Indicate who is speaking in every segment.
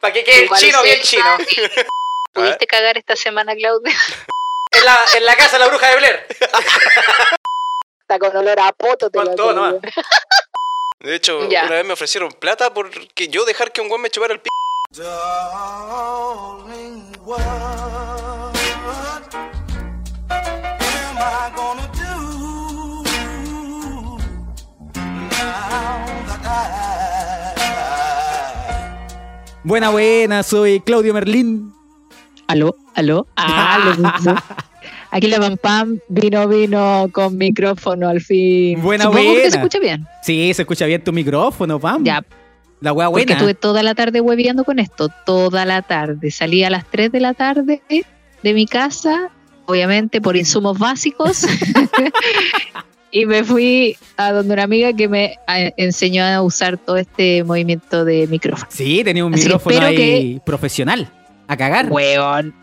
Speaker 1: Para que quede el
Speaker 2: Igual sí,
Speaker 1: chino
Speaker 2: Ah,
Speaker 1: bien chino.
Speaker 2: sí. ¿Pudiste cagar esta semana, Claudia?
Speaker 1: En la, en la casa de la bruja de Blair.
Speaker 2: Está con olor a poto, te
Speaker 1: Con
Speaker 2: lo
Speaker 1: todo
Speaker 2: digo.
Speaker 1: nomás.
Speaker 3: De hecho,
Speaker 2: Ya.
Speaker 3: una vez me ofrecieron plata porque yo dejar que un weón me chupara el p.
Speaker 4: Darling, what am I gonna do now that I
Speaker 5: Buena, buena, soy Claudio Merlín.
Speaker 6: Aló, aló. Ah, lo mismo. Aquí la Pam Pam vino, vino con micrófono al fin.
Speaker 5: Buena,
Speaker 6: Supongo
Speaker 5: buena.
Speaker 6: que se escucha bien.
Speaker 5: Sí, se escucha bien tu micrófono, Pam.
Speaker 6: Ya,
Speaker 5: La wea
Speaker 6: porque
Speaker 5: buena.
Speaker 6: estuve toda la tarde hueviando con esto, toda la tarde. Salí a las 3 de la tarde de mi casa, obviamente por insumos básicos. y me fui a donde una amiga que me eh, enseñó a usar todo este movimiento de micrófono.
Speaker 5: Sí, tenía un
Speaker 6: Así que
Speaker 5: micrófono
Speaker 6: espero
Speaker 5: ahí profesional. A cagar.
Speaker 6: Weón.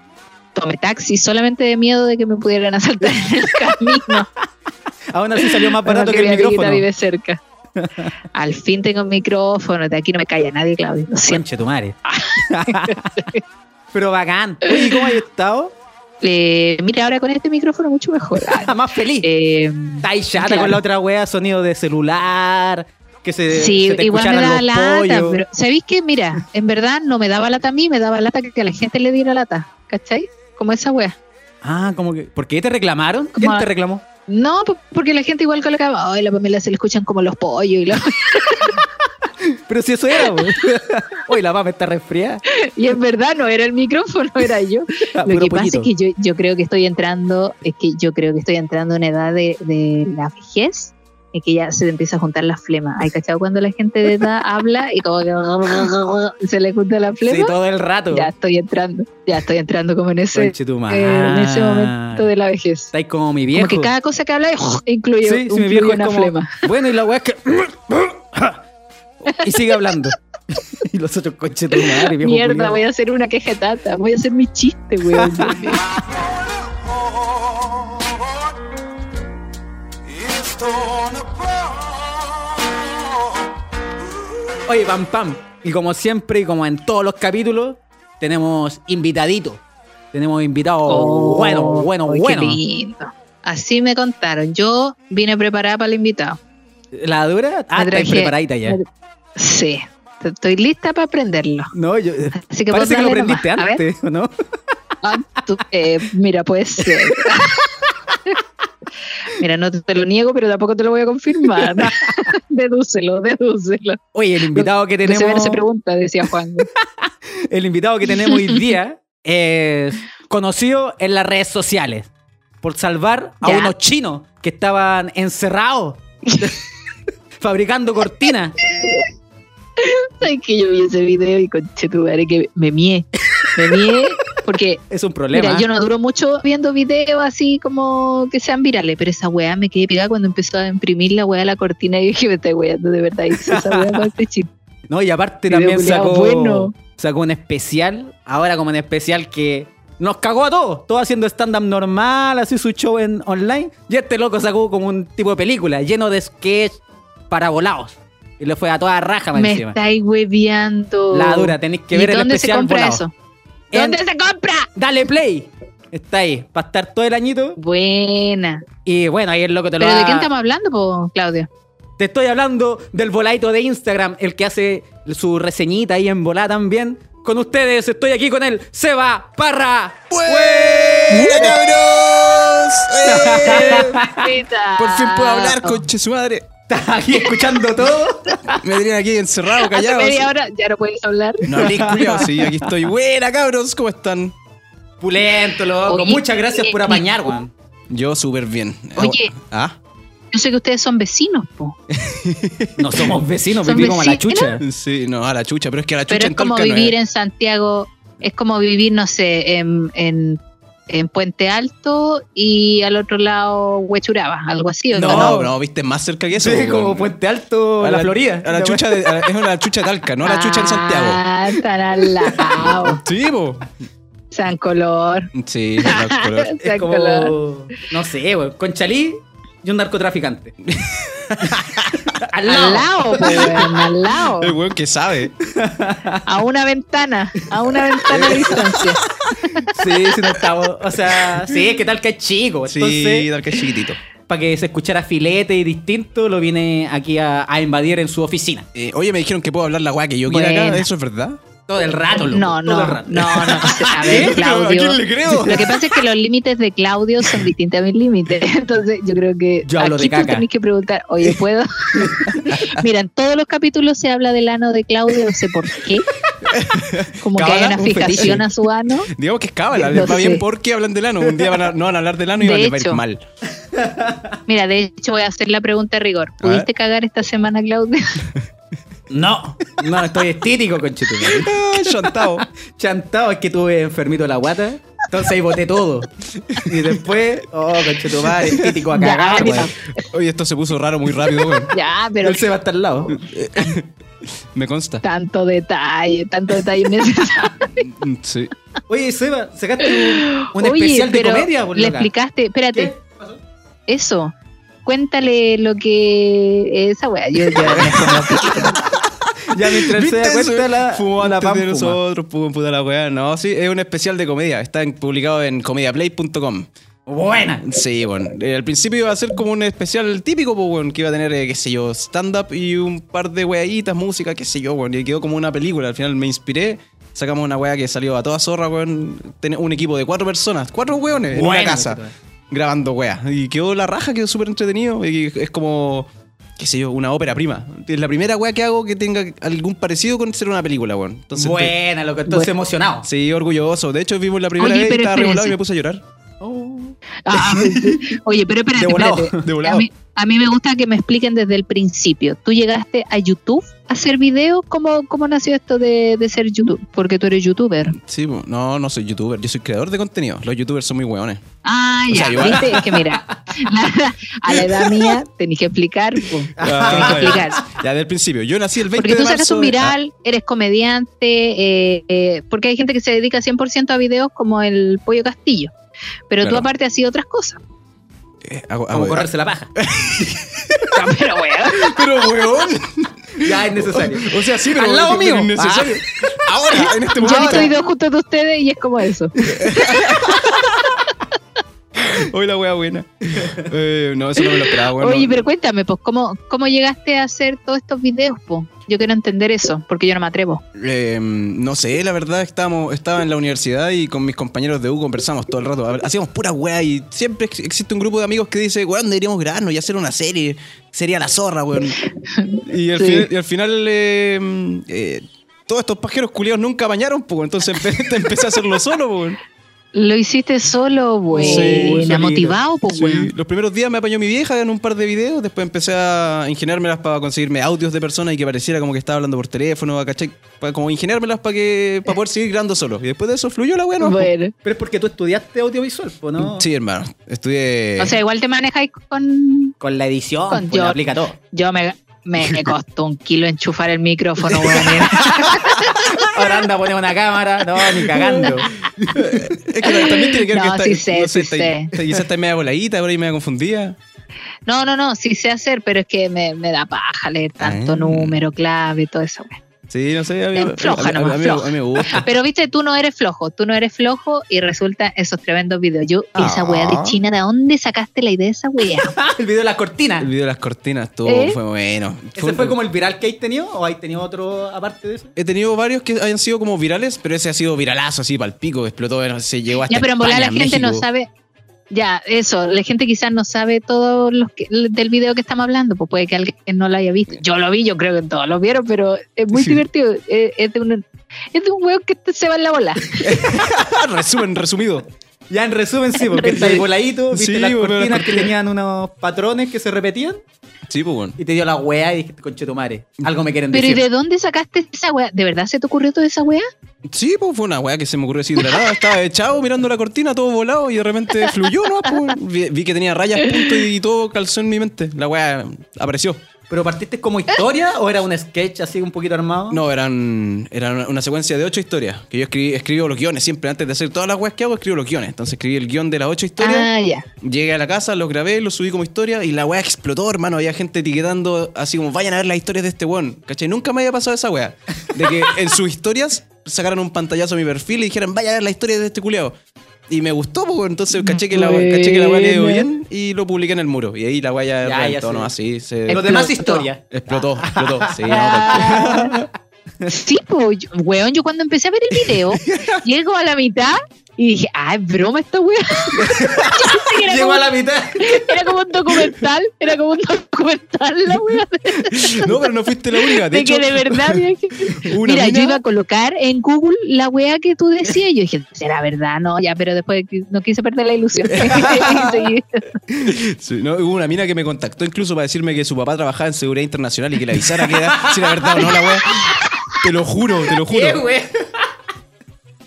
Speaker 6: Tomé taxi solamente de miedo de que me pudieran asaltar en el camino.
Speaker 5: Aún así salió más
Speaker 6: Bueno,
Speaker 5: barato que
Speaker 6: mi
Speaker 5: el
Speaker 6: amiguita
Speaker 5: micrófono.
Speaker 6: vive cerca. Al fin tengo un micrófono. De aquí no me calla nadie, Claudio. Lo siento.
Speaker 5: Conche tu madre.
Speaker 6: Ah.
Speaker 5: Pero bacán. Oye, ¿y cómo has estado?
Speaker 6: Eh, mira, ahora con este micrófono mucho mejor. Ah,
Speaker 5: más feliz.
Speaker 6: eh,
Speaker 5: Estáis chata
Speaker 6: claro.
Speaker 5: con la otra wea, sonido de celular. Que se,
Speaker 6: sí,
Speaker 5: Eh, se te
Speaker 6: igual me
Speaker 5: escucharan
Speaker 6: da
Speaker 5: los
Speaker 6: lata.
Speaker 5: pollos.
Speaker 6: Pero, ¿sabéis qué? Mira, en verdad no me daba lata a mí, me daba lata que a la gente le diera lata. ¿Cachai? Como esa wea.
Speaker 5: Ah, como que. ¿Por qué te reclamaron? ¿Quién
Speaker 6: Como-
Speaker 5: te reclamó?
Speaker 6: No, po- porque la gente igual colocaba, ay, la Pamela se le escuchan como los pollos. Y, la-
Speaker 5: Pero si eso era, po. Uy, la papa está resfriada.
Speaker 6: y en verdad no era el micrófono, era yo.
Speaker 5: Ah,
Speaker 6: Lo
Speaker 5: puro
Speaker 6: que pasa
Speaker 5: pollito.
Speaker 6: es que yo, yo creo que estoy entrando, es que yo creo que estoy entrando en edad de, de la vejez, en que ya se te empieza a juntar la flema. ¿Hay cachado cuando la gente de edad habla y como que se le junta la
Speaker 5: Sí,
Speaker 6: flema?
Speaker 5: todo el rato.
Speaker 6: ya estoy entrando, ya estoy entrando como en ese,
Speaker 5: Conche tu
Speaker 6: eh, en ese momento de la vejez.
Speaker 5: Estáis como mi
Speaker 6: Como
Speaker 5: viejo.
Speaker 6: que cada cosa que habla incluye,
Speaker 5: Sí, si mi
Speaker 6: incluye
Speaker 5: viejo es
Speaker 6: una
Speaker 5: como.
Speaker 6: flema.
Speaker 5: Bueno, y la weá es que. y sigue hablando. y los otros conche tu madre, viejo.
Speaker 6: Mierda,
Speaker 5: culiao.
Speaker 6: voy a hacer una queja tata, voy a hacer mi chiste, weón.
Speaker 4: Lord is torn apart.
Speaker 5: Oye, pam pam. Y como siempre, y como en todos los capítulos, tenemos invitaditos. Tenemos invitados
Speaker 6: Oh,
Speaker 5: bueno, bueno,
Speaker 6: ay, qué
Speaker 5: bueno.
Speaker 6: lindo. Así me contaron. Yo vine preparada para el invitado.
Speaker 5: ¿La dura? Ah,
Speaker 6: Me
Speaker 5: estáis
Speaker 6: traje-
Speaker 5: preparadita ya.
Speaker 6: me- Sí, t- estoy lista para aprenderlo.
Speaker 5: No, yo.
Speaker 6: Así que
Speaker 5: parece
Speaker 6: vos
Speaker 5: que lo
Speaker 6: dale nomás.
Speaker 5: aprendiste
Speaker 6: A ver.
Speaker 5: antes, ¿o no?
Speaker 6: Ah, tú- eh, mira, pues. ser. mira, no te lo niego, pero tampoco te lo voy a confirmar. dedúcelo, dedúcelo.
Speaker 5: Oye, el invitado que
Speaker 6: No se ven
Speaker 5: tenemos.
Speaker 6: esa pregunta, decía Juan.
Speaker 5: El invitado que tenemos hoy día es conocido en las redes sociales por salvar a
Speaker 6: Ya.
Speaker 5: unos chinos que estaban encerrados fabricando cortinas.
Speaker 6: Ay, que yo vi ese video y conchetumare que me mié. Me mié porque
Speaker 5: Es un problema.
Speaker 6: Mira, yo no duro mucho viendo videos así como que sean virales, pero esa weá me quedé pegada cuando empezó a imprimir la weá la cortina y dije, me está weando, de verdad hice esa weá con este chip.
Speaker 5: No, y aparte
Speaker 6: Video
Speaker 5: también
Speaker 6: culiao
Speaker 5: sacó,
Speaker 6: bueno.
Speaker 5: sacó un especial, ahora como un especial que nos cagó a todos, todos haciendo stand-up normal, así su show en online, y este loco sacó como un tipo de película, lleno de sketch parabolados, y le fue a toda raja más
Speaker 6: Me
Speaker 5: encima.
Speaker 6: estáis hueveando.
Speaker 5: La dura, tenéis que
Speaker 6: ¿Y
Speaker 5: ver el
Speaker 6: dónde se
Speaker 5: especial
Speaker 6: compra
Speaker 5: volado.
Speaker 6: eso?
Speaker 5: En
Speaker 6: ¿Dónde se compra?
Speaker 5: Dale Play, está ahí, para estar todo el añito,
Speaker 6: Buena.
Speaker 5: y bueno, ahí el loco te lo
Speaker 6: ¿Pero de
Speaker 5: va-
Speaker 6: quién estamos hablando, po, Claudio?
Speaker 5: Te estoy hablando del voladito de Instagram, el que hace su reseñita ahí en volá también. Con ustedes, estoy aquí con él, Seba Parra.
Speaker 1: Pues,
Speaker 3: ¡Buena, cabros! ¡Eh! Por fin
Speaker 6: Ah.
Speaker 3: puedo hablar,
Speaker 6: con
Speaker 3: conche su madre.
Speaker 5: Estás aquí escuchando todo.
Speaker 3: Me tenían aquí encerrado,
Speaker 6: Hace
Speaker 3: callado.
Speaker 6: media hora ya no puedes hablar.
Speaker 3: No hablé, culiao, sí, aquí estoy. Buena, cabros, ¿cómo están?
Speaker 5: Pulento, loco.
Speaker 6: Oye,
Speaker 5: Muchas gracias por apañar, Juan.
Speaker 3: Yo súper bien.
Speaker 6: Oye.
Speaker 3: ¿Ah?
Speaker 6: Yo sé que ustedes son vecinos, po.
Speaker 5: No somos vecinos,
Speaker 6: ¿Son
Speaker 5: vivimos a la
Speaker 6: vecinos?
Speaker 5: chucha.
Speaker 3: Sí, no, a la chucha, pero es que a la chucha
Speaker 6: Pero es
Speaker 3: en
Speaker 6: como
Speaker 3: Talca no
Speaker 6: vivir en Santiago, es como vivir, no sé, en, en, en Puente Alto y al otro lado Huechuraba, algo así. ¿o
Speaker 3: No,
Speaker 6: no?
Speaker 3: no, viste, más cerca que eso.
Speaker 5: Sí,
Speaker 3: weón.
Speaker 5: como Puente Alto,
Speaker 3: A
Speaker 5: la, Florida.
Speaker 3: A la chucha de- a la- es una chucha de Talca, no a la chucha en Santiago.
Speaker 6: Ah, están al lado.
Speaker 3: Sí, po.
Speaker 6: San Color.
Speaker 3: Sí, no, color.
Speaker 6: San
Speaker 5: Es como,
Speaker 6: Color.
Speaker 5: no sé, weón. Conchalí y un narcotraficante.
Speaker 6: Al
Speaker 5: Al lado.
Speaker 6: lado, po, weón, al lado.
Speaker 1: El weón que sabe.
Speaker 6: A una ventana, a una ventana a distancia.
Speaker 5: Sí, sí, no estamos. O sea, sí, que tal que es chico.
Speaker 1: sí,
Speaker 5: Entonces,
Speaker 1: tal que es chiquitito.
Speaker 5: para que se escuchara filete y distinto, lo viene aquí a, a invadir en su oficina.
Speaker 1: Eh, oye, me dijeron que puedo hablar la weá que yo quiera
Speaker 6: Buena.
Speaker 1: acá. ¿Eso es verdad?
Speaker 5: Todo el rato, loco,
Speaker 6: No,
Speaker 5: todo
Speaker 6: no, no,
Speaker 5: el rato. ¿Eh?
Speaker 6: no. A ver,
Speaker 1: Pero, ¿A
Speaker 6: Claudio.
Speaker 1: quién le creo?
Speaker 6: Lo que pasa es que los límites de Claudio son distintos a mis límites. Entonces, yo creo que
Speaker 5: Yo hablo
Speaker 6: aquí
Speaker 5: de
Speaker 6: tú
Speaker 5: caca.
Speaker 6: tenés que preguntar, oye, ¿puedo? Mira, en todos los capítulos se habla del ano de Claudio, no sé por qué. Como que hay
Speaker 1: Cábala,
Speaker 6: una
Speaker 1: un fetiche.
Speaker 6: fijación a su ano.
Speaker 1: Digamos que es cábala.
Speaker 6: No
Speaker 1: Les va
Speaker 6: sé.
Speaker 1: bien porque hablan del ano. Un día van a- no van a hablar del ano y
Speaker 6: De
Speaker 1: van- les va a ir
Speaker 6: hecho.
Speaker 1: mal.
Speaker 6: Mira, de hecho, voy a hacer la pregunta de rigor. ¿Pudiste cagar esta semana, Claudio?
Speaker 5: No, no, estoy estítico, conchetumare.
Speaker 1: Ah, chantao.
Speaker 5: Chantado, es que tuve enfermito la guata. Entonces ahí boté todo. Y después, oh, conchetumare, estítico a
Speaker 6: Ya,
Speaker 5: cagar,
Speaker 6: ya.
Speaker 5: weón.
Speaker 1: Oye, esto se puso raro muy rápido, weón.
Speaker 6: Ya, pero
Speaker 5: Él se va hasta el lado.
Speaker 1: Me consta.
Speaker 6: tanto detalle, tanto detalle innecesario.
Speaker 1: Mm, Sí.
Speaker 5: Oye, Seba, sacaste un, un
Speaker 6: Oye,
Speaker 5: especial de
Speaker 6: pero
Speaker 5: comedia, por
Speaker 6: Le
Speaker 5: loca.
Speaker 6: explicaste, espérate,
Speaker 5: ¿Qué?
Speaker 6: eso. Cuéntale lo que esa wea. Yo, yo
Speaker 5: Ya mientras se da
Speaker 1: ¿Viste eso?
Speaker 5: cuenta la,
Speaker 1: Fumó
Speaker 5: la
Speaker 1: antes
Speaker 5: Pam
Speaker 1: de
Speaker 5: fuma.
Speaker 1: nosotros, pudo puta la weá. No, sí, es un especial de comedia. Está en- publicado en comediaplay.com.
Speaker 5: Buena.
Speaker 1: Sí, bueno. eh, al principio iba a ser como un especial típico, pues, bueno, que iba a tener, eh, qué sé yo, stand-up y un par de weaditas, música, qué sé yo, bueno. Y quedó como una película. Al final me inspiré. Sacamos una wea que salió a toda zorra, weón. Ten- Un equipo de cuatro personas, cuatro weones en una
Speaker 5: Buena,
Speaker 1: casa.
Speaker 5: conchetumare.
Speaker 1: Grabando wea. Y quedó la raja, quedó súper entretenido. Y es como, qué sé yo, una ópera prima. Es la primera wea que hago que tenga algún parecido con ser una película, weón. Entonces, estoy-
Speaker 5: Buena, loco. Entonces
Speaker 6: Bueno.
Speaker 5: emocionado.
Speaker 1: sí, orgulloso. De hecho, vimos la primera
Speaker 6: Oye,
Speaker 1: vez y
Speaker 6: pero
Speaker 1: estaba regulado y
Speaker 6: espérense.
Speaker 1: me puse a llorar.
Speaker 6: Ah, oye, pero espérate,
Speaker 1: De volado,
Speaker 6: espérate.
Speaker 1: de volado.
Speaker 6: A, mí, a mí me gusta que me expliquen desde el principio. ¿Tú llegaste a YouTube a hacer videos? ¿Cómo, cómo nació esto de, de ser YouTube? Porque tú eres youtuber.
Speaker 1: Sí, po. no, no soy youtuber, yo soy creador de contenido. Los youtubers son muy hueones.
Speaker 6: Ah,
Speaker 1: O
Speaker 6: ya,
Speaker 1: sea, igual.
Speaker 6: viste, es que mira, la- a la edad mía tenés que explicar, po. tenés que explicar.
Speaker 1: Ah, ya del principio, yo nací el 20
Speaker 6: Porque
Speaker 1: de
Speaker 6: tú
Speaker 1: marzo.
Speaker 6: sacas un
Speaker 1: de- ah.
Speaker 6: viral, eres comediante, eh, eh, porque hay gente que se dedica 100% a videos como el Pollo Castillo. Pero tú
Speaker 1: Claro.
Speaker 6: aparte has sido otras cosas.
Speaker 1: Ah, eh, hago-
Speaker 5: Como
Speaker 1: hago-
Speaker 5: correrse la paja.
Speaker 1: Ah,
Speaker 6: Pero weón.
Speaker 1: Pero hueón.
Speaker 5: Ya es necesario.
Speaker 1: O sea, sí, pero
Speaker 5: Al lado
Speaker 1: pero
Speaker 5: mío. Ah.
Speaker 1: innecesario. Ahora, en este
Speaker 6: Yo he
Speaker 1: momento.
Speaker 6: visto videos justo de ustedes y es como eso.
Speaker 1: Hoy la wea buena. Eh, no, eso no me lo esperaba, weón.
Speaker 6: Oye,
Speaker 1: no.
Speaker 6: pero cuéntame, pues, ¿cómo, ¿cómo llegaste a hacer todos estos videos, po? Yo quiero entender eso, porque yo no me atrevo.
Speaker 1: Eh, no sé, la verdad, estábamos, estaba en la universidad y con mis compañeros de U conversamos todo el rato. A ver, Hacíamos pura weá y siempre ex- existe un grupo de amigos que dice, weón, deberíamos grabarnos y hacer una serie. Sería la zorra, weón. Y al,
Speaker 6: Sí.
Speaker 1: final- y al final, eh, mm, eh, todos estos pajeros culiados nunca bañaron, pues. Entonces empe- empecé a hacerlo solo, pues.
Speaker 6: Lo hiciste solo,
Speaker 1: Sí,
Speaker 6: buena,
Speaker 5: solito.
Speaker 6: motivado, po,
Speaker 1: Sí,
Speaker 6: weón.
Speaker 1: Los primeros días me apañó mi vieja en un par de videos, después empecé a ingeniármelas para conseguirme audios de personas y que pareciera como que estaba hablando por teléfono, ¿cachai? Pa- como ingeniármelas para que para poder seguir grabando solo. Y después de eso fluyó la buena.
Speaker 6: Bueno.
Speaker 5: Pero es porque tú estudiaste audiovisual, po, ¿no?
Speaker 1: Sí, hermano. Estudié.
Speaker 6: O sea, igual te manejáis con.
Speaker 5: Con la edición,
Speaker 6: Con
Speaker 5: pues, le
Speaker 6: yo-
Speaker 5: aplica todo.
Speaker 6: Yo me, me, me costó un kilo enchufar el micrófono, weón.
Speaker 5: Ahora anda a poner una cámara. No, ni cagando.
Speaker 1: es que también tiene que ver
Speaker 6: No,
Speaker 1: que está,
Speaker 6: sí sé,
Speaker 1: no sé,
Speaker 6: sí
Speaker 1: está-
Speaker 6: sé.
Speaker 1: está- quizás está media voladita, por ahí media confundida.
Speaker 6: No, no, no, sí sé hacer, pero es que me, me da paja leer tanto
Speaker 1: Ah.
Speaker 6: número, clave, todo eso. güey.
Speaker 1: Sí, no sé. A mí,
Speaker 6: Es floja
Speaker 1: a mí- a mí-
Speaker 6: nomás,
Speaker 1: a mí-
Speaker 6: floja.
Speaker 1: a mí me gusta.
Speaker 6: Pero viste, tú no eres flojo, tú no eres flojo y resulta esos tremendos videos. Yo,
Speaker 1: Ah.
Speaker 6: esa wea de China, ¿de dónde sacaste la idea de esa wea?
Speaker 5: Ah, El video de las cortinas.
Speaker 1: El video de las cortinas estuvo,
Speaker 6: ¿Eh?
Speaker 1: fue bueno.
Speaker 5: ¿Ese fue como el viral que hay tenido? ¿O hay tenido otro aparte de eso?
Speaker 1: He tenido varios que hayan sido como virales, pero ese ha sido viralazo, así, palpico, explotó, no sé, llegó hasta
Speaker 6: ya, pero en volar la
Speaker 1: España,
Speaker 6: gente no
Speaker 1: México.
Speaker 6: sabe. Ya, eso, la gente quizás no sabe todo los que- del video que estamos hablando, pues puede que alguien no lo haya visto. Yo lo vi, yo creo que todos lo vieron, pero es muy
Speaker 1: Sí.
Speaker 6: divertido. Es, es de un, es de un weón que se va en la bola.
Speaker 1: Ah, resumen, resumido.
Speaker 5: Ya en resumen, sí, porque está ahí voladito, viste
Speaker 1: Sí,
Speaker 5: las
Speaker 1: bo, pero las
Speaker 5: cortinas que tenían unos patrones que se repetían
Speaker 1: Sí, pues bueno.
Speaker 5: y te dio la weá y dijiste, conchetumare, algo me quieren
Speaker 6: Pero ¿y
Speaker 5: decir.
Speaker 6: de dónde sacaste esa wea? ¿De verdad se te ocurrió toda esa wea?
Speaker 1: Sí, pues fue una weá que se me ocurrió así de la nada. Estaba echado mirando la cortina, todo volado y de repente fluyó, ¿no? Pues, vi, vi que tenía rayas, punto y todo calzó en mi mente. La weá apareció.
Speaker 5: ¿Pero partiste como historia o era un sketch así un poquito armado?
Speaker 1: No, eran, eran una secuencia de ocho historias. Que yo escribí, escribo los guiones siempre. Antes de hacer todas las weas que hago, escribo los guiones. Entonces escribí el guión de las ocho historias.
Speaker 6: Ah, ya.
Speaker 1: Llegué a la casa, los grabé, los subí como historia y la wea explotó, hermano. Había gente etiquetando así como, vayan a ver las historias de este weón. ¿Cachai? Nunca me había pasado esa wea. De que en sus historias sacaran un pantallazo a mi perfil y dijeran, vayan a ver las historias de este culeado. Y me gustó, pues, weón.
Speaker 6: Mm,
Speaker 1: entonces caché que la, caché que la wea le dio bien y lo publiqué en el muro. Y ahí la wea ya,
Speaker 5: Ya,
Speaker 1: reventó,
Speaker 5: ya sé.
Speaker 1: ¿no? Así se...
Speaker 5: Lo
Speaker 6: Explotó.
Speaker 5: demás historia.
Speaker 1: Explotó, explotó. Sí, no, Ah.
Speaker 6: Sí, po, yo- weón, yo cuando empecé a ver el video, llego a la mitad y dije, ah, es broma esta weón. era,
Speaker 5: Llegó
Speaker 6: como,
Speaker 5: a la mitad.
Speaker 6: era como un documental, era como un documental la weón.
Speaker 1: No, pero no fuiste la única. De,
Speaker 6: De
Speaker 1: hecho,
Speaker 6: que de verdad, mira, que-
Speaker 1: una
Speaker 6: mira,
Speaker 1: mina-
Speaker 6: yo iba a colocar en Google la wea que tú decías. Yo dije, será verdad, no, ya, pero después qui- no quise perder la ilusión. Y seguí.
Speaker 1: sí, no, hubo una mina que me contactó incluso para decirme que su papá trabajaba en seguridad internacional y que le avisara que era, si era verdad o no la wea. Te lo juro, te lo
Speaker 5: ¿Qué,
Speaker 1: juro.
Speaker 5: güey?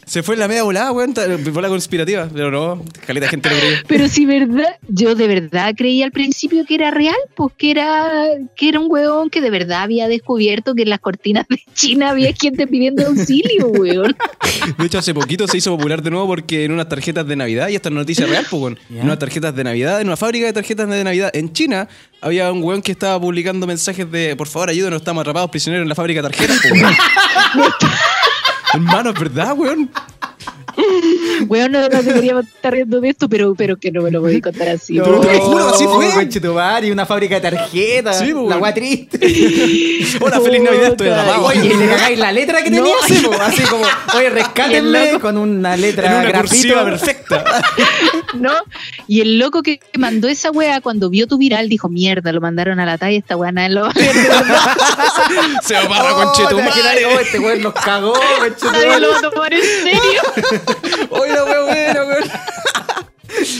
Speaker 1: Se fue en la media volada, weón, ta- volada conspirativa. Pero no, caleta gente lo creyó.
Speaker 6: pero si verdad, yo de verdad creí al principio que era real, pues que era, que era un weón que de verdad había descubierto que en las cortinas de China había gente pidiendo auxilio, weón.
Speaker 1: De hecho, hace poquito se hizo popular de nuevo porque en unas tarjetas de Navidad, y esta es noticia real, pues, weón, en unas tarjetas de Navidad, en una fábrica de tarjetas de Navidad en China, había un weón que estaba publicando mensajes de por favor ayúdenos, estamos atrapados prisioneros en la fábrica de tarjetas, pues, weón. Hermano, es verdad, weón.
Speaker 6: Weón, no, no debería estar riendo de esto, pero, pero que no me lo voy a contar así.
Speaker 1: No. te lo juro, así fue.
Speaker 5: Conchetumare, una fábrica de tarjetas.
Speaker 1: Sí, pues,
Speaker 5: la
Speaker 1: güey.
Speaker 5: weá triste.
Speaker 1: Hola, feliz Navidad, estoy
Speaker 6: Puta,
Speaker 1: atrapado.
Speaker 5: Oye, y le cagáis la letra que
Speaker 6: No.
Speaker 5: tenía así, po, así como, oye, rescátenme con una letra
Speaker 1: en una
Speaker 5: grafito.
Speaker 1: cursiva perfecta.
Speaker 6: ¿no? Y el loco que mandó esa wea cuando vio tu viral dijo, mierda, lo mandaron a la talla, esta wea nadie lo va a ver,
Speaker 1: Se va para
Speaker 5: Oh, te
Speaker 1: conchetumare.
Speaker 5: imagináis, oh, este weón nos cagó,
Speaker 6: nadie
Speaker 5: conchetumare.
Speaker 6: lo va a tomar en serio.
Speaker 1: Oye, weón, weón, weón.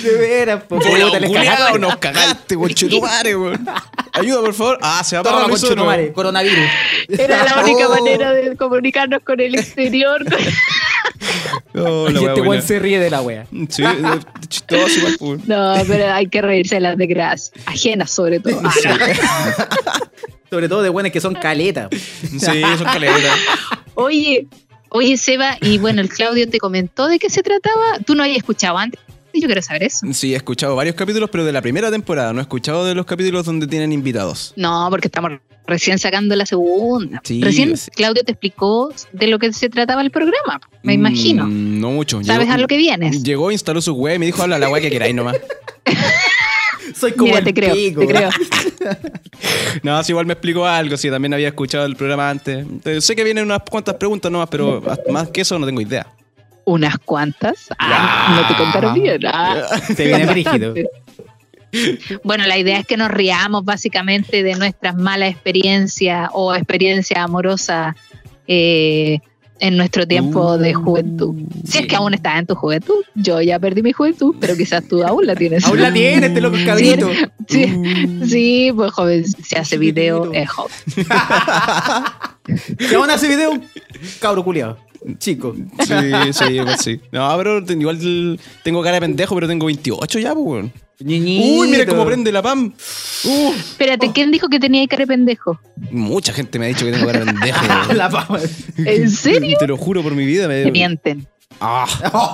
Speaker 5: De veras, po, puta, les
Speaker 1: Culeado,
Speaker 5: cagaron.
Speaker 1: nos cagaste, conchetumare, weón. Ayuda, por favor. Ah, se va para
Speaker 5: Toma,
Speaker 1: nosotros.
Speaker 5: conchetumare, coronavirus.
Speaker 6: Era la única
Speaker 5: Oh.
Speaker 6: manera de comunicarnos con el exterior.
Speaker 1: No, la
Speaker 5: Y este
Speaker 1: wea
Speaker 5: weón
Speaker 1: buena.
Speaker 5: se ríe de la wea.
Speaker 1: Sí, eh, chistoso igual, pues.
Speaker 6: No, pero hay que reírse de las desgracias, ajenas sobre todo. Ah, no.
Speaker 5: Sobre todo de weones que son caletas.
Speaker 1: Sí, son caletas.
Speaker 6: Oye, oye Seba, y bueno, el Claudio te comentó de qué se trataba, tú no habías escuchado antes, yo quiero saber eso.
Speaker 1: Sí, he escuchado varios capítulos, pero de la primera temporada. No he escuchado de los capítulos donde tienen invitados.
Speaker 6: No, porque estamos recién sacando la segunda.
Speaker 1: Sí,
Speaker 6: recién
Speaker 1: sí.
Speaker 6: Claudio te explicó de lo que se trataba el programa, me
Speaker 1: Mm,
Speaker 6: imagino.
Speaker 1: No mucho.
Speaker 6: Sabes
Speaker 1: Llegó-
Speaker 6: a lo que vienes.
Speaker 1: Llegó, instaló su web y me dijo, habla la wea que queráis nomás.
Speaker 5: Soy como
Speaker 6: Mira,
Speaker 5: el
Speaker 6: te creo,
Speaker 5: pico.
Speaker 6: te creo.
Speaker 1: No, si igual me explicó algo, si también había escuchado el programa antes. Entonces, sé que vienen unas cuantas preguntas nomás, pero hasta más que eso no tengo idea.
Speaker 6: Unas cuantas. Ah, no te contaron bien. Ah,
Speaker 5: Te viene brígido.
Speaker 6: bastante. Bueno, la idea es que nos riamos básicamente de nuestras malas experiencias o experiencias amorosas eh, en nuestro tiempo de juventud. Si es que aún estás en tu juventud, yo ya perdí mi juventud, pero quizás tú aún la tienes.
Speaker 5: Aún la tiene este loco cabrito.
Speaker 6: Sí, sí, pues joven, se hace video, es joven.
Speaker 5: Que aún hace video, cabro culiado. Chico.
Speaker 1: Sí, sí, igual sí. No, pero te- igual el- tengo cara de pendejo, pero tengo 28 ya, pues, weón. Uy, mira cómo prende la PAM. Uh,
Speaker 6: Espérate, ¿quién dijo que tenía cara de pendejo?
Speaker 1: mucha gente me ha dicho que tengo cara de pendejo. weón.
Speaker 5: La pava.
Speaker 6: ¿En serio?
Speaker 1: Te lo juro por mi vida. Me...
Speaker 6: Te mienten.
Speaker 1: Ah,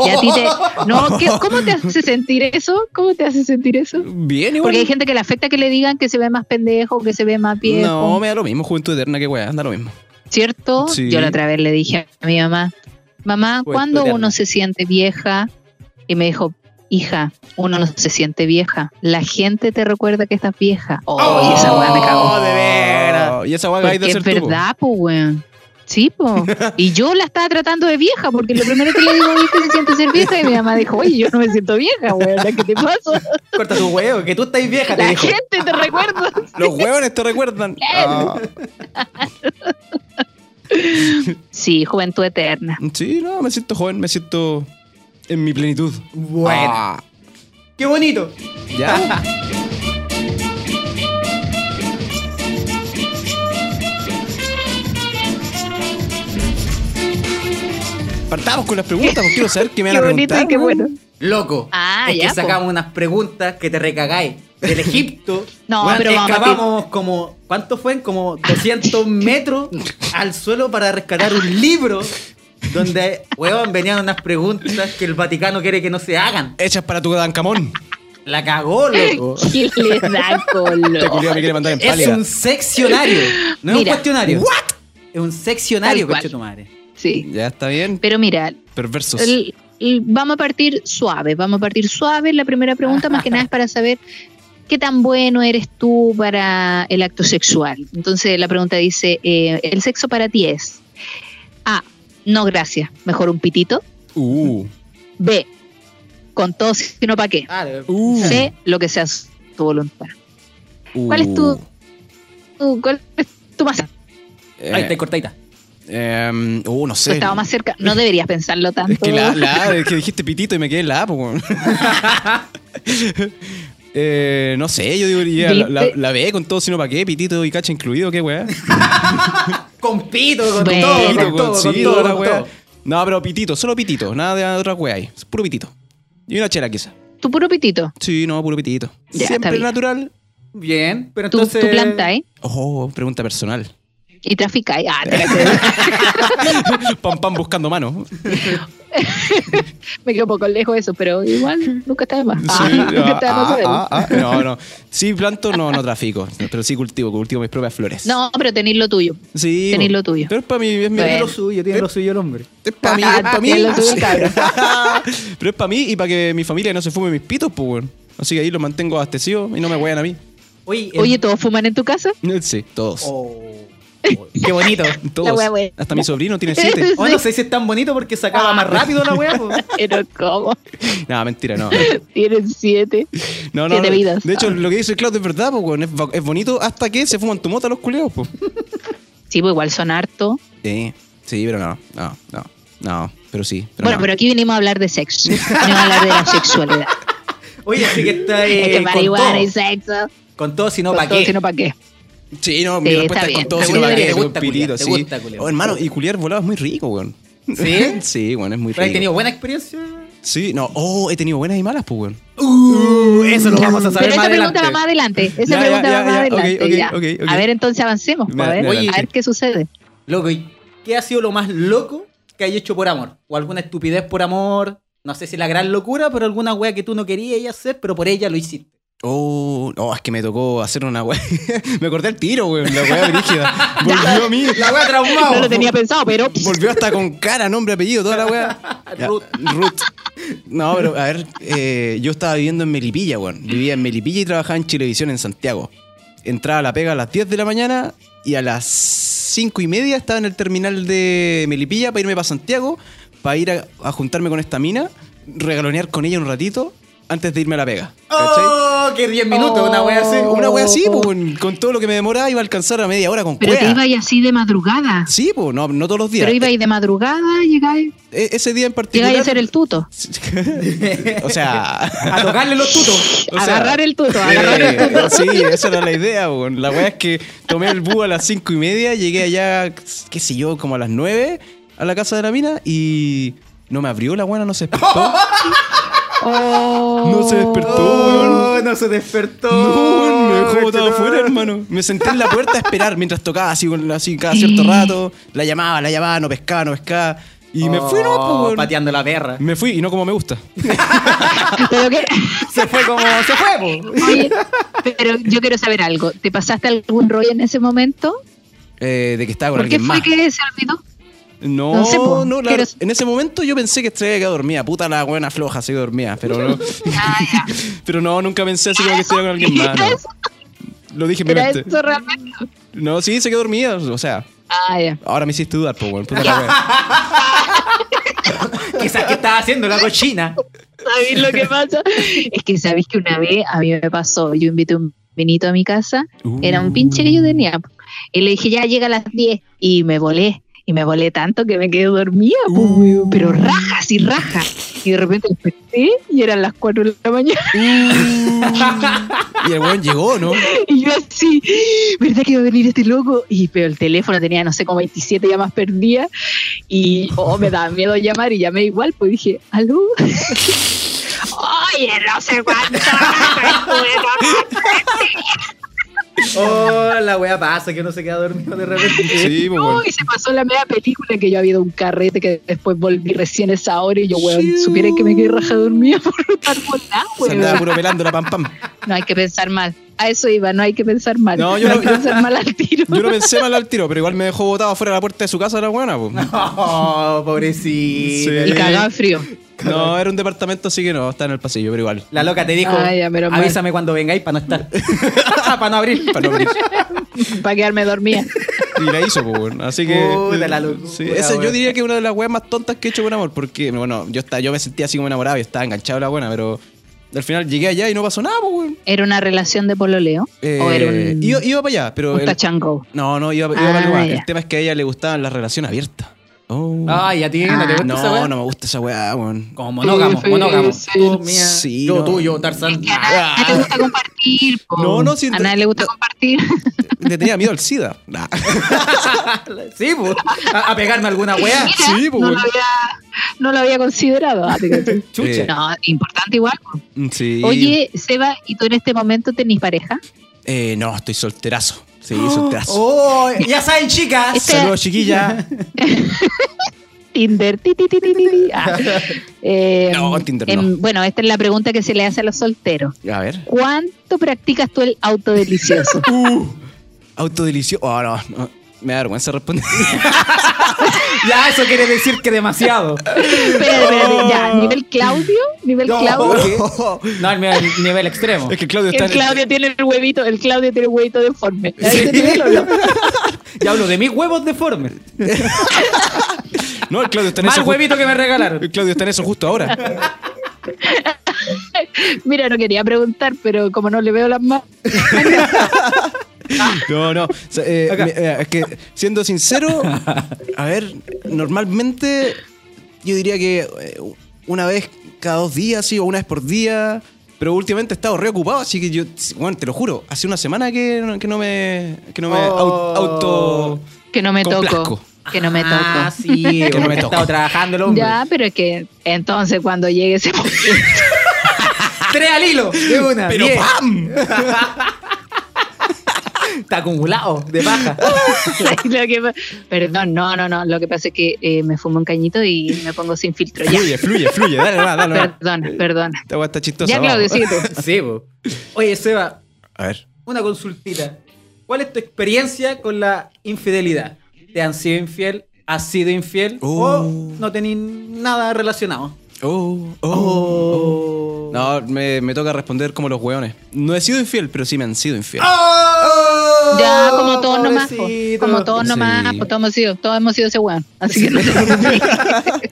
Speaker 6: Y a ti te. No, ¿qué- ¿cómo te hace sentir eso? ¿Cómo te hace sentir eso?
Speaker 1: bien, igual.
Speaker 6: Porque hay gente que le afecta que le digan que se ve más pendejo, que se ve más viejo.
Speaker 1: No, me da lo mismo, Juventud Eterna, que weá, anda lo mismo.
Speaker 6: ¿Cierto?
Speaker 1: Sí.
Speaker 6: Yo la otra vez le dije a mi mamá, mamá,
Speaker 5: Pues,
Speaker 6: ¿cuándo
Speaker 5: eterna.
Speaker 6: uno se siente vieja? Y me dijo, hija, uno no se siente vieja. La gente te recuerda que estás vieja. Oh, y esa weá me cagó.
Speaker 5: Oh, de veras.
Speaker 1: Oh, Y esa weá que hay de
Speaker 6: Porque
Speaker 1: hacer
Speaker 6: es
Speaker 1: tú. po.
Speaker 6: verdad, pues, weón. Sí, po. Y yo la estaba tratando de vieja, porque lo primero que le digo es que se siente ser vieja. Y mi mamá dijo, oye, yo no me siento vieja, weón. ¿Qué te pasa?
Speaker 5: Corta tu huevo, que tú estás vieja, te
Speaker 6: La
Speaker 5: dijo.
Speaker 6: gente te recuerda.
Speaker 1: Los huevones te recuerdan. Ah,
Speaker 6: Sí, juventud eterna.
Speaker 1: sí, no, me siento joven, me siento en mi plenitud.
Speaker 5: Bueno.
Speaker 1: Ah,
Speaker 5: Qué bonito.
Speaker 1: ya. Partamos con las preguntas, porque quiero saber qué me van
Speaker 6: Qué
Speaker 1: a
Speaker 6: bonito
Speaker 1: preguntar.
Speaker 6: y qué
Speaker 1: weón.
Speaker 6: bueno.
Speaker 5: Loco.
Speaker 6: Ah, Ah,
Speaker 5: es
Speaker 6: ya,
Speaker 5: que
Speaker 6: po.
Speaker 5: sacamos unas preguntas que te recagáis. Del Egipto.
Speaker 6: No,
Speaker 5: weón,
Speaker 6: pero vamos a partir.
Speaker 5: excavamos como. ¿Cuánto fue? En Como 200 metros al suelo para rescatar un libro. Donde, weón, venían unas preguntas que el Vaticano quiere que no se hagan.
Speaker 1: Hechas para tu Dancamón.
Speaker 5: La cagó, loco.
Speaker 6: ¿Qué le da
Speaker 1: Este
Speaker 6: color?
Speaker 1: culiao me quiere mandar en
Speaker 5: Es
Speaker 1: pálida.
Speaker 5: un seccionario. No es un
Speaker 6: Mira.
Speaker 5: cuestionario. Es un seccionario,
Speaker 6: Tal cual.
Speaker 5: coche tu madre.
Speaker 6: Sí.
Speaker 1: Ya está bien.
Speaker 6: Pero mira,
Speaker 1: Perversos.
Speaker 6: el- el- vamos a partir suave, vamos a partir suave. La primera pregunta más que nada es para saber qué tan bueno eres tú para el acto sexual. Entonces la pregunta dice, eh, ¿el sexo para ti es? A, no gracias, mejor un pitito.
Speaker 1: Uh.
Speaker 6: B, con todo sino para qué.
Speaker 5: Claro.
Speaker 1: Uh.
Speaker 6: C, lo que sea su- tu voluntad. ¿Cuál es
Speaker 1: Uh.
Speaker 6: tu, tu- cuál es tu más, tu
Speaker 1: Eh,
Speaker 5: Ahí está cortadita.
Speaker 1: em, uh, no sé.
Speaker 6: estado más cerca? No deberías pensarlo tanto.
Speaker 1: Es que la, la A, es que dijiste pitito y me quedé en la A, po, weón. Eh, no sé, yo diría la, la, la B con todo, sino para qué, pitito y cacha incluido, qué weá.
Speaker 5: Con pito, con
Speaker 6: Bueno.
Speaker 5: todo,
Speaker 1: Pitito,
Speaker 5: con todo,
Speaker 1: con-
Speaker 5: con
Speaker 1: sí,
Speaker 5: todo,
Speaker 1: toda la
Speaker 5: con
Speaker 1: weá.
Speaker 5: todo.
Speaker 1: No, pero pitito, solo pitito, nada de otra weá ahí. Es puro pitito. Y una chela quizá.
Speaker 6: Tu puro pitito.
Speaker 1: Sí, no, puro pitito.
Speaker 6: Ya, está
Speaker 1: Siempre
Speaker 6: bien.
Speaker 1: natural.
Speaker 5: Bien, pero
Speaker 6: Tu,
Speaker 5: entonces.
Speaker 6: tu planta, ¿eh?
Speaker 1: Oh, pregunta personal.
Speaker 6: Y trafica. ahí. Ah, te la creo.
Speaker 1: Pam pam buscando mano.
Speaker 6: me quedo un poco lejos de eso, pero igual nunca está de más.
Speaker 1: Sí,
Speaker 6: Ah, nunca
Speaker 1: ah,
Speaker 6: está de más
Speaker 1: ah,
Speaker 6: saberlo.
Speaker 1: ah, ah. No, no. Sí, planto, no, no trafico. Pero sí cultivo, cultivo mis propias flores.
Speaker 6: No, pero tenéis lo tuyo.
Speaker 1: Sí.
Speaker 6: Tenés
Speaker 1: po.
Speaker 6: lo tuyo.
Speaker 1: Pero es para mí, es mi-
Speaker 6: Bueno.
Speaker 5: suyo, tiene lo suyo el hombre.
Speaker 1: Es para mí, es para mí.
Speaker 6: Tenés lo tuyo, cabrón.
Speaker 1: Pero es para mí y para que mi familia no se fume mis pitos, pues, weón. Así que ahí los mantengo abastecidos y no me huean a mí.
Speaker 5: Oye, el-
Speaker 6: Oye, ¿todos fuman en tu casa?
Speaker 1: Sí, todos.
Speaker 5: Oh, oh, qué bonito.
Speaker 1: Todos.
Speaker 6: La wea buena.
Speaker 1: Hasta mi sobrino tiene siete.
Speaker 5: Oh, no sé si es tan bonito porque sacaba más rápido la weá. po.
Speaker 6: Ah. Pero ¿cómo?
Speaker 1: no, mentira, no.
Speaker 6: Tienen siete.
Speaker 1: No, no,
Speaker 6: Siete
Speaker 1: no.
Speaker 6: vidas. Ah.
Speaker 1: De hecho, lo que dice el Claudio es verdad, pues, weón. Es, va- es bonito hasta que se fuman tu mota los culeos, pues.
Speaker 6: Sí, pues igual son harto.
Speaker 1: Sí, sí, pero no, no, no, no. Pero sí. Pero
Speaker 6: bueno,
Speaker 1: no.
Speaker 6: pero aquí vinimos a hablar de sexo. Venimos a hablar de la sexualidad.
Speaker 5: Oye, así que está.
Speaker 6: es que
Speaker 5: Eh, con,
Speaker 6: marihuana y
Speaker 5: todo,
Speaker 6: sexo.
Speaker 5: con todo, si no,
Speaker 6: con
Speaker 5: ¿para
Speaker 6: todo,
Speaker 5: qué?
Speaker 6: sino para qué.
Speaker 1: Sí, no, mi
Speaker 6: Sí,
Speaker 1: respuesta es
Speaker 6: está
Speaker 1: con
Speaker 6: bien.
Speaker 1: todo,
Speaker 5: Te
Speaker 1: sino
Speaker 5: gusta,
Speaker 1: para qué,
Speaker 5: te
Speaker 1: con
Speaker 5: gusta
Speaker 1: pitito,
Speaker 5: culiar, te
Speaker 1: sí.
Speaker 5: gusta culiar.
Speaker 1: Oh, hermano, y culiar volado es muy rico, weón.
Speaker 5: ¿Sí?
Speaker 1: sí, weón, es muy
Speaker 5: ¿Pero has
Speaker 1: rico.
Speaker 5: tenido buena experiencia?
Speaker 1: Sí, no, oh, he tenido buenas y malas, pues, weón.
Speaker 5: Uh, eso lo vamos a
Speaker 6: Pero
Speaker 5: saber
Speaker 6: esa
Speaker 5: más
Speaker 6: pregunta va
Speaker 5: adelante.
Speaker 6: más adelante. Esa
Speaker 1: Ya,
Speaker 6: pregunta
Speaker 1: ya,
Speaker 6: va más
Speaker 1: ya, ya. Ok,
Speaker 6: adelante.
Speaker 1: ok,
Speaker 6: ya.
Speaker 1: ok, ok.
Speaker 6: A ver, entonces avancemos. pues,
Speaker 1: Me-
Speaker 6: a ver,
Speaker 1: me
Speaker 5: adelanté.
Speaker 6: a ver qué sucede.
Speaker 5: Loco, ¿y qué ha sido lo más loco que hay hecho por amor? ¿O alguna estupidez por amor? No sé si la gran locura, pero alguna wea que tú no querías ir a hacer, pero por ella lo hiciste.
Speaker 1: Oh, oh, es que me tocó hacer una weá. me corté el tiro, weón, la weá brígida. Volvió a mí.
Speaker 5: La wea traumado.
Speaker 6: No lo tenía pensado, pero.
Speaker 1: Volvió hasta con cara, nombre, apellido, toda la weá. Ya,
Speaker 5: Ruth.
Speaker 1: Ruth. No, pero a ver, eh, yo estaba viviendo en Melipilla, weón. Vivía en Melipilla y trabajaba en Chilevisión en Santiago. Entraba a la pega a las 10 de la mañana y a las 5 y media estaba en el terminal de Melipilla para irme para Santiago, para ir a, a juntarme con esta mina, regalonear con ella un ratito antes de irme a la pega. ¿Cachai?
Speaker 5: ¡Oh! ¡Qué 10 minutos! Una wea así.
Speaker 6: Oh.
Speaker 1: Una wea así, pues, con, con todo lo que me demoraba iba a alcanzar a media hora con
Speaker 6: Pero te
Speaker 1: cuea.
Speaker 6: iba y así de madrugada.
Speaker 1: Sí, pues, no, no todos los días.
Speaker 6: Pero iba y de madrugada, llegáis
Speaker 1: E- ese día en particular.
Speaker 6: llegáis a hacer el tuto.
Speaker 1: o sea.
Speaker 5: A tocarle los tutos.
Speaker 1: o sea,
Speaker 6: agarrar el tuto,
Speaker 1: eh,
Speaker 6: agarrar el tuto.
Speaker 1: sí, eh. esa era la idea, pues. La wea es que tomé el bus a las cinco y media, llegué allá, qué sé yo, como a las nueve a la casa de la mina y. No me abrió la buena, no se despertó.
Speaker 6: Oh.
Speaker 1: No se despertó,
Speaker 5: no se despertó.
Speaker 1: No, me dejó botado afuera, hermano. Me senté en la puerta a esperar mientras tocaba así, con- así cada cierto rato. La llamaba, la llamaba, no pescaba, no pescaba. Y me fui, no,
Speaker 6: Oh,
Speaker 1: pues, weón.
Speaker 5: Oh, Pateando la perra.
Speaker 1: Me fui y no como me gusta.
Speaker 6: Pero, que-
Speaker 5: Se fue como. Se fue, po.
Speaker 6: oye, pero yo quiero saber algo. ¿Te pasaste algún rollo en ese momento?
Speaker 1: Eh, de que estaba con
Speaker 6: ¿Por qué
Speaker 1: alguien
Speaker 6: fue
Speaker 1: más.
Speaker 6: que se olvidó?
Speaker 1: No,
Speaker 6: No sé, po,
Speaker 1: no, la-
Speaker 6: quiero-
Speaker 1: en ese momento yo pensé que estuviera quedado dormida. Puta la buena floja, se dormía. Pero no,
Speaker 6: Ah, ya.
Speaker 1: pero no, nunca pensé así como que estuviera con alguien más.
Speaker 6: ¿Era
Speaker 1: no.
Speaker 6: eso?
Speaker 1: Lo dije en mi
Speaker 6: ¿Era
Speaker 1: mente.
Speaker 6: eso realmente?
Speaker 1: No, sí, se quedó dormida. O sea,
Speaker 6: Ah, ya.
Speaker 1: ahora me hiciste dudar, po, weón. Puta la wea.
Speaker 5: Quizás que estaba haciendo la cochina.
Speaker 6: ¿Sabéis lo que pasa? Es que sabéis que una vez a mí me pasó, yo invité un vinito a mi casa,
Speaker 1: Uh.
Speaker 6: era un pinche que yo tenía, po. y le dije, ya llega a las 10, y me volé, y me volé tanto que me quedé dormida, po, weón, pero rajas y rajas, y de repente desperté, y eran las 4 de la mañana,
Speaker 1: Y el weón llegó, ¿no?
Speaker 6: y yo así, ¿verdad que iba a venir este loco? Y pero el teléfono tenía, no sé, como 27 llamadas perdidas, y oh, me daba miedo llamar, y llamé igual, pues dije, ¿aló? ¡Ay, oye, no sé cuánto.
Speaker 5: Oh, la wea pasa que uno se queda dormido de repente.
Speaker 1: Sí, pues,
Speaker 7: No,
Speaker 1: weón.
Speaker 7: y se pasó la media película que yo había ido a un carrete que después volví recién a esa hora y yo, weón,
Speaker 5: Shiu.
Speaker 7: supiera que me quedé raja dormida por no estar volada,
Speaker 1: Se andaba
Speaker 7: weón.
Speaker 1: puro pelando la pam pam.
Speaker 6: ah, No hay que pensar mal. A eso iba, no hay que pensar mal.
Speaker 1: No,
Speaker 6: No,
Speaker 1: yo
Speaker 6: hay
Speaker 1: no-
Speaker 6: que
Speaker 1: yo-
Speaker 6: pensar mal al tiro.
Speaker 1: Yo no pensé mal al tiro, pero igual me dejó botado afuera de la puerta de su casa la buena, pues.
Speaker 5: Oh, pobrecito.
Speaker 1: Sí.
Speaker 6: y cagaba en frío.
Speaker 1: No, era un departamento, así que no, está en el pasillo, pero igual.
Speaker 5: La loca te dijo,
Speaker 7: Ay, ya, menos mal.
Speaker 5: avísame cuando vengáis para no estar. para no abrir.
Speaker 1: Para no abrir.
Speaker 6: Para quedarme dormida.
Speaker 1: Y la hizo, pues, weón. Así que. eh,
Speaker 5: Puta la locura,
Speaker 1: Sí, esa yo
Speaker 5: weón.
Speaker 1: diría que es una de las weas más tontas que he hecho con amor, porque, bueno, yo, estaba, yo me sentía así como enamorado y estaba enganchado a la buena, pero al final llegué allá y no pasó nada, pues, weón.
Speaker 6: ¿Era una relación de pololeo?
Speaker 1: Eh,
Speaker 6: ¿O Oh, era un,
Speaker 1: iba, iba para allá, pero.
Speaker 6: un
Speaker 1: el-
Speaker 6: tachango?
Speaker 1: no, no, iba, iba
Speaker 6: Ah,
Speaker 1: para allá.
Speaker 6: ya.
Speaker 1: El tema es que a ella le gustaban las relaciones abiertas. Oh.
Speaker 5: Ay, a ti no te gusta esa
Speaker 1: Ah, no,
Speaker 5: wea?
Speaker 1: no me gusta esa weá, weón.
Speaker 5: Como monógamo,
Speaker 7: Sí,
Speaker 5: monógamo.
Speaker 7: sí.
Speaker 5: Tú, mía,
Speaker 1: Sí,
Speaker 5: yo,
Speaker 1: no.
Speaker 5: tú, yo, Tarzán.
Speaker 6: A nadie le gusta compartir. po.
Speaker 1: Ah. No, Eh, no, sí,
Speaker 6: A nadie le gusta compartir.
Speaker 1: Le tenía miedo al SIDA. Nah.
Speaker 5: sí, pues. A, a pegarme alguna wea.
Speaker 1: Sí, pues,
Speaker 6: no,
Speaker 1: weón.
Speaker 6: lo había, no lo había considerado. Ah, te cacho.
Speaker 5: Chucha.
Speaker 1: Eh,
Speaker 6: No, importante igual. po.
Speaker 1: Mm, Sí.
Speaker 6: Oye, Seba, ¿y tú en este momento tenés pareja?
Speaker 1: Eh, no, estoy solterazo. Sí, solterazo.
Speaker 5: Oh, ya saben, chicas.
Speaker 6: Este-
Speaker 1: Saludos, chiquilla.
Speaker 6: Tinder. ti, ti, ti, ti, ti, ti. Ah. Eh,
Speaker 1: No, en Tinder
Speaker 6: em, Bueno, esta es la pregunta que se le hace a los solteros.
Speaker 5: oh.
Speaker 1: A ver.
Speaker 6: ¿Cuánto practicas tú el auto delicioso?
Speaker 1: Autodelicioso. Oh, no, no. Me da vergüenza responder.
Speaker 5: Ya, eso quiere decir que demasiado.
Speaker 6: Espérate, espérate, ya, nivel Claudio, nivel
Speaker 5: No,
Speaker 6: Claudio.
Speaker 5: No, el nivel, nivel extremo.
Speaker 1: es que Claudio está
Speaker 6: El
Speaker 1: en-
Speaker 6: Claudio tiene el huevito, el Claudio tiene el huevito deforme. ¿Ahí se te ve o no?
Speaker 5: Ya hablo de mis huevos deformes.
Speaker 1: No, el Claudio está en eso.
Speaker 5: Mal
Speaker 1: ju-
Speaker 5: huevito que me regalaron.
Speaker 1: El Claudio está en eso justo ahora.
Speaker 6: Mira, no quería preguntar, pero como no le veo las manos,
Speaker 1: No, no. O sea, eh, me- eh, es que, siendo sincero, a ver, normalmente yo diría que eh, una vez cada dos días, sí, o una vez por día. Pero últimamente he estado reocupado, así que yo, bueno, te lo juro, hace una semana que, no- que no me, que no me
Speaker 5: Oh.
Speaker 1: au- auto...
Speaker 6: que no me toco.
Speaker 1: Complazco.
Speaker 6: Que no me toco.
Speaker 5: Ah, sí,
Speaker 1: Que no me
Speaker 5: porque ha
Speaker 1: toco.
Speaker 5: estado trabajando el hombre.
Speaker 6: Ya, pero es que entonces cuando llegue ese momento,
Speaker 5: Tres al hilo. De una.
Speaker 1: Pero
Speaker 5: diez.
Speaker 1: ¡pam!
Speaker 5: Está acumulado de paja.
Speaker 6: lo que pa- perdón, no, no, no. Lo que pasa es que eh, me fumo un cañito y me pongo sin filtro. Ya,
Speaker 1: Fluye, fluye, fluye. Dale, va, dale, va.
Speaker 6: perdona, perdona.
Speaker 1: Esta weá está chistosa.
Speaker 6: Ya,
Speaker 1: vamos.
Speaker 6: Claudio, sí, tú.
Speaker 5: Sí, po. Oye, Seba,
Speaker 1: A ver.
Speaker 5: una consultita. ¿Cuál es tu experiencia con la infidelidad? ¿Te han sido infiel? ¿Has sido infiel? ¿O
Speaker 1: Uh.
Speaker 5: no tenés nada relacionado?
Speaker 1: Oh, oh,
Speaker 5: Oh.
Speaker 1: No, me, me toca responder como los hueones. No he sido infiel, pero sí me han sido infiel.
Speaker 6: Ya, como todos nomás, po.
Speaker 5: Oh, pobrecito.
Speaker 6: como todos
Speaker 1: Sí.
Speaker 6: nomás, po, todos hemos sido, todos hemos sido ese weón. Así que no te preocupes.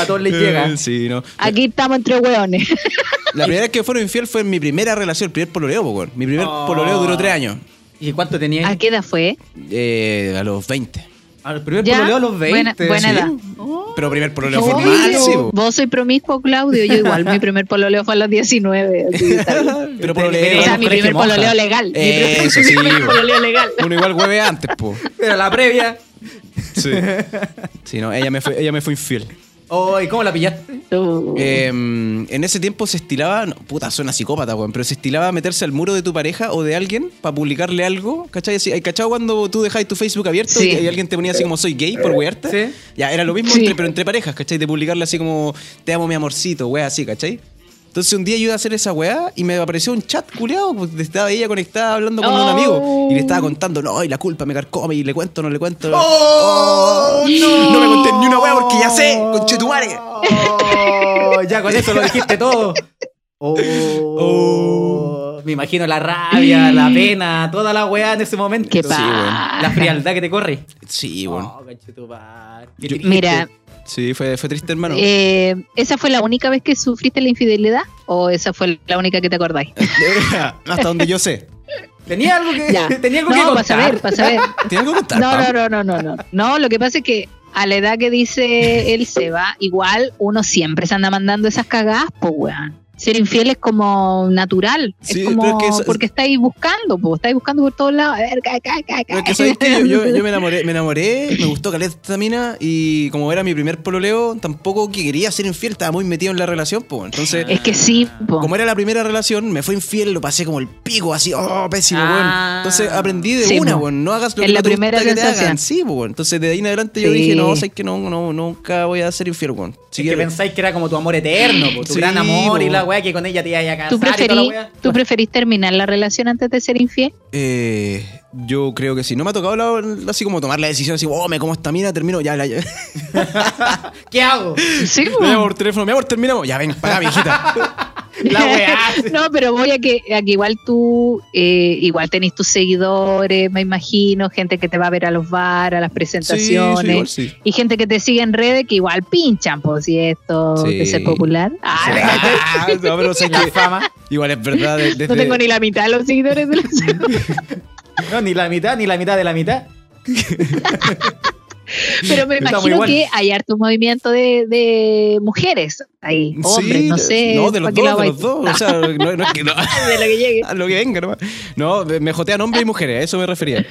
Speaker 5: A todos les
Speaker 1: Eh,
Speaker 5: llega.
Speaker 1: Sí, no.
Speaker 6: aquí estamos entre weones.
Speaker 1: La primera vez que fueron infiel fue en mi primera relación, el primer pololeo, po, weón. Mi primer
Speaker 5: Oh.
Speaker 1: pololeo duró tres años.
Speaker 5: ¿Y cuánto tenías?
Speaker 6: ¿A qué edad fue?
Speaker 1: Eh, a los 20.
Speaker 5: Al primer
Speaker 6: Ya,
Speaker 5: pololeo a los 20.
Speaker 6: buena- buena
Speaker 5: sí.
Speaker 6: edad.
Speaker 1: Pero primer pololeo
Speaker 6: Oye,
Speaker 1: formal, sí, po.
Speaker 6: Vos soy promiscuo, Claudio. Yo igual, mi primer pololeo fue a los 19. así que está bien.
Speaker 1: Pero
Speaker 6: O
Speaker 1: pololeo.
Speaker 6: sea, mi
Speaker 5: Colegio
Speaker 6: primer
Speaker 5: monja.
Speaker 6: pololeo legal. Mi primer-
Speaker 1: Eso
Speaker 6: mi
Speaker 1: sí,
Speaker 6: primer
Speaker 1: po.
Speaker 6: pololeo legal.
Speaker 1: Uno igual hueve antes, po.
Speaker 5: Era la previa.
Speaker 1: Sí. Sí, no, ella me fue, ella me fue infiel.
Speaker 5: Oh, ¿y cómo la pillaste?
Speaker 6: Tú.
Speaker 1: Eh, en ese tiempo se estilaba, no, puta, suena psicópata, weón, pero se estilaba meterse al muro de tu pareja o de alguien para publicarle algo, ¿cachai? Así, ¿Cachai cuando tú dejáis tu Facebook abierto
Speaker 6: Sí.
Speaker 1: y, y alguien te ponía así como soy gay por wearte?
Speaker 5: Sí.
Speaker 1: Ya, era lo mismo,
Speaker 6: Sí.
Speaker 1: entre- pero entre parejas, ¿cachai? De publicarle así como te amo mi amorcito, wea, así, ¿cachai? Entonces un día yo iba a hacer esa weá y me apareció un chat culeado, pues estaba ella conectada hablando con un
Speaker 6: Oh.
Speaker 1: amigo y le estaba contando, no, y la culpa me carcome y le cuento, no le cuento.
Speaker 5: ¡Oh,
Speaker 1: no! No me conté ni una wea porque ya sé, conchetumare.
Speaker 5: Oh, ya con eso lo dijiste todo. Oh,
Speaker 1: Oh.
Speaker 5: Me imagino la rabia, la pena, toda la weá en ese momento.
Speaker 6: Qué
Speaker 5: Sí, weón.
Speaker 6: paja.
Speaker 5: La frialdad que te corre.
Speaker 1: Sí, bueno.
Speaker 5: Oh, conchetumare.
Speaker 1: Yo-
Speaker 5: Qué triste.
Speaker 6: Mira,
Speaker 1: Sí, fue, fue triste, hermano.
Speaker 6: eh, ¿esa fue la única vez que sufriste la infidelidad? ¿O esa fue la única que te acordáis?
Speaker 1: Hasta donde yo sé.
Speaker 5: Tenía algo que,
Speaker 6: Ya.
Speaker 5: tenía algo que
Speaker 6: no,
Speaker 5: contar.
Speaker 6: para saber, para saber.
Speaker 1: ¿Tiene algo que contar?
Speaker 6: No,
Speaker 1: Pam?
Speaker 6: no, no, no, no, no. No, lo que pasa es que a la edad que dice el Seba, igual uno siempre se anda mandando esas cagadas, pues, weón. Ser infiel es como natural,
Speaker 1: Sí,
Speaker 6: es
Speaker 1: pero
Speaker 6: como
Speaker 1: es que es-
Speaker 6: porque estáis buscando, po, estáis buscando por todos lados. A ver, ca, ca, ca, ca.
Speaker 1: Pero es que sabéis que yo, yo- yo me enamoré, me enamoré, me gustó caleta esta mina y como era mi primer pololeo, tampoco que quería ser infiel, estaba muy metido en la relación, pues. Entonces,
Speaker 6: Es que sí, po.
Speaker 1: como era la primera relación, me fue infiel, lo pasé como el pico, así, oh, pésimo,
Speaker 5: Ah.
Speaker 1: weón. Entonces aprendí de
Speaker 6: Sí,
Speaker 1: una,
Speaker 6: po.
Speaker 1: weón, no hagas lo
Speaker 6: Es
Speaker 1: que
Speaker 6: la
Speaker 1: no te gusta
Speaker 6: primera
Speaker 1: que te
Speaker 6: sensación.
Speaker 1: hagan. Sí, po, weón. Entonces de ahí en adelante yo
Speaker 6: Sí.
Speaker 1: dije, no, sabes que no, no, nunca voy a ser infiel, weón. Sí,
Speaker 5: Sí, que
Speaker 1: que-
Speaker 5: pensáis que era como tu amor eterno, po, tu
Speaker 1: Sí,
Speaker 5: gran amor y
Speaker 1: po.
Speaker 5: la weá que con ella te ibas a casar
Speaker 6: ¿Tú
Speaker 5: y toda la
Speaker 6: preferís,
Speaker 5: weá.
Speaker 6: ¿Tú preferís terminar la relación antes de ser infiel?
Speaker 1: Eh, yo creo que sí. No me ha tocado la- así como tomar la decisión, así, oh, me como esta mina, termino, ya, la,
Speaker 5: ¿Qué hago?
Speaker 6: Sí,
Speaker 1: Me llamo
Speaker 6: po.
Speaker 1: por teléfono, mi amor, terminamos. Ya, ven, para, mijita.
Speaker 5: La weá.
Speaker 6: no, pero voy a que, a que igual tú, eh, igual tenés tus seguidores, me imagino, gente que te va a ver a los bar, a las presentaciones.
Speaker 1: igual sí.
Speaker 6: y gente que te sigue en redes que igual pinchan, pues, si esto
Speaker 1: Sí.
Speaker 6: de ser popular. Ah,
Speaker 1: Ah, no, pero sé
Speaker 5: La
Speaker 1: que-
Speaker 5: fama.
Speaker 1: igual es verdad. de- desde-
Speaker 6: no tengo ni la mitad de los seguidores de los-
Speaker 5: No, ni la mitad, ni la mitad de la mitad.
Speaker 6: Pero me
Speaker 5: Estamos
Speaker 6: imagino
Speaker 5: igual.
Speaker 6: que hay harto movimiento de, de mujeres ahí, hombres,
Speaker 1: Sí,
Speaker 6: no
Speaker 1: de-
Speaker 6: sé.
Speaker 1: No, de los
Speaker 6: ¿para
Speaker 1: dos,
Speaker 6: qué lo
Speaker 1: de
Speaker 6: hago
Speaker 1: los dos. O sea, no, no es que no,
Speaker 6: ahí? De lo que llegue.
Speaker 1: a lo que venga nomás. No, me jotean hombres y mujeres, a eso me refería.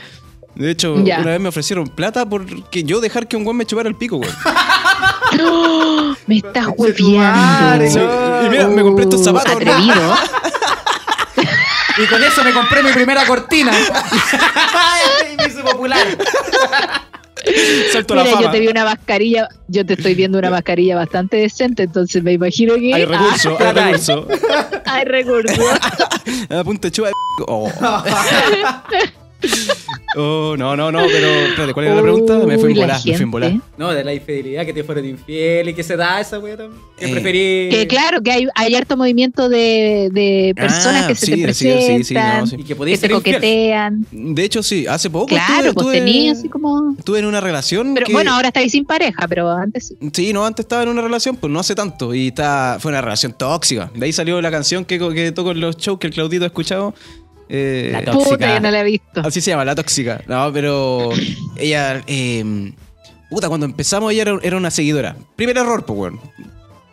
Speaker 1: De hecho,
Speaker 6: Ya.
Speaker 1: una vez me ofrecieron plata porque yo dejar que un guan me chupara el pico, güey.
Speaker 6: ¡No! me estás
Speaker 5: madre,
Speaker 6: hueviando.
Speaker 1: Sí,
Speaker 5: no.
Speaker 1: Y mira, me compré estos
Speaker 6: Uh,
Speaker 1: zapatos. ¿no?
Speaker 6: Atrevido.
Speaker 5: Y con eso me compré mi primera cortina. y me hice popular.
Speaker 1: Salto a la
Speaker 6: Mira, yo
Speaker 1: fama.
Speaker 6: te vi una mascarilla, yo te estoy viendo una mascarilla bastante decente, entonces me imagino que
Speaker 1: Hay recurso, hay
Speaker 5: Ah, caray.
Speaker 1: recurso.
Speaker 6: Ah, hay recursos.
Speaker 1: A punta de chupa de p- Ah, Oh. Oh, no, no, no, pero espérate, ¿cuál era la pregunta? Me fui en
Speaker 6: Uy, Oh, la
Speaker 1: volar, me fui en volar.
Speaker 6: gente.
Speaker 5: No, de la infidelidad que te fueron infiel y que se da esa weá también. Que
Speaker 1: Eh.
Speaker 5: preferí.
Speaker 6: Que claro, que hay, hay harto movimiento de, de personas
Speaker 1: Ah,
Speaker 6: que se
Speaker 1: sí,
Speaker 6: te
Speaker 1: sí, sí, sí,
Speaker 6: presentan,
Speaker 1: no, sí.
Speaker 5: Y que
Speaker 6: que
Speaker 5: podías
Speaker 6: te
Speaker 5: ser infiel.
Speaker 6: coquetean.
Speaker 1: De hecho, sí, hace poco
Speaker 6: Claro,
Speaker 1: estuve,
Speaker 6: pues
Speaker 1: estuve-
Speaker 6: tenía así como...
Speaker 1: estuve en una relación.
Speaker 6: Pero
Speaker 1: que- Eh,
Speaker 6: bueno, ahora estáis sin pareja, pero antes sí.
Speaker 1: Sí, no, antes estaba en una relación, pues no hace tanto. Y está, fue una relación tóxica. De ahí salió la canción que, que toco en los shows que el Claudito ha escuchado. Eh,
Speaker 5: La tóxica.
Speaker 6: Puta, yo no la he visto.
Speaker 1: así se llama, la tóxica. No, pero ella. eh, puta, cuando empezamos ella era, era una seguidora. Primer error, pues, weón.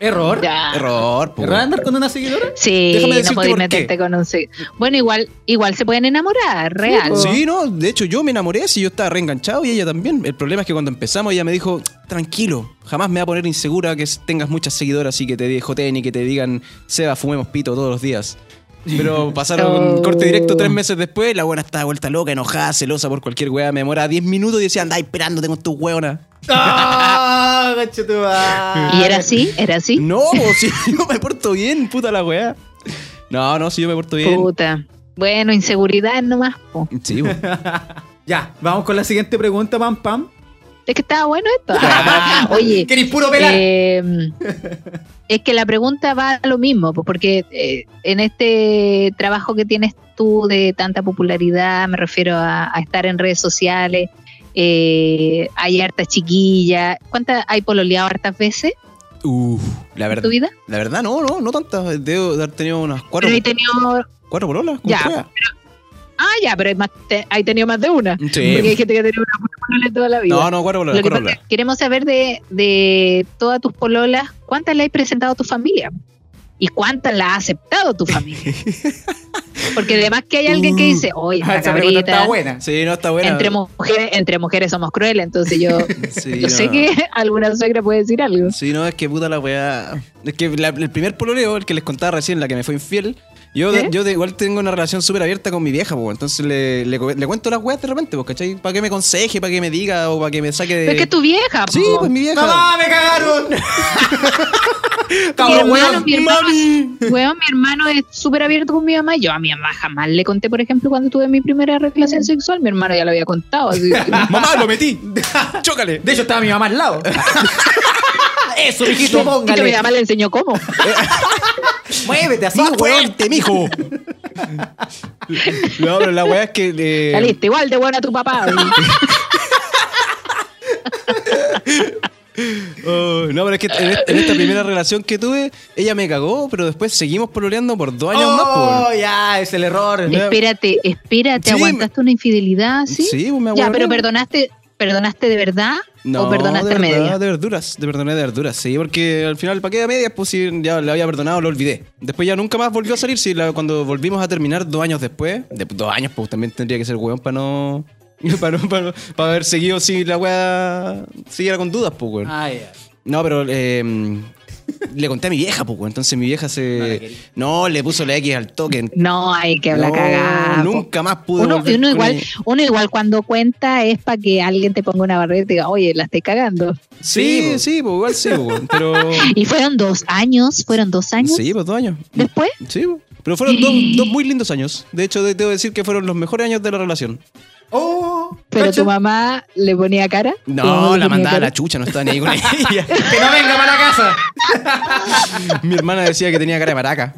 Speaker 5: Error.
Speaker 6: Ya.
Speaker 1: Error, pues.
Speaker 5: ¿Error
Speaker 1: weón.
Speaker 5: andar con una seguidora?
Speaker 6: Sí,
Speaker 1: Déjame
Speaker 6: no
Speaker 1: decirte
Speaker 6: podéis
Speaker 1: por qué.
Speaker 6: meterte con un... sí. Bueno, igual igual se pueden enamorar, real.
Speaker 1: Sí, no, de hecho yo me enamoré, si yo estaba reenganchado y ella también. El problema es que cuando empezamos ella me dijo, tranquilo, jamás me va a poner insegura que s- tengas muchas seguidoras y que te joteen y que te digan, Seba, fumemos pito todos los días. Pero pasaron
Speaker 6: Oh.
Speaker 1: corte directo tres meses después, la buena estaba vuelta loca, enojada, celosa por cualquier weá, me demoraba 10 minutos y decía, andá esperándote con tus weonas.
Speaker 5: ¡Ah! ¡Cacho tu
Speaker 1: pues.
Speaker 6: ¿Y era así? ¿Era así?
Speaker 1: No, si yo me porto bien, puta la weá. No, no, si yo me porto bien.
Speaker 6: Puta. Bueno, inseguridad nomás. po.
Speaker 1: Sí, bo.
Speaker 5: Ya, vamos con la siguiente pregunta, pam pam.
Speaker 6: Es que estaba bueno esto.
Speaker 1: Ah,
Speaker 6: Oye,
Speaker 5: ¿Querés puro pelar?
Speaker 6: Eh, es que la pregunta va a lo mismo, pues, porque eh, en este trabajo que tienes tú de tanta popularidad, me refiero a, a estar en redes sociales, eh, hay harta chiquilla. ¿Cuántas hay pololeado hartas veces
Speaker 1: Uf, la
Speaker 6: en tu
Speaker 1: verdad.
Speaker 6: vida?
Speaker 1: La verdad, no, no, no tantas. Debo de haber tenido unas cuatro.
Speaker 6: Pero he tenido.
Speaker 1: ¿Cuatro pololas? ¿Con
Speaker 6: Ya.
Speaker 1: prueba?
Speaker 6: Ah, ya, pero hay, más, te- hay tenido más de una. Porque hay
Speaker 1: Sí.
Speaker 6: gente que ha tenido una polola toda la vida.
Speaker 1: Mm. No, no, cuatro pololas,
Speaker 6: Lo que
Speaker 1: cuatro
Speaker 6: pasa es
Speaker 1: pololas.
Speaker 6: que queremos saber de, de todas tus pololas, ¿cuántas le has presentado a tu familia? ¿Y cuántas la ha aceptado tu familia? Porque además que hay alguien
Speaker 1: Mm.
Speaker 6: que dice, oye, esta
Speaker 5: Ah, Esa pregunta
Speaker 6: cabrita,
Speaker 5: estaba buena.
Speaker 1: Sí, no, está buena.
Speaker 6: entre, mujeres, entre mujeres somos crueles, entonces yo,
Speaker 1: Sí,
Speaker 6: yo
Speaker 1: no.
Speaker 6: sé que alguna suegra puede decir algo.
Speaker 1: Sí, no, es que puta la weá. Es que la- el primer pololeo, el que les contaba recién, la que me fue infiel, yo, de-
Speaker 6: ¿Eh?
Speaker 1: yo de igual tengo una relación súper abierta con mi vieja, pues. Entonces le, le, co- le cuento las weas de repente, pues, ¿cachai? Para que me aconseje, para que me diga o para que me saque de.
Speaker 6: Pero es que tu vieja,
Speaker 1: Sí,
Speaker 6: po.
Speaker 1: pues mi vieja.
Speaker 5: ¡Mamá, me cagaron!
Speaker 6: mi
Speaker 5: ¡Cabrón,
Speaker 6: hermano,
Speaker 5: weón!
Speaker 6: mi hermano, weón, mi hermano es súper abierto con mi mamá. Yo a mi mamá jamás le conté, por ejemplo, cuando tuve mi primera relación sexual, mi hermano ya lo había contado. así que-
Speaker 1: ¡Mamá, lo metí! ¡Chócale!
Speaker 5: De hecho, estaba mi mamá al lado. Eso,
Speaker 6: Y
Speaker 5: mijito,
Speaker 6: que mi
Speaker 5: póngale.
Speaker 6: mamá le enseñó cómo.
Speaker 5: Muévete así,
Speaker 1: ¡Más
Speaker 5: weón.
Speaker 1: fuerte, mijo! no, pero la weá es que. eh,
Speaker 6: Saliste igual de buena a tu papá.
Speaker 1: Oh, no, pero es que en, este- en esta primera relación que tuve, ella me cagó, pero después seguimos pololeando por dos años más,
Speaker 6: pues,
Speaker 1: po.
Speaker 5: Oh, ya, es el error.
Speaker 1: Me-
Speaker 6: espérate, espérate,
Speaker 1: Sí,
Speaker 6: aguantaste una infidelidad, ¿sí?
Speaker 1: Sí, me
Speaker 6: ya,
Speaker 1: aguanté.
Speaker 6: pero perdonaste, ¿Perdonaste de verdad o perdonaste
Speaker 1: de
Speaker 6: a
Speaker 1: verdad,
Speaker 6: media?
Speaker 1: De verduras, de perdoné de verduras, sí, porque al final el paquete de medias, pues sí, ya le había perdonado, lo olvidé. Después ya nunca más volvió a salir, sí, la- cuando volvimos a terminar dos años después, de, dos años, pues también tendría que ser weón para no. Para, no- para no- para haber seguido si la weá siguiera con dudas, pues weón.
Speaker 5: Ah, ya.
Speaker 1: No, pero eh, le conté a mi vieja, pues weón, entonces mi vieja
Speaker 5: No la
Speaker 1: se.
Speaker 5: querí.
Speaker 1: No, le puso la X al token.
Speaker 6: No, hay que hablar
Speaker 1: No,
Speaker 6: cagada. po.
Speaker 1: Nunca más pude.
Speaker 6: Uno,
Speaker 1: volver
Speaker 6: uno
Speaker 1: con
Speaker 6: igual,
Speaker 1: ella.
Speaker 6: uno igual cuando cuenta es para que alguien te ponga una barrera y te diga, oye, la estoy cagando.
Speaker 1: Sí,
Speaker 5: Sí, po.
Speaker 1: sí, pues igual sí, po, weón, pero.
Speaker 6: Y fueron dos años, fueron dos años
Speaker 1: Sí, pues dos años.
Speaker 6: después.
Speaker 1: Sí, bo. pero fueron dos, dos muy lindos años. De hecho, de- debo decir que fueron los mejores años de la relación.
Speaker 5: ¡Oh!
Speaker 6: Pero
Speaker 5: ¿Cacha?
Speaker 6: tu mamá le ponía cara. ¿Tu mamá
Speaker 1: No,
Speaker 6: le
Speaker 1: la
Speaker 6: ponía
Speaker 1: mandaba a
Speaker 6: cara?
Speaker 1: la chucha, no estaba ni ahí con ella.
Speaker 5: ¡Que no venga para la casa!
Speaker 1: Mi hermana decía que tenía cara de maraca.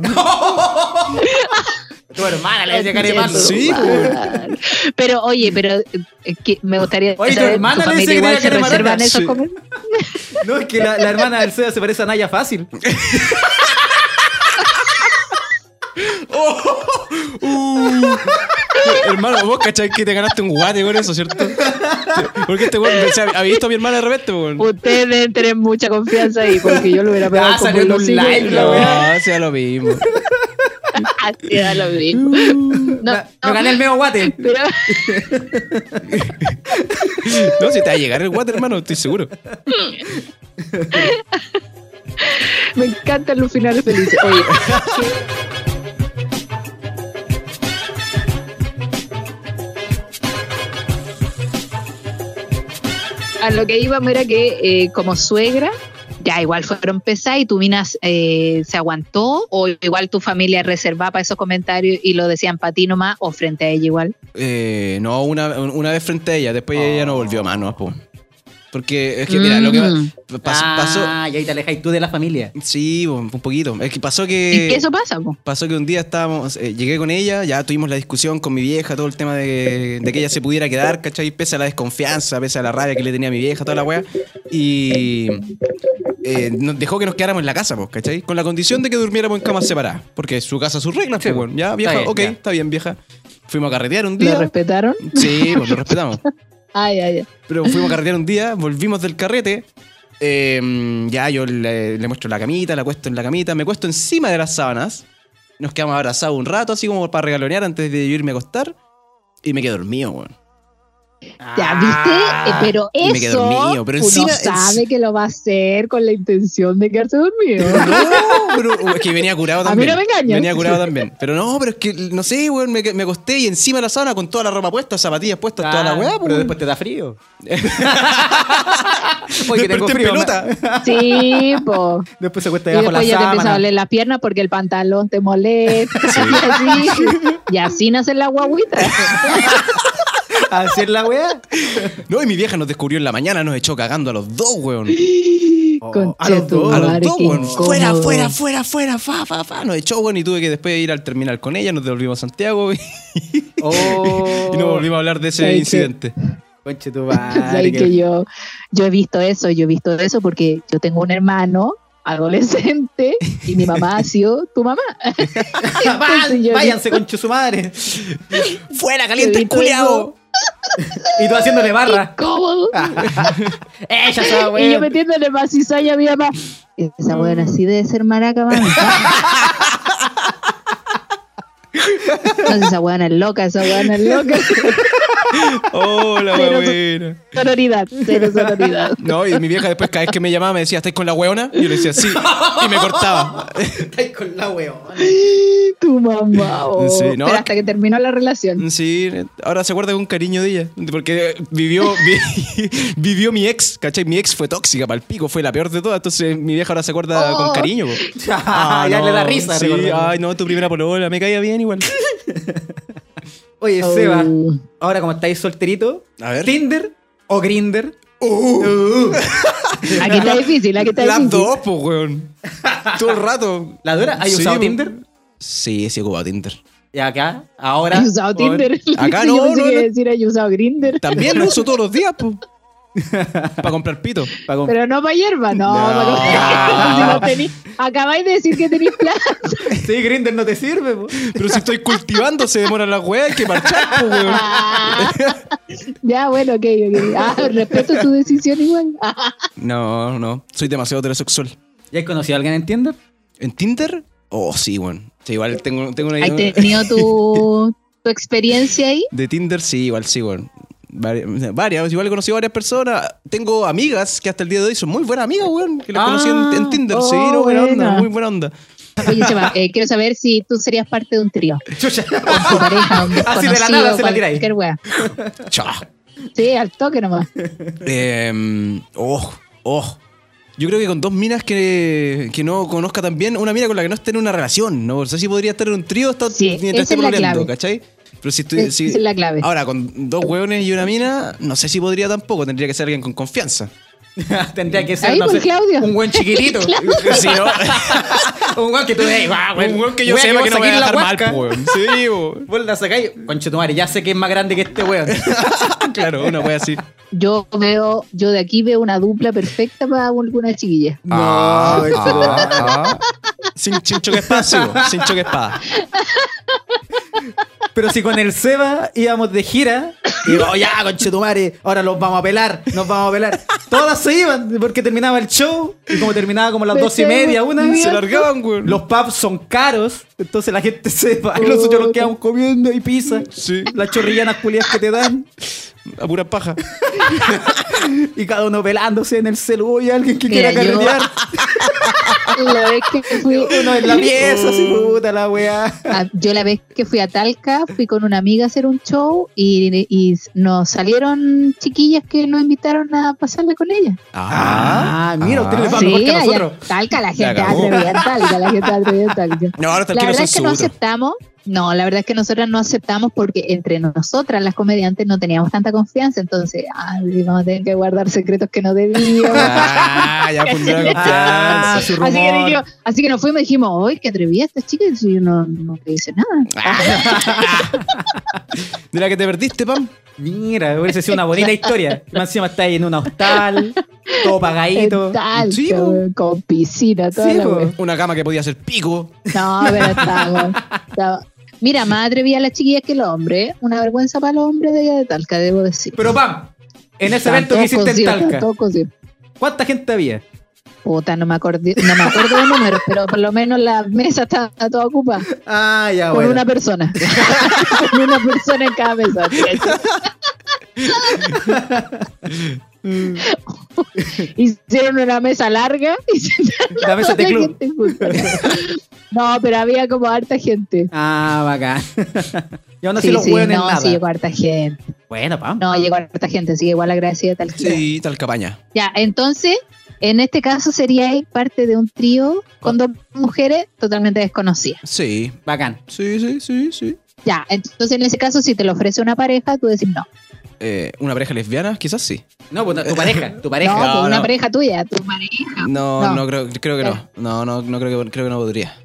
Speaker 5: Tu hermana le decía carepaso.
Speaker 1: Sí,
Speaker 6: pues.
Speaker 1: pues.
Speaker 6: Claro. Pero oye, pero eh, que me gustaría
Speaker 5: Oye, tu
Speaker 6: saber,
Speaker 5: hermana le
Speaker 6: familia
Speaker 5: dice que
Speaker 6: igual
Speaker 5: tiene
Speaker 6: se
Speaker 5: cara de
Speaker 6: reservan
Speaker 5: maraca.
Speaker 6: esos
Speaker 1: Sí.
Speaker 6: comentarios?
Speaker 5: pues. No, es que la, la hermana del SEA se parece a Naya fácil.
Speaker 1: Uh. Hermano, vos cachai que te ganaste un guate con eso, ¿cierto? Porque este weón o sea, había visto a mi hermana de repente, weón.
Speaker 6: Ustedes deben tener mucha confianza ahí, porque yo lo hubiera pegado
Speaker 5: Ah,
Speaker 6: como
Speaker 5: salió en
Speaker 6: un
Speaker 5: un
Speaker 6: hocico.
Speaker 5: live, la
Speaker 1: No,
Speaker 5: weá.
Speaker 1: sea lo mismo.
Speaker 6: Así da lo mismo. No,
Speaker 5: La- Me gané el medio guate.
Speaker 6: pero,
Speaker 1: No, si te va a llegar el guate, hermano, estoy seguro.
Speaker 6: me encantan los finales felices. Oye, a lo que íbamos era que eh, como suegra, ya igual fueron pesadas y tu mina eh, se aguantó o igual tu familia reservaba para esos comentarios y lo decían para ti nomás o frente a ella igual.
Speaker 1: Eh, no, una, una vez frente a ella, después ella no volvió más, no, po. Porque es que, mira,
Speaker 6: Mm.
Speaker 1: lo que pa- pasó.
Speaker 5: Ah, y ahí te alejas tú de la familia.
Speaker 1: pasó- sí, bo, un poquito. Es que pasó que.
Speaker 6: ¿Y qué eso pasa? po?
Speaker 1: Pasó que un día estábamos, eh, llegué con ella, ya tuvimos la discusión con mi vieja, todo el tema de, de que ella se pudiera quedar, ¿cachai? Pese a la desconfianza, pese a la rabia que le tenía a mi vieja, toda la weá. Y eh, nos dejó que nos quedáramos en la casa, pues, ¿cachai? Con la condición de que durmiéramos en camas separadas, porque es su casa, sus reglas,
Speaker 5: Sí,
Speaker 1: pues, weón. Ya,
Speaker 5: está
Speaker 1: vieja,
Speaker 5: bien,
Speaker 1: ok,
Speaker 5: ya.
Speaker 1: está bien, vieja. Fuimos a carretear un
Speaker 6: ¿Lo
Speaker 1: día.
Speaker 6: respetaron?
Speaker 1: Sí, pues lo respetamos.
Speaker 6: Ay, ay, ay.
Speaker 1: Pero fuimos a carretear un día, volvimos del carrete. eh, ya yo le, le muestro la camita, la cuesto en la camita, me cuesto encima de las sábanas. Nos quedamos abrazados un rato, así como para regalonear antes de yo irme a acostar. Y me quedé dormido, weón.
Speaker 5: Oh.
Speaker 6: Ya, ¿viste? Eh, Pero
Speaker 1: Ah, me quedé
Speaker 6: eso
Speaker 1: dormido, pero
Speaker 6: uno
Speaker 1: encima-
Speaker 6: sabe que lo va a hacer con la intención de quedarse dormido.
Speaker 1: No, pero oh, es que venía curado
Speaker 6: A mí
Speaker 1: también.
Speaker 6: no me engañas.
Speaker 1: Venía curado también. Pero no, pero es que, no sé, weón, me, me acosté y encima de la sábana con toda la ropa puesta, zapatillas puestas, toda
Speaker 6: Ah.
Speaker 1: la weá, pues,
Speaker 5: pero
Speaker 1: weón.
Speaker 5: después te da frío. Oye, que tengo
Speaker 1: Desperté en
Speaker 5: frío.
Speaker 1: pelota.
Speaker 6: Sí, po.
Speaker 5: ma- Después se cuesta
Speaker 6: Y
Speaker 5: debajo la
Speaker 6: después ya te empieza a
Speaker 5: sábana.
Speaker 6: doler las piernas porque el pantalón te molesta. Y, así, y así nace la guaguita.
Speaker 5: Así es la weá.
Speaker 1: No, y mi vieja nos descubrió en la mañana, nos echó cagando a los dos, weón.
Speaker 5: Oh, a los
Speaker 6: Conchetu,
Speaker 5: dos,
Speaker 1: A los
Speaker 6: madre,
Speaker 1: dos,
Speaker 6: qué
Speaker 1: weón.
Speaker 6: incómodo.
Speaker 1: Fuera, fuera, fuera, fuera, fa, fa, fa. Nos echó, weón, y tuve que después ir al terminal con ella, nos devolvimos a Santiago y,
Speaker 5: Oh,
Speaker 1: y no volvimos a hablar de ese
Speaker 6: Ay, qué-
Speaker 1: incidente.
Speaker 5: Conche
Speaker 6: Sabes que yo, yo he visto eso, yo he visto eso porque yo tengo un hermano adolescente y mi mamá ha sido tu mamá. Entonces yo
Speaker 5: Váyanse, conche su madre.
Speaker 1: ¡Fuera,
Speaker 6: caliente el culiao!
Speaker 5: Y tú haciéndole barra.
Speaker 6: incómodo.
Speaker 5: Ella se va,
Speaker 6: Y yo
Speaker 5: weón.
Speaker 6: metiéndole más cizaña a mi mamá. Esa buena así debe ser maraca, mami. Entonces esa buena es loca, esa buena es loca.
Speaker 1: ¡Hola,
Speaker 6: Pero-
Speaker 1: weón!
Speaker 6: Sonoridad, cero sonoridad.
Speaker 1: No, y mi vieja después cada vez que me llamaba me decía, ¿estáis con la weona? Y yo le decía, sí. Y me cortaba.
Speaker 5: Estáis con la weón.
Speaker 6: Tu mamá. oh.
Speaker 1: Sí, no,
Speaker 6: Pero
Speaker 1: es
Speaker 6: hasta que terminó la relación.
Speaker 1: Sí, ahora se guarda con cariño de ella. Porque vivió, vi- vivió mi ex, ¿cachai? Mi ex fue tóxica, pal pico, fue la peor de todas. Entonces mi vieja ahora se guarda
Speaker 6: Oh.
Speaker 1: con cariño. po.
Speaker 5: Ah,
Speaker 1: Ah,
Speaker 5: ya
Speaker 1: no,
Speaker 5: le da risa.
Speaker 1: sí,
Speaker 5: recordemos.
Speaker 1: ay, no, tu primera polola, me caía bien igual.
Speaker 5: Oye,
Speaker 6: Oh.
Speaker 5: Seba, ahora como estáis solterito,
Speaker 1: A ver.
Speaker 5: ¿Tinder o Grinder?
Speaker 6: Aquí está difícil, aquí está
Speaker 1: Las
Speaker 6: difícil.
Speaker 1: dos, pues, weón. Todo el rato.
Speaker 5: ¿La dura? ¿Hay
Speaker 1: Sí,
Speaker 5: usado
Speaker 1: po.
Speaker 5: Tinder?
Speaker 1: Sí, sí he ocupado Tinder.
Speaker 5: Y acá, ahora.
Speaker 6: ¿Has usado
Speaker 5: por-
Speaker 6: Tinder?
Speaker 1: Acá
Speaker 6: Yo
Speaker 1: no, no,
Speaker 6: pensé que iba a
Speaker 1: no.
Speaker 6: decir, ¿has usado Grinder?
Speaker 1: También lo uso todos los días, pues. para comprar pito.
Speaker 5: Pa' comp-
Speaker 8: Pero no para hierba, no.
Speaker 5: No.
Speaker 8: pa' comer. Si no tenéis- acabáis de decir que tenéis plata.
Speaker 5: Sí, Grinder no te sirve, po.
Speaker 1: Pero si estoy cultivando, se demora la weá, hay que marchar, pues. po, weón.
Speaker 8: ya, bueno, ok, ok. Ah, respeto tu decisión igual. Ah,
Speaker 1: No, no. Soy demasiado heterosexual.
Speaker 5: ¿Ya has conocido a alguien en Tinder?
Speaker 1: ¿En Tinder? Oh, sí, weón. Sí, igual tengo, tengo una
Speaker 6: ¿Has tenido tu, tu experiencia ahí?
Speaker 1: De Tinder, sí, igual, sí, weón. Vari- Varias, igual he conocido varias personas. Tengo amigas que hasta el día de hoy son muy buenas amigas, weón. Que las
Speaker 5: Ah,
Speaker 1: conocí en, en Tinder. sí,
Speaker 8: oh,
Speaker 1: no, buena
Speaker 8: buena.
Speaker 1: onda, muy buena onda.
Speaker 6: Oye, Seba, eh, quiero saber si tú serías parte de un trío.
Speaker 5: Chucha.
Speaker 6: Con tu pareja, un
Speaker 5: Así de la
Speaker 6: desconocido,
Speaker 5: nada se la tira ahí.
Speaker 6: cualquier wea.
Speaker 1: Chao.
Speaker 8: sí, al toque nomás.
Speaker 1: Eh, oh, oh. Yo creo que con dos minas que, que no conozca tan bien, una mina con la que no esté en una relación, ¿no? O sea, si podría estar en un trío está,
Speaker 6: Sí, esa
Speaker 1: mientras esté
Speaker 6: es la
Speaker 1: pololeando,
Speaker 6: clave.
Speaker 1: ¿cachai? Pero si estoy.
Speaker 6: Esa
Speaker 1: si-
Speaker 6: es la clave.
Speaker 1: Ahora, con dos hueones y una mina, no sé si podría tampoco. Tendría que ser alguien con confianza.
Speaker 5: Tendría que ser,
Speaker 8: Ahí
Speaker 5: no
Speaker 8: con
Speaker 5: sé,
Speaker 8: Claudio.
Speaker 5: un buen chiquitito. Sí, ¿no? un buen que tú "Ah, digas, va, weón. Weón, vos
Speaker 1: me
Speaker 5: saquís
Speaker 1: va a dejar
Speaker 5: la
Speaker 1: mal, pues.
Speaker 5: huasca.
Speaker 1: po, weón. Sí, po.
Speaker 5: Vos la sacáis. Conche tu madre, ya sé que es más grande que este weón.
Speaker 1: Claro, una wea así.
Speaker 6: Yo veo, yo de aquí veo una dupla perfecta para alguna chiquilla.
Speaker 5: No,
Speaker 1: Ah,
Speaker 5: este weón.
Speaker 1: Sin, sin choque espacio, sin choque espada.
Speaker 5: Pero si con el Seba íbamos de gira, y digo, "Oh, ya, conchetumare, ahora los vamos a pelar, nos vamos a pelar. Todas se iban, porque terminaba el show, y como terminaba como a las
Speaker 8: Me
Speaker 5: dos y media,
Speaker 8: tengo
Speaker 5: una,
Speaker 1: Se largaban, weón.
Speaker 5: Los pubs son caros, entonces la gente se va, y nosotros nos quedamos comiendo y pizza.
Speaker 1: Sí.
Speaker 5: Las chorrillanas culiadas que te dan,
Speaker 1: A pura paja.
Speaker 5: y cada uno pelándose en el celu, y alguien que quiera
Speaker 6: Mira, yo-
Speaker 5: carretear,
Speaker 6: La vez que fui,
Speaker 5: uno en la pieza, así,
Speaker 1: Oh.
Speaker 5: puta la weá.
Speaker 6: a- Ah, yo la vez que fui a Talca, fui con una amiga a hacer un show y, y nos salieron chiquillas que nos invitaron a pasarla con ellas.
Speaker 5: Ah, mira, usted le va
Speaker 6: Sí,
Speaker 5: mejor que a
Speaker 6: allá
Speaker 5: nosotros.
Speaker 6: en Talca la gente
Speaker 1: cagó.
Speaker 6: atrevida en Talca, la gente atrevida en Talca.
Speaker 1: No, ahora
Speaker 6: La
Speaker 1: tranquilo
Speaker 6: verdad
Speaker 1: son
Speaker 6: es que no
Speaker 1: seguros.
Speaker 6: aceptamos, no, la verdad es que nosotras no aceptamos porque entre nosotras las comediantes no teníamos tanta confianza, entonces ah, vamos a tener que guardar secretos que no debíamos.
Speaker 1: Ah, ya fundió la
Speaker 5: Ah,
Speaker 1: confianza.
Speaker 5: su rumor.
Speaker 6: Así que, dijimos- así que nos fuimos y dijimos, hoy qué atrevida esta chica, y yo no, no te dice nada.
Speaker 1: De la que te perdiste, Pam.
Speaker 5: Mira, hubiese sido una bonita historia. Más encima está ahí en un hostal, todo
Speaker 6: En
Speaker 5: pagadito.
Speaker 6: Talca,
Speaker 1: Sí, po.
Speaker 6: weón, con piscina, toda
Speaker 5: Sí,
Speaker 6: la
Speaker 5: po.
Speaker 6: wea.
Speaker 1: Una cama que podía ser pico.
Speaker 6: No, pero estaba, estaba- Mira, más atrevida la chiquilla que el hombre, ¿eh? una vergüenza para el hombre de allá de Talca, debo decir.
Speaker 5: Pero pam, en ese
Speaker 6: Estaban
Speaker 5: evento que
Speaker 6: todos
Speaker 5: hiciste en
Speaker 6: cosidos, estaban
Speaker 5: Talca,
Speaker 6: todos cosidos.
Speaker 5: ¿cuánta gente había?
Speaker 6: Puta, no me acuerdo, no me acuerdo del número, pero por lo menos la mesa está toda ocupada
Speaker 5: Ah, ya,
Speaker 6: con una persona. con una persona en cada mesa. Hicieron una mesa larga y sentaron
Speaker 5: La mesa de
Speaker 6: toda
Speaker 5: club.
Speaker 6: gente junta. No, pero había como harta gente.
Speaker 5: Ah, bacán. y aún así
Speaker 6: Sí,
Speaker 5: los
Speaker 6: sí,
Speaker 5: hueones
Speaker 6: no,
Speaker 5: nada.
Speaker 6: sí llegó harta gente.
Speaker 5: Bueno, pam.
Speaker 6: No, llegó harta gente, así que igual agradecida tal que-
Speaker 1: Sí, tal capaña.
Speaker 6: Ya, entonces, en este caso sería parte de un trío con dos mujeres totalmente desconocidas.
Speaker 1: Sí,
Speaker 5: Bacán.
Speaker 1: sí, sí, sí, sí.
Speaker 6: Ya, entonces en ese caso, si te lo ofrece una pareja, tú decís no.
Speaker 1: Eh, ¿Una pareja lesbiana? Quizás sí.
Speaker 5: No, pues no, tu pareja, tu pareja.
Speaker 6: No,
Speaker 1: No,
Speaker 6: pues una
Speaker 1: no.
Speaker 6: pareja tuya, tu pareja.
Speaker 1: No, no,
Speaker 6: No.
Speaker 1: creo, creo que no. No, no, no creo que, creo que no podría.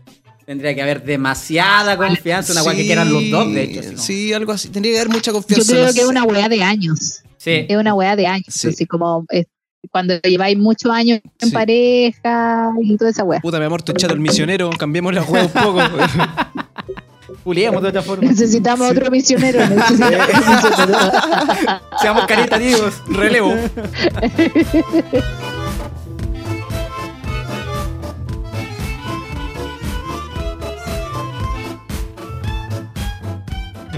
Speaker 5: Tendría que haber demasiada confianza, una hueá que quieran los dos, de hecho. si no.
Speaker 1: Sí, algo así. Tendría que haber mucha
Speaker 6: Yo
Speaker 1: confianza.
Speaker 6: creo
Speaker 1: no
Speaker 6: que es
Speaker 1: sé.
Speaker 6: una weá de años.
Speaker 5: Sí.
Speaker 6: Es una weá de años.
Speaker 1: Sí.
Speaker 6: Así como es cuando lleváis muchos años en
Speaker 1: Sí.
Speaker 6: pareja y toda esa weá.
Speaker 1: Puta, mi amor, estoy chato el misionero. Cambiemos la juega un poco.
Speaker 5: Puliemos de otra forma.
Speaker 6: Necesitamos otro misionero. necesitamos otro misionero.
Speaker 5: Seamos caritativos.
Speaker 1: Relevo.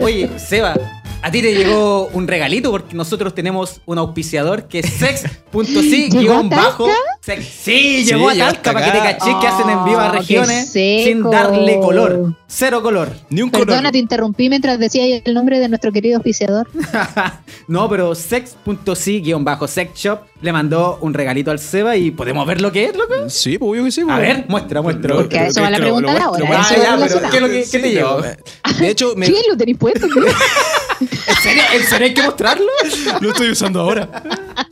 Speaker 5: Oye, Seba, a ti te llegó un regalito porque nosotros tenemos un auspiciador que es
Speaker 6: ¿Llegó a
Speaker 5: sex.si-bajo.
Speaker 6: Talca?
Speaker 5: Sex- Sí, llegó
Speaker 1: llegó
Speaker 5: a
Speaker 1: hasta
Speaker 5: Talca para que te
Speaker 1: acá.
Speaker 5: caché que hacen envío a
Speaker 6: Oh, qué
Speaker 5: regiones sin
Speaker 6: seco.
Speaker 5: darle color. Cero color.
Speaker 1: Ni un
Speaker 6: Perdona,
Speaker 1: color.
Speaker 6: te interrumpí mientras decía el nombre de nuestro querido auspiciador.
Speaker 5: no, pero sex.si-sex shop le mandó un regalito al Seba y podemos ver lo que es, loco.
Speaker 1: Sí, pues obvio que sí.
Speaker 5: A
Speaker 1: pues.
Speaker 5: ver, muestra, muestra.
Speaker 1: Lo-
Speaker 6: Porque a
Speaker 1: lo-
Speaker 6: eso
Speaker 1: lo-
Speaker 6: va la
Speaker 1: lo-
Speaker 6: pregunta
Speaker 1: lo-
Speaker 6: de ahora,
Speaker 1: lo-
Speaker 5: a
Speaker 1: Ah,
Speaker 5: eso
Speaker 1: ya, pero
Speaker 5: va
Speaker 1: ¿qué
Speaker 5: la
Speaker 1: es lo que-
Speaker 5: pregunta.
Speaker 1: qué te
Speaker 5: Sí,
Speaker 1: llegó? De hecho, me,
Speaker 6: ¿Quién lo tenéis puesto?
Speaker 5: ¿En serio? ¿En serio hay que mostrarlo?
Speaker 1: Lo estoy usando ahora.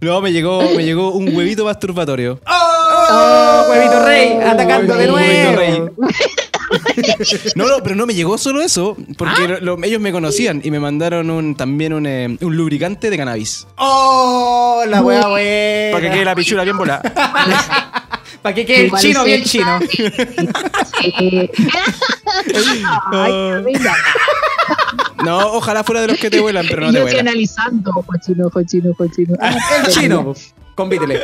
Speaker 1: No, me llegó, me llegó un huevito masturbatorio.
Speaker 5: ¡Oh! ¡Huevito Rey! Atacando de
Speaker 1: Huevito
Speaker 5: nuevo.
Speaker 3: No, no, pero no me llegó solo eso, porque
Speaker 1: Ah.
Speaker 3: lo- lo- ellos me conocían y me mandaron un, también un, eh, un lubricante de cannabis.
Speaker 5: ¡Oh! La weá buena.
Speaker 3: Para que quede la pichula bien volada.
Speaker 5: Para que quede el
Speaker 6: Igual
Speaker 5: chino
Speaker 6: es
Speaker 5: bien
Speaker 6: el-
Speaker 5: chino.
Speaker 6: Sí. Ay, mira,
Speaker 3: No, ojalá fuera de los que te vuelan, pero no te
Speaker 6: yo aquí
Speaker 3: vuelan.
Speaker 6: analizando, cochino, cochino, cochino. Ah,
Speaker 5: El chino. Convítele.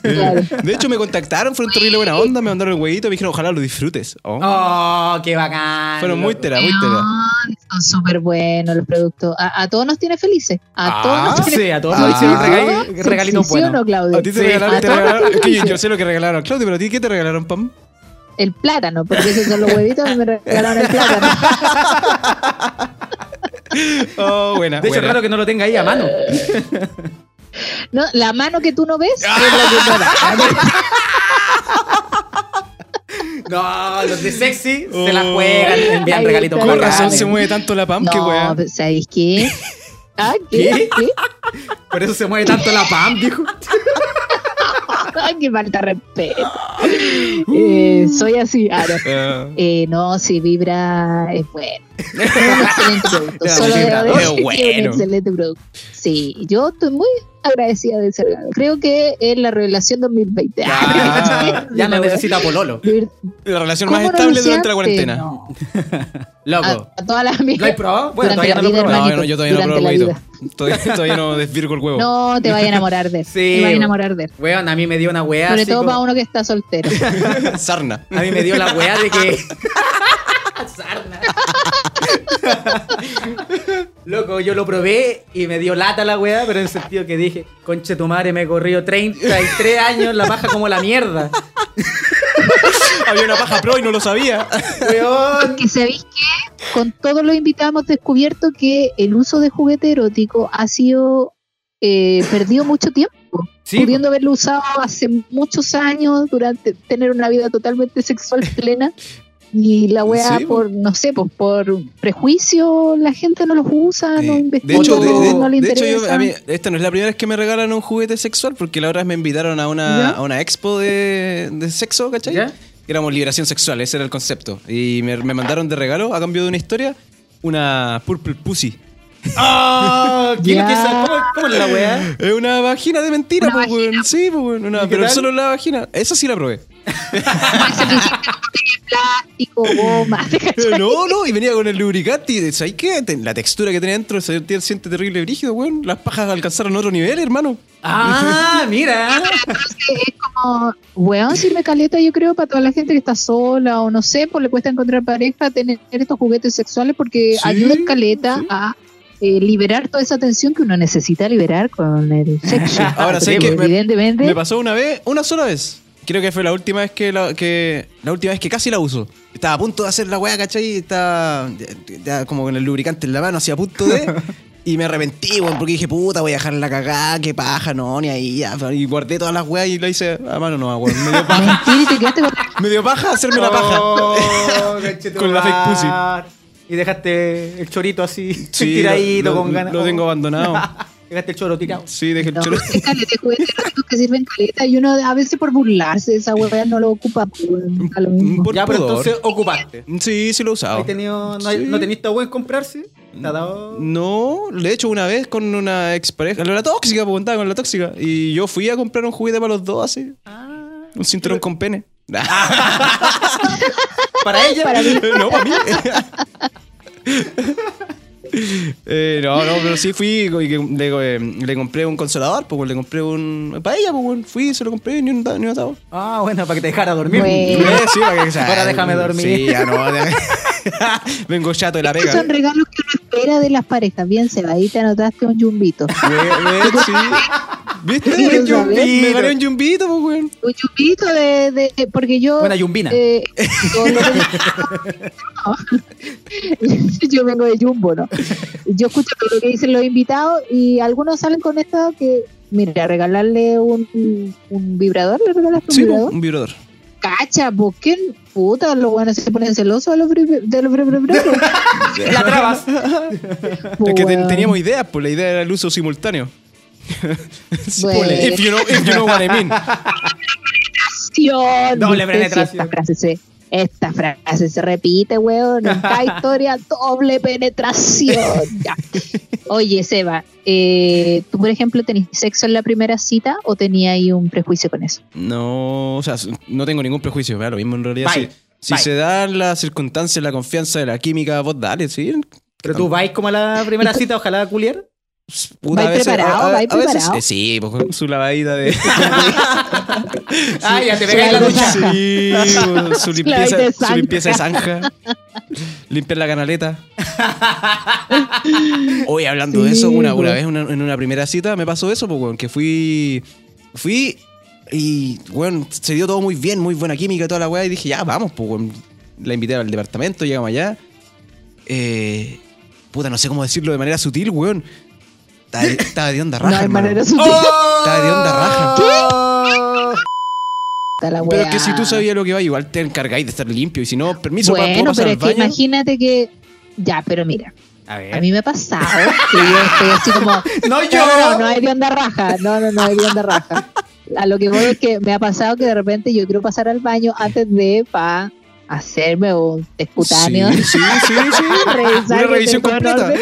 Speaker 6: claro.
Speaker 3: De hecho, me contactaron, fueron terrible buena onda, me mandaron el huevito y me dijeron, ojalá lo disfrutes.
Speaker 1: Ah,
Speaker 3: Oh.
Speaker 5: ¡Oh! ¡Qué bacán!
Speaker 3: fueron muy tera, muy tera.
Speaker 6: No, son súper buenos los productos. A, a todos nos tiene felices. A
Speaker 3: Ah,
Speaker 6: todos nos tiene
Speaker 5: Sí, a todos
Speaker 3: Ah.
Speaker 5: nos hicieron regal-
Speaker 6: ¿Sí,
Speaker 5: regalitos
Speaker 6: sí o
Speaker 5: buenos.
Speaker 6: no, Claudio?
Speaker 3: A ti te
Speaker 5: Sí.
Speaker 3: regalaron, te
Speaker 6: A todos
Speaker 3: regalaron-
Speaker 6: nos
Speaker 3: es que yo,
Speaker 6: dicen
Speaker 3: yo sé lo que regalaron, Claudio, pero a ti, ¿qué te regalaron, Pam?
Speaker 6: El plátano, porque esos son los huevitos y me regalaron el plátano.
Speaker 3: Oh, buena.
Speaker 5: De hecho, es
Speaker 3: buena.
Speaker 5: raro que no lo tenga ahí a mano.
Speaker 6: No, la mano que tú no ves es
Speaker 5: Ah,
Speaker 6: la que no la-
Speaker 5: No, los de sexy se
Speaker 3: Oh.
Speaker 5: la juegan, envían
Speaker 6: Ahí
Speaker 5: regalitos
Speaker 6: está.
Speaker 3: Con
Speaker 5: bacanes.
Speaker 3: razón se mueve tanto la Pam, que
Speaker 6: No,
Speaker 3: weá.
Speaker 6: pero ¿sabéis qué? Ah, ¿qué? ¿Qué?
Speaker 5: Por eso se mueve tanto la PAM, dijo.
Speaker 6: Ay, qué falta de respeto.
Speaker 5: Uh.
Speaker 6: Eh, soy así. Ah, no.
Speaker 3: Eh,
Speaker 6: Eh, no, si vibra es bueno. Es un excelente producto.
Speaker 5: Ya,
Speaker 6: Solo
Speaker 5: Vibra,
Speaker 6: debo decir
Speaker 3: es
Speaker 6: que es un
Speaker 3: bueno.
Speaker 6: excelente producto. Sí, yo estoy muy agradecida de ser ganadora. Creo que es la revelación 2020.
Speaker 5: Ya, Ah, ya no necesita pololo.
Speaker 3: la relación
Speaker 6: ¿Cómo
Speaker 3: más
Speaker 6: no lo
Speaker 3: estable durante la
Speaker 6: anunciaste?
Speaker 3: cuarentena.
Speaker 6: No.
Speaker 5: Loco.
Speaker 6: A, a todas las
Speaker 5: ¿Lo has
Speaker 6: amigas.
Speaker 5: probado? Bueno,
Speaker 6: Durante
Speaker 5: todavía
Speaker 6: la
Speaker 5: no lo he
Speaker 6: vida,
Speaker 3: No,
Speaker 5: probado.
Speaker 6: hermanito,
Speaker 3: no, yo todavía no
Speaker 6: durante
Speaker 3: pruebo el
Speaker 6: la
Speaker 3: huevito.
Speaker 6: vida.
Speaker 3: Todavía, todavía no desvirgo el huevo.
Speaker 6: No, te vaya a enamorar de él.
Speaker 5: Sí.
Speaker 6: Te vaya a enamorar de él.
Speaker 5: Weón, a mí me dio una weá.
Speaker 6: Sobre
Speaker 5: así
Speaker 6: todo
Speaker 5: como-
Speaker 6: para uno que está soltero.
Speaker 3: Sarna.
Speaker 5: A mí me dio la weá de que. Sarna. Loco, yo lo probé y me dio lata la weá, pero en el sentido que dije, conche tu madre, me he corrido 33 años la paja como la mierda.
Speaker 3: Había una paja pro y no lo sabía.
Speaker 5: Weón.
Speaker 6: Que sabéis que con todos los invitados hemos descubierto que el uso de juguete erótico ha sido eh, perdido mucho tiempo.
Speaker 5: Sí,
Speaker 6: pudiendo haberlo usado hace muchos años, durante tener una vida totalmente sexual plena. Y la weá,
Speaker 3: Sí, po.
Speaker 6: por, no sé, pues por prejuicio, la gente no los usa, no
Speaker 3: Sí.
Speaker 6: investiga,
Speaker 3: de hecho, de,
Speaker 5: no
Speaker 3: de-
Speaker 6: no le
Speaker 3: de hecho
Speaker 6: interesa.
Speaker 3: yo- a mí, esta no es la primera vez que me regalan un juguete sexual, porque la otra vez me invitaron a
Speaker 6: ¿Ya?
Speaker 3: una, a una expo de, de sexo, ¿cachai?
Speaker 5: ¿Ya?
Speaker 3: Que éramos liberación sexual, ese era el concepto. Y me, me mandaron de regalo, a cambio de una historia, una Purple Pussy.
Speaker 5: ¡Ah! ¿Qué es lo que es?
Speaker 6: Ya.
Speaker 5: ¿Cómo, cómo es la weá?
Speaker 3: Es una vagina de mentira,
Speaker 6: Una
Speaker 3: pues, weón. Sí, pues, weón. Una,
Speaker 5: ¿Y qué
Speaker 3: pero
Speaker 5: tal?
Speaker 3: solo la vagina. Esa sí la probé.
Speaker 6: plástico, goma.
Speaker 3: Pero Eh, no, no, y venía con el lubricante. y, ¿Sabes qué? Ten- La textura que tenía dentro se se siente terrible brígido, weón. Las pajas alcanzaron otro nivel, hermano.
Speaker 5: ¡Ah! ¡Mira!
Speaker 6: es como, weón, sirve caleta, yo creo, para toda la gente que está sola o no sé, pues le cuesta encontrar pareja, tener estos juguetes sexuales porque
Speaker 3: Sí,
Speaker 6: ayuda en caleta a eh, liberar toda esa tensión que uno necesita liberar con el sexo.
Speaker 3: Ahora,
Speaker 6: Porque
Speaker 3: ¿sabes qué? Me-
Speaker 6: Evidentemente.
Speaker 3: Me pasó una vez, una sola vez. Creo que fue la última vez que la, que, la última vez que casi la uso. Estaba a punto de hacer la weá, ¿cachai? Estaba ya- ya como con el lubricante en la mano, así a punto de. Y me arrepentí, weón, porque dije, puta, voy a dejar la cagada, qué paja, no, ni ahí, ya. Y guardé todas las weas y la hice a mano no, weón. Me dio paja,
Speaker 6: Mentira, y te quedaste con-
Speaker 3: me dio paja hacerme la paja. Con la fake pussy.
Speaker 5: Oh, Y dejaste el chorito así,
Speaker 3: Sí,
Speaker 5: tiradito,
Speaker 3: lo-
Speaker 5: con
Speaker 3: lo-
Speaker 5: ganas. Oh.
Speaker 3: Lo tengo abandonado.
Speaker 5: Dejaste el choro tirado.
Speaker 3: Sí, dejé el
Speaker 6: No,
Speaker 3: choro.
Speaker 6: es caleta de juguetes eróticos que sirven caleta y uno a veces por burlarse de esa weá no lo ocupa weón, a lo mismo.
Speaker 3: Por
Speaker 5: ya, pero
Speaker 3: pudor.
Speaker 5: entonces ocupaste.
Speaker 3: Sí, sí lo he usado.
Speaker 5: ¿Has tenido, no,
Speaker 3: Sí. Mm.
Speaker 5: ¿No tenías tabú en comprarse? ¿Te ha dado?
Speaker 3: No, de hecho una vez con una expareja, la tóxica, pues contaba con la tóxica. Y yo fui a comprar un juguete para los dos así.
Speaker 5: Ah.
Speaker 3: Un cinturón con pene.
Speaker 5: ¿Para ella?
Speaker 6: Para mí.
Speaker 3: Ah, no, para mí. Eh, no, no, pero sí fui y que- le, eh, le compré un consolador, pues le compré un... Para ella, pues bueno, fui, se lo compré, ni un, ta- ni un atado.
Speaker 5: Ah, bueno, para que te dejara dormir.
Speaker 6: Bueno.
Speaker 3: Eh, sí, para que-
Speaker 5: Ahora déjame dormir.
Speaker 3: Sí, ya no. déjame- Vengo chato de la
Speaker 6: Estos
Speaker 3: pega.
Speaker 6: son regalos que uno espera de las parejas. Bien, Seba, ahí te anotaste un yumbito.
Speaker 3: Güey, güey, sí. ¿Viste?
Speaker 6: Sí,
Speaker 3: Un
Speaker 6: lo sabía.
Speaker 3: yumbito. Me gané un yumbito, pues, weón.
Speaker 6: Un yumbito de, de- de- porque yo
Speaker 5: Buena yumbina.
Speaker 6: eh, yo, lo- yo vengo de Jumbo no yo escucho lo que dicen los invitados y algunos salen con esto que mira regalarle un, un vibrador le regalas un
Speaker 3: Sí, pues,
Speaker 6: vibrador
Speaker 3: un vibrador.
Speaker 6: cacha ¿por qué puta los buenos se ponen celosos de los vibra- de los vibradores
Speaker 5: La trabas.
Speaker 3: Es que ten-
Speaker 6: Weón.
Speaker 3: teníamos ideas, pues la idea era el uso simultáneo. Sí, pues,
Speaker 6: Bueno.
Speaker 3: ponle, If you know, if you know what I mean.
Speaker 6: penetración.
Speaker 5: Doble
Speaker 6: ¿viste?
Speaker 5: penetración.
Speaker 6: Sí, esta frase se- Esta frase se repite, weón. En cada historia, doble penetración. Ya. Oye, Seba, eh, ¿tú, por ejemplo, tenés sexo en la primera cita o tenías ahí un prejuicio con eso?
Speaker 3: No, o sea, no tengo ningún prejuicio, ¿verdad? Lo mismo en realidad.
Speaker 5: Bye.
Speaker 3: Si, si
Speaker 5: Bye.
Speaker 3: se dan las circunstancias, la confianza de la química, vos dale, sí.
Speaker 5: Pero tú vais como a la primera cita, ojalá culiar.
Speaker 3: Puta,
Speaker 6: Vais preparado, vais
Speaker 3: veces-
Speaker 6: preparado.
Speaker 3: eh, sí, pues con su lavadita de.
Speaker 5: Ah, ya te
Speaker 6: pegáis la ducha.
Speaker 3: Sí, pues, su,
Speaker 6: Lavadita de
Speaker 3: limpieza, su
Speaker 6: zanja.
Speaker 3: limpieza de zanja. Limpiar la canaleta. Hoy hablando de
Speaker 6: Sí,
Speaker 3: eso, una, una
Speaker 6: pues.
Speaker 3: vez una- en una primera cita me pasó eso, pues, weón, que fui. Fui y, weón, se dio todo muy bien, muy buena química y toda la weá. Y dije, ya, vamos, pues, weón. La invité al departamento, llegamos allá. Eh, puta, no sé cómo decirlo de manera sutil, weón. Estaba- Estaba de onda raja.
Speaker 6: no hay
Speaker 3: hermano. ¡Oh!
Speaker 6: manera sutil.
Speaker 3: Estaba de onda raja.
Speaker 6: Está la
Speaker 3: Pero
Speaker 6: weá.
Speaker 3: que si tú sabías lo que va, igual te encargáis de estar limpio. Y si no, permiso, pa- ¿puedo
Speaker 6: Bueno,
Speaker 3: pasar
Speaker 6: pero
Speaker 3: al
Speaker 6: es que
Speaker 3: baño?
Speaker 6: imagínate que. Ya, pero mira,
Speaker 5: A
Speaker 6: a
Speaker 5: ver.
Speaker 6: mí me ha pasado que yo estoy así como.
Speaker 5: No
Speaker 6: No, no, no, no
Speaker 5: yo.
Speaker 6: hay de onda raja. No, no, no hay de onda raja. A lo que voy es que me ha pasado que de repente yo quiero pasar al baño antes de para hacerme un escutáneo.
Speaker 3: Sí, sí, sí, sí.
Speaker 6: revisar
Speaker 3: Una
Speaker 6: que
Speaker 3: revisión
Speaker 6: esté todo en
Speaker 3: completa.
Speaker 6: orden.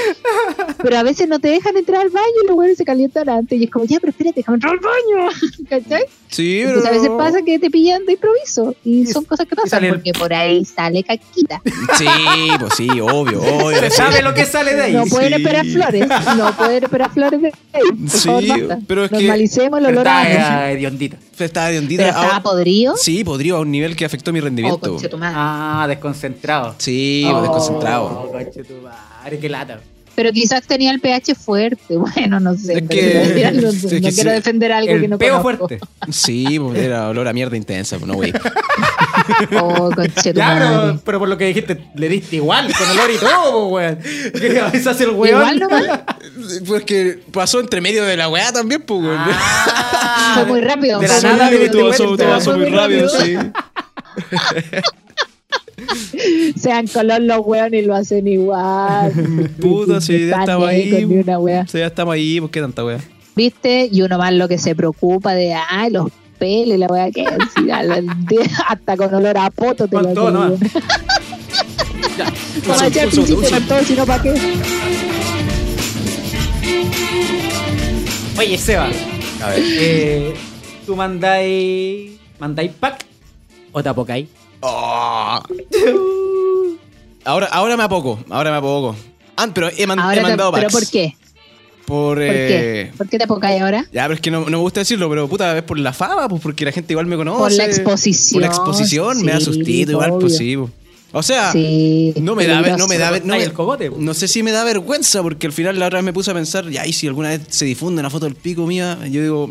Speaker 6: Pero a veces no te dejan entrar al baño y los güeyes se calientan antes. Y es como, ya, pero espérate, déjame entrar al baño. ¿Cachai?
Speaker 3: Sí, pero.
Speaker 6: Entonces a veces pasa que te pillan de improviso. Y
Speaker 5: Y-
Speaker 6: son cosas que
Speaker 5: sale
Speaker 6: pasan.
Speaker 5: el-
Speaker 6: Porque por ahí sale caquita.
Speaker 3: Sí, pues sí, obvio, obvio.
Speaker 5: Se
Speaker 3: sí.
Speaker 5: sabe lo que sale de ahí.
Speaker 6: No pues, pueden
Speaker 3: sí.
Speaker 6: esperar flores. No pueden esperar flores de ahí. Por
Speaker 3: Sí,
Speaker 6: favor, basta.
Speaker 3: pero es que-
Speaker 6: Normalicemos el olor a ano.
Speaker 5: Está eh, hediondita.
Speaker 3: Estaba de
Speaker 6: Pero
Speaker 3: ondita. a-
Speaker 6: estaba podrido.
Speaker 3: Sí, podría a un nivel que afectó mi
Speaker 6: Oh,
Speaker 3: rendimiento.
Speaker 6: conche tu madre.
Speaker 5: Ah, desconcentrado.
Speaker 3: Sí, pues,
Speaker 6: Oh.
Speaker 3: desconcentrado.
Speaker 5: Oh, conche tu madre, qué lata.
Speaker 6: Pero quizás tenía el pH fuerte. Bueno, no sé.
Speaker 3: Es
Speaker 6: no
Speaker 3: que-
Speaker 6: quiero- no
Speaker 3: es que
Speaker 6: no
Speaker 3: sí.
Speaker 6: quiero defender algo que
Speaker 5: El
Speaker 6: no
Speaker 5: peo
Speaker 6: conozco.
Speaker 5: fuerte.
Speaker 3: Sí, pues era olor a mierda intensa, pues no, güey.
Speaker 6: Oh, conche tu
Speaker 5: Ya,
Speaker 6: madre.
Speaker 5: pero, pero por lo que dijiste, le diste igual, con olor y todo, po, weón. Que a veces hace el weón.
Speaker 6: Igual nomás.
Speaker 3: Pues que pasó entre medio de la weá también, pues, güey.
Speaker 5: Ah,
Speaker 6: Fue muy rápido.
Speaker 5: De la
Speaker 6: fue muy
Speaker 5: nada,
Speaker 6: rápido.
Speaker 5: todo
Speaker 3: todo
Speaker 5: pasó-
Speaker 3: pasó,
Speaker 5: todo pasó
Speaker 3: muy rápido, sí.
Speaker 6: Sean color los weón y lo hacen igual.
Speaker 3: Puta, sí, ya
Speaker 6: Están
Speaker 3: estaba
Speaker 6: ahí
Speaker 3: ahí.
Speaker 6: con ni una wea.
Speaker 3: Sí, ya estamos ahí, pues qué tanta weá.
Speaker 6: ¿Viste? Y uno más lo que se preocupa de, ay, los peles, la wea que es. y al- al- de- hasta con olor a poto te
Speaker 5: Con
Speaker 6: lo
Speaker 5: todo,
Speaker 6: digo. Para echar
Speaker 3: un segundo, un
Speaker 6: pichito con todo, si no, ¿para qué?
Speaker 5: Oye, Seba. Eh, ¿Tú mandáis. mandáis pack o tapocáis?
Speaker 3: Oh. Ahora, ahora me apoco, ahora me apoco. Ah, pero he, man- he
Speaker 6: Ahora te-
Speaker 3: mandado
Speaker 6: ¿Pero
Speaker 3: packs.
Speaker 6: por qué?
Speaker 3: Por,
Speaker 6: ¿Por qué?
Speaker 3: eh,
Speaker 6: ¿Por qué te apocáis ahora?
Speaker 3: Ya, pero es que no, no me gusta decirlo, pero puta, es por la fama, pues porque la gente igual me conoce.
Speaker 6: Por la exposición.
Speaker 3: Por la exposición, me da
Speaker 6: Sí,
Speaker 3: sustito igual,
Speaker 6: obvio.
Speaker 3: pues sí. pues. O sea,
Speaker 6: Sí.
Speaker 3: no me da, ver-
Speaker 6: peligroso.
Speaker 3: no me da, ver- no,
Speaker 5: Ay,
Speaker 3: me-
Speaker 5: el cogote, po.
Speaker 3: no sé si me da vergüenza, porque al final la otra vez me puse a pensar, ya, y si alguna vez se difunde una foto del pico mía, yo digo,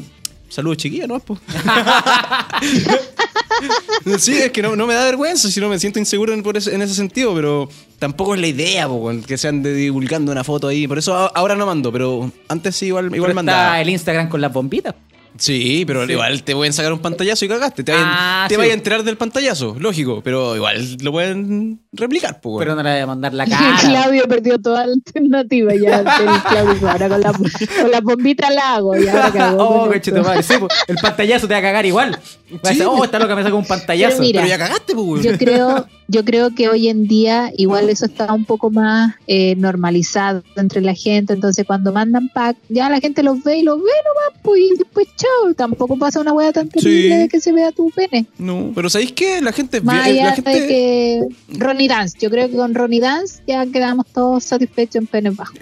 Speaker 3: saludos chiquilla, ¿no? Po? sí, es que no, no me da vergüenza, si no me siento inseguro en, por ese, en ese sentido, pero tampoco es la idea, po, con que se ande divulgando una foto ahí. Por eso a- ahora no mando, pero antes sí, igual, igual
Speaker 5: Pero
Speaker 3: mandaba.
Speaker 5: Está el Instagram con las bombitas.
Speaker 3: Sí, pero
Speaker 5: Sí.
Speaker 3: igual te pueden sacar un pantallazo y cagaste. Te, vayan-
Speaker 5: Ah,
Speaker 3: te
Speaker 5: sí.
Speaker 3: vayas a enterar del pantallazo, lógico, pero igual lo pueden replicar, po,
Speaker 5: Pero no le voy a mandar la cara.
Speaker 6: Claudio perdió toda alternativa ya. el Claudio, ahora con la, con la bombita la hago. Y ahora cagó con
Speaker 5: oh,
Speaker 6: esto.
Speaker 5: coche tu madre. Sí, po. el pantallazo te va a cagar igual. Va a decir, oh, está loca, me saca un pantallazo.
Speaker 6: Pero mira,
Speaker 3: Pero ya cagaste, po, weón.
Speaker 6: Yo creo, yo creo que hoy en día igual eso está un poco más eh, normalizado entre la gente, entonces cuando mandan pack, ya la gente los ve y los ve nomás, pues, y después chao, tampoco pasa una hueá tan terrible
Speaker 3: Sí.
Speaker 6: de que se vea tu pene.
Speaker 3: No, pero ¿sabéis qué? La gente es bien- eh,
Speaker 6: Más allá
Speaker 3: la gente
Speaker 6: de que Ronnie Dance, yo creo que con Ronnie Dance ya quedamos todos satisfechos en penes bajos.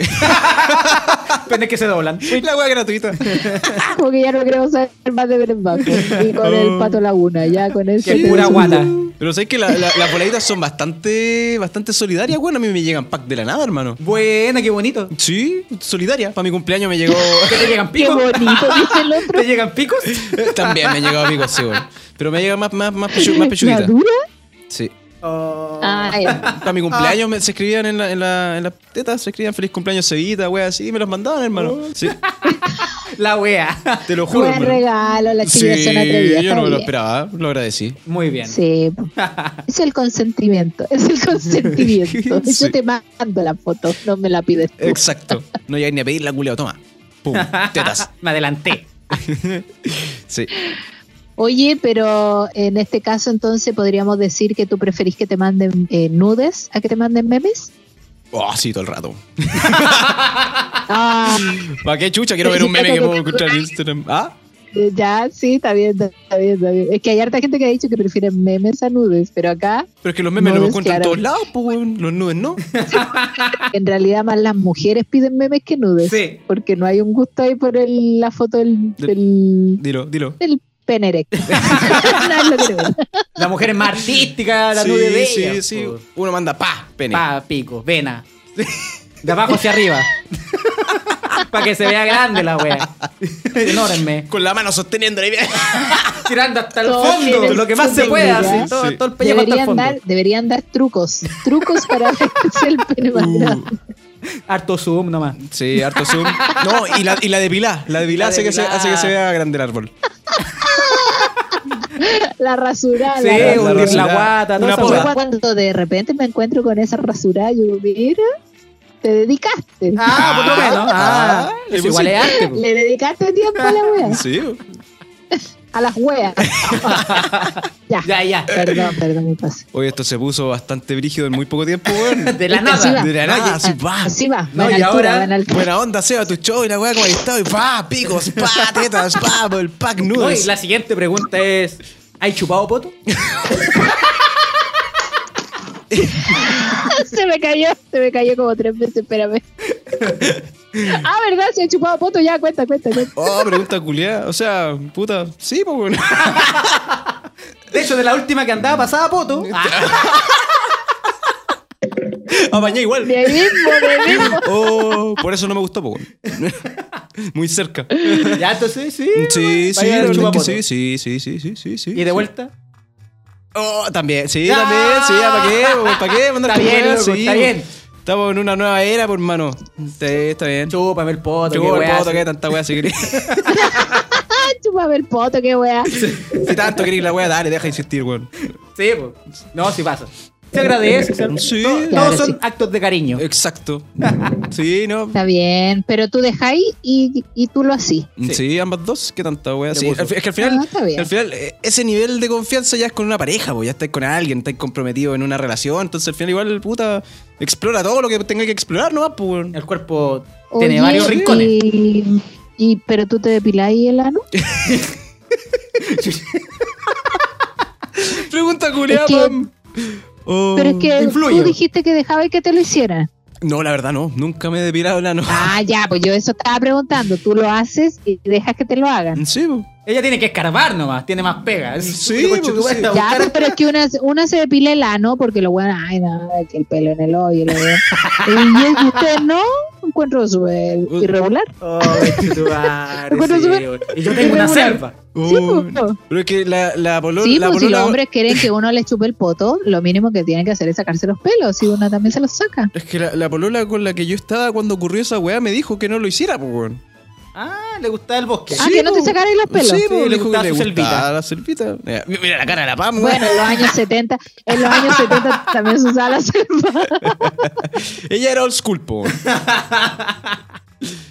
Speaker 5: Pene que se doblan.
Speaker 3: la wea gratuita.
Speaker 6: Porque ya no queremos saber más de penes bajos. Y con
Speaker 3: Oh.
Speaker 6: el Pato Laguna, ya con eso.
Speaker 5: Que pura guata.
Speaker 3: Pero ¿sabéis que la- la- las voladitas son bastante bastante solidarias, weón? A mí me llegan pack de la nada, hermano.
Speaker 5: Buena, qué bonito.
Speaker 3: Sí, solidaria. Para mi cumpleaños me llegó
Speaker 5: ¿Qué te llegan
Speaker 6: Qué
Speaker 5: picos?
Speaker 6: bonito, dice el otro.
Speaker 5: ¿Te llegan picos?
Speaker 3: También me llegaba pico así, weón. Pero me llega más, más, más, pechu- más
Speaker 6: ¿La
Speaker 3: pechuguita.
Speaker 6: dura?
Speaker 3: Sí.
Speaker 5: Oh.
Speaker 6: Ah, ya.
Speaker 3: Para mi cumpleaños me, se escribían en la, en la, en las tetas, se escribían feliz cumpleaños Cevita, wea, así, y me los mandaban, hermano. Sí,
Speaker 5: La wea.
Speaker 3: te lo juro,
Speaker 6: Buen
Speaker 3: hermano.
Speaker 6: regalo, la chica
Speaker 3: Sí,
Speaker 6: son atrevidas.
Speaker 3: yo no me lo
Speaker 6: está
Speaker 3: esperaba, lo agradecí.
Speaker 5: Muy bien.
Speaker 6: bien. Sí, po. es el consentimiento, es el consentimiento.
Speaker 3: Sí. Eh.
Speaker 6: Yo te mando la foto, no me la pides tú.
Speaker 3: Exacto. No llegáis ni a pedirla, culeo, toma. Pum, tetas.
Speaker 5: Me adelanté.
Speaker 3: Sí.
Speaker 6: Oye, pero en este caso entonces podríamos decir que tú preferís que te manden eh, nudes a que te manden memes.
Speaker 3: Oh, sí, todo el rato.
Speaker 6: Ah,
Speaker 3: ¿Para qué chucha? Quiero ver un meme que puedo encontrar en Instagram. ¿Ah?
Speaker 6: eh, ya, sí, está bien, está bien, está bien. Es que hay harta gente que ha dicho que prefiere memes a nudes, pero acá
Speaker 3: Pero es que los memes
Speaker 6: No, es
Speaker 3: los encuentro en
Speaker 6: claro.
Speaker 3: todos lados, pues, weón. Los nudes, ¿no?
Speaker 6: en realidad más las mujeres piden memes que nudes.
Speaker 5: Sí.
Speaker 6: Porque no hay un gusto ahí por el- la foto del,
Speaker 3: De-
Speaker 6: del,
Speaker 3: Dilo, dilo.
Speaker 6: del pene erecto. No, es lo que creo.
Speaker 5: La mujer es más artística, la
Speaker 3: sí,
Speaker 5: nude de
Speaker 3: sí,
Speaker 5: ella,
Speaker 3: sí.
Speaker 5: pues.
Speaker 3: Uno manda pa, pene.
Speaker 5: Pa, pico, vena. De abajo hacia arriba. Para que se vea grande la wea. Enorme.
Speaker 3: Con la mano sosteniendo la idea.
Speaker 5: Tirando hasta el
Speaker 6: Todo
Speaker 5: fondo,
Speaker 6: tiene
Speaker 5: lo que más se
Speaker 6: su
Speaker 5: pueda.
Speaker 6: dignidad.
Speaker 5: así, todo,
Speaker 3: Sí.
Speaker 5: todo el pellejo hasta el
Speaker 6: Deberían
Speaker 5: fondo.
Speaker 6: dar, deberían dar trucos, trucos para ver si el pene más
Speaker 5: Uh.
Speaker 6: grande.
Speaker 5: Harto zoom nomás.
Speaker 3: Uh, Sí, harto zoom. No, y la, y la de Pilar. La de Pilar
Speaker 5: La
Speaker 3: hace, que se,
Speaker 5: depilá.
Speaker 3: hace que se vea grande el árbol.
Speaker 6: La rasurada.
Speaker 5: Sí,
Speaker 6: la
Speaker 5: un-
Speaker 6: rasurada.
Speaker 5: la
Speaker 3: rasurada.
Speaker 5: guata, toda
Speaker 3: Una
Speaker 5: esa
Speaker 6: Yo
Speaker 5: weá.
Speaker 3: poda.
Speaker 6: cuando de repente me encuentro con esa rasurada, yo mira, te dedicaste.
Speaker 5: Ah, por lo menos. Ah,
Speaker 3: ah,
Speaker 5: eso
Speaker 3: le
Speaker 5: igual
Speaker 3: puse-
Speaker 5: es arte. pues.
Speaker 6: Le dedicaste tiempo a la
Speaker 5: Ah.
Speaker 6: wea,
Speaker 3: Sí.
Speaker 6: a las weas. ya.
Speaker 5: Ya, ya.
Speaker 6: Perdón, perdón, me pasé.
Speaker 3: Oye, esto se puso bastante brígido en muy poco tiempo, weón.
Speaker 5: De la
Speaker 6: Así
Speaker 5: nada.
Speaker 6: va.
Speaker 3: De la nada, así va.
Speaker 6: Así va,
Speaker 5: No,
Speaker 6: va en
Speaker 5: y
Speaker 6: altura,
Speaker 5: ahora-
Speaker 6: va en altura.
Speaker 3: Buena onda, Seba, tu show y la weá como estado y pa, picos, pa, tetas, pa, el pack
Speaker 5: No, y
Speaker 3: nudes.
Speaker 5: la siguiente pregunta es: ¿Hay chupado poto?
Speaker 6: se me cayó, se me cayó como tres veces, espérame. ah, ¿verdad? Se ha chupado poto, ya, cuenta, cuenta, cuenta.
Speaker 3: Oh, pregunta culiada. O sea, puta, sí, pues weón.
Speaker 5: De hecho, de la última que andaba pasaba poto. Ah,
Speaker 3: Apañé igual.
Speaker 6: De ahí mismo, de ahí mismo.
Speaker 3: Oh, por eso no me gustó, pues weón. Muy cerca.
Speaker 5: ya, entonces sí.
Speaker 3: Sí, sí,
Speaker 5: Vaya,
Speaker 3: la verdad
Speaker 5: chupapoto.
Speaker 3: es que sí, sí, sí, sí, sí, sí.
Speaker 5: Y de vuelta.
Speaker 3: Oh, también, sí,
Speaker 5: Ya.
Speaker 3: también, sí, ¿para qué? po? ¿Para qué? Mandar
Speaker 5: Está
Speaker 3: tu
Speaker 5: bien,
Speaker 3: weá,
Speaker 5: loco,
Speaker 3: sí.
Speaker 5: está bien.
Speaker 3: Estamos en una nueva era, por hermano. Sí, está bien.
Speaker 5: Chúpame el poto. qué
Speaker 3: Chupa el
Speaker 5: weá,
Speaker 3: poto,
Speaker 5: sí.
Speaker 3: que tanta weá si querés.
Speaker 6: Ah, chupame el poto, qué wea.
Speaker 3: Si tanto querés la weá, dale, deja de insistir, weón.
Speaker 5: Sí, pues. No, sí pasa. Se agradece. se agradece.
Speaker 3: Sí.
Speaker 5: Todo-
Speaker 6: Claro,
Speaker 5: todos son
Speaker 6: sí.
Speaker 5: actos de cariño.
Speaker 3: Exacto. Sí, no.
Speaker 6: Está bien, pero tú dejáis y, y tú lo así.
Speaker 3: Sí. ambas dos, qué tanta wea.
Speaker 5: Te
Speaker 3: Sí,
Speaker 5: puso.
Speaker 3: al fi- es que al final,
Speaker 6: Ah, está bien.
Speaker 3: al final, eh, ese nivel de confianza ya es con una pareja, po, ya estáis con alguien, estáis comprometidos en una relación, entonces al final igual, puta, explora todo lo que tenga que explorar, ¿no? Pues, weón.
Speaker 5: El cuerpo
Speaker 6: Oye,
Speaker 5: tiene varios rincones.
Speaker 6: Y, y- pero tú te depiláis el ano.
Speaker 3: Pregunta culiada,
Speaker 6: Es que-
Speaker 3: pam. Oh,
Speaker 6: pero es que
Speaker 5: influye.
Speaker 6: tú dijiste que dejabas que te lo hicieran.
Speaker 3: No, la verdad no, nunca me he depilado el ano.
Speaker 6: Ah, ya, pues yo eso estaba preguntando. Tú lo haces y dejas que te lo hagan.
Speaker 3: Sí, po.
Speaker 5: Ella tiene que escarbar nomás, tiene más pega.
Speaker 3: Sí,
Speaker 5: Yo, conche, tú
Speaker 3: pues, sí.
Speaker 5: vas a
Speaker 6: Ya,
Speaker 5: buscar-
Speaker 6: pues, pero es que una, una se depila el ano porque lo bueno, ay, no, que el pelo en el hoyo. Lo bueno. y es que usted no, encuentro súper irregular.
Speaker 5: Oh, conche tu madre,
Speaker 6: Bueno,
Speaker 5: sí,
Speaker 6: sube-
Speaker 5: güey. Y yo tengo una
Speaker 6: Regular.
Speaker 5: selva.
Speaker 6: Sí,
Speaker 3: Oh,
Speaker 6: pues.
Speaker 3: Pero es que la, la polo-
Speaker 6: Sí,
Speaker 3: la
Speaker 6: pues si los
Speaker 3: polola-
Speaker 6: hombres quieren que uno les chupe el poto, lo mínimo que tienen que hacer es sacarse los pelos y una también se los saca.
Speaker 3: Es que la, la polola con la que yo estaba cuando ocurrió esa weá me dijo que no lo hiciera, pues, weón.
Speaker 5: Ah, le gustaba el bosque.
Speaker 6: ah, que no te
Speaker 3: po.
Speaker 6: sacaran los pelos.
Speaker 3: Sí,
Speaker 5: Sí, pues,
Speaker 3: po,
Speaker 5: le
Speaker 3: le dijo
Speaker 5: gustaba
Speaker 3: que le
Speaker 5: su selvita.
Speaker 3: gustaba la selvita. Mira, mira la cara de la pam, weón.
Speaker 6: Bueno, en los años 70, en los años 70 también se usaba la selva.
Speaker 3: Ella era old school, po.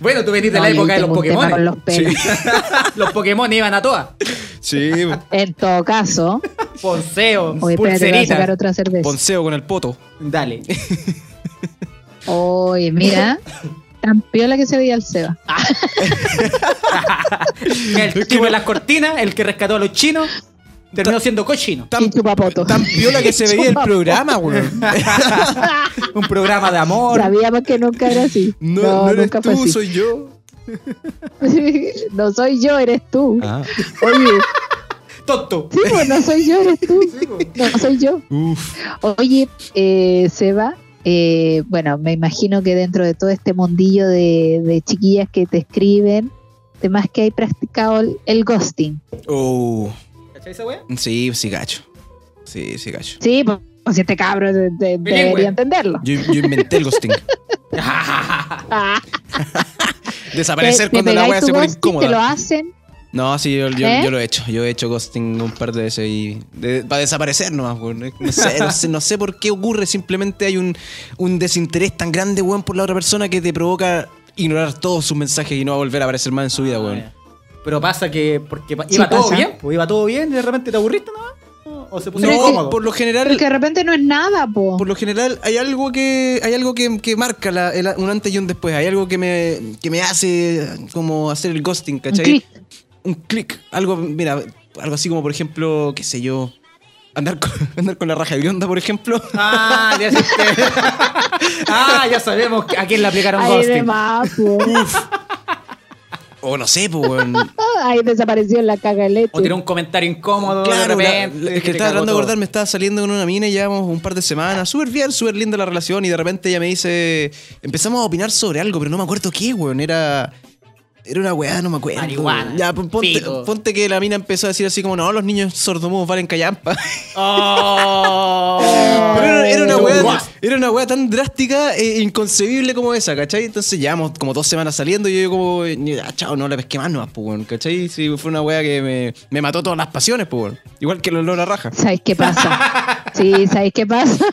Speaker 5: Bueno, tú venís de
Speaker 6: No,
Speaker 5: la
Speaker 6: yo
Speaker 5: época de los
Speaker 6: tengo un tema
Speaker 5: Pokémon.
Speaker 6: con los pelos.
Speaker 5: Los Pokémon iban a todas.
Speaker 3: Sí,
Speaker 6: En todo caso,
Speaker 5: Ponceo,
Speaker 6: oye, espérate, voy a sacar
Speaker 5: pulserita.
Speaker 6: otra cerveza.
Speaker 3: ponceo con el poto.
Speaker 5: Dale.
Speaker 6: Oye, mira, tan piola que se veía el Seba.
Speaker 5: El que abrió las cortinas, el que rescató a los chinos, terminó siendo cochino.
Speaker 6: Y chupapoto.
Speaker 3: tan piola que se veía el programa, weón.
Speaker 5: Un programa de amor.
Speaker 6: Sabíamos que nunca era así.
Speaker 3: No,
Speaker 6: No,
Speaker 3: no eres
Speaker 6: nunca
Speaker 3: tú,
Speaker 6: fue así.
Speaker 3: soy yo.
Speaker 6: no soy yo, eres tú.
Speaker 3: Ah.
Speaker 6: Oye,
Speaker 5: Tonto.
Speaker 6: sí, pues, no soy yo, eres tú.
Speaker 3: pues.
Speaker 6: No soy yo.
Speaker 3: Uf.
Speaker 6: Oye, eh, Seba, eh, bueno, me imagino que dentro de todo este mundillo de, de chiquillas que te escriben, además que hay practicado el, el ghosting.
Speaker 3: Oh.
Speaker 5: ¿Cachai esa wea?
Speaker 3: Sí, sí, gacho. Sí, sí, gacho.
Speaker 6: Sí, pues si este cabro de- de-
Speaker 5: Bilingüe.
Speaker 6: debería entenderlo.
Speaker 3: Yo, yo inventé el ghosting.
Speaker 6: Ah,
Speaker 3: Desaparecer
Speaker 6: te- te
Speaker 3: cuando la
Speaker 6: Eh, pegáis
Speaker 3: weá
Speaker 6: tu
Speaker 3: se pone
Speaker 6: ghosting, Te lo
Speaker 3: incómoda.
Speaker 6: hacen.
Speaker 3: No, sí, yo, yo,
Speaker 6: ¿Eh?
Speaker 3: yo lo he hecho. Yo he hecho ghosting un par de veces y. para desaparecer nomás, weón. No sé, no sé, no sé por qué ocurre. Simplemente hay un, un desinterés tan grande, weón, por la otra persona que te provoca ignorar todos sus mensajes y no volver a aparecer más en su vida,
Speaker 5: Ah,
Speaker 3: weón.
Speaker 5: ya. Pero pasa que porque pa-
Speaker 6: Sí,
Speaker 5: iba todo
Speaker 6: pasa.
Speaker 5: bien, pues iba todo bien y de repente te aburriste nomás. O se puso
Speaker 6: Pero es que-
Speaker 5: incómodo.
Speaker 3: por lo general,
Speaker 6: Pero que de repente no es nada, po.
Speaker 3: por lo general hay algo que hay algo que, que marca la- el- un antes y un después. Hay algo que me, que me hace como hacer el ghosting,
Speaker 6: Un
Speaker 3: ¿cachai?
Speaker 6: clic.
Speaker 3: un clic, algo, mira, algo así como por ejemplo, qué sé yo, andar con, andar con la raja de onda, por ejemplo.
Speaker 5: Ah, ya sé que- ah, ya sabemos a quién le aplicaron
Speaker 6: Ahí de
Speaker 5: ghosting.
Speaker 6: más, po.
Speaker 3: O no sé, pues, weón.
Speaker 6: Ahí desapareció la caga de leche.
Speaker 5: O tirar un comentario incómodo
Speaker 3: Claro,
Speaker 5: de
Speaker 3: la-
Speaker 5: repente.
Speaker 3: la- es que
Speaker 5: te
Speaker 3: estaba
Speaker 5: cagó
Speaker 3: tratando de
Speaker 5: todo.
Speaker 3: acordar, me estaba saliendo con una mina y llevamos un par de semanas, súper bien, súper linda la relación y de repente ella me dice, empezamos a opinar sobre algo, pero no me acuerdo qué, weón, era... Era una weá, no me acuerdo.
Speaker 5: Marihuana,
Speaker 3: Ya, pon- ponte,
Speaker 5: pico.
Speaker 3: ponte que la mina empezó a decir así como, no, los niños sordomudos valen callampa.
Speaker 5: Oh.
Speaker 3: Pero era, era una
Speaker 5: Pero
Speaker 3: weá,
Speaker 5: guas.
Speaker 3: era una weá tan drástica e inconcebible como esa, ¿cachai? Entonces llevamos como dos semanas saliendo y yo como, "Ah, chao, no la pesqué más nomás, pues, weón", ¿cachai? Sí, fue una weá que me, me mató todas las pasiones, pues, weón. Igual que el olor a raja.
Speaker 6: ¿Sabes qué pasa? Sí, ¿sabes qué pasa?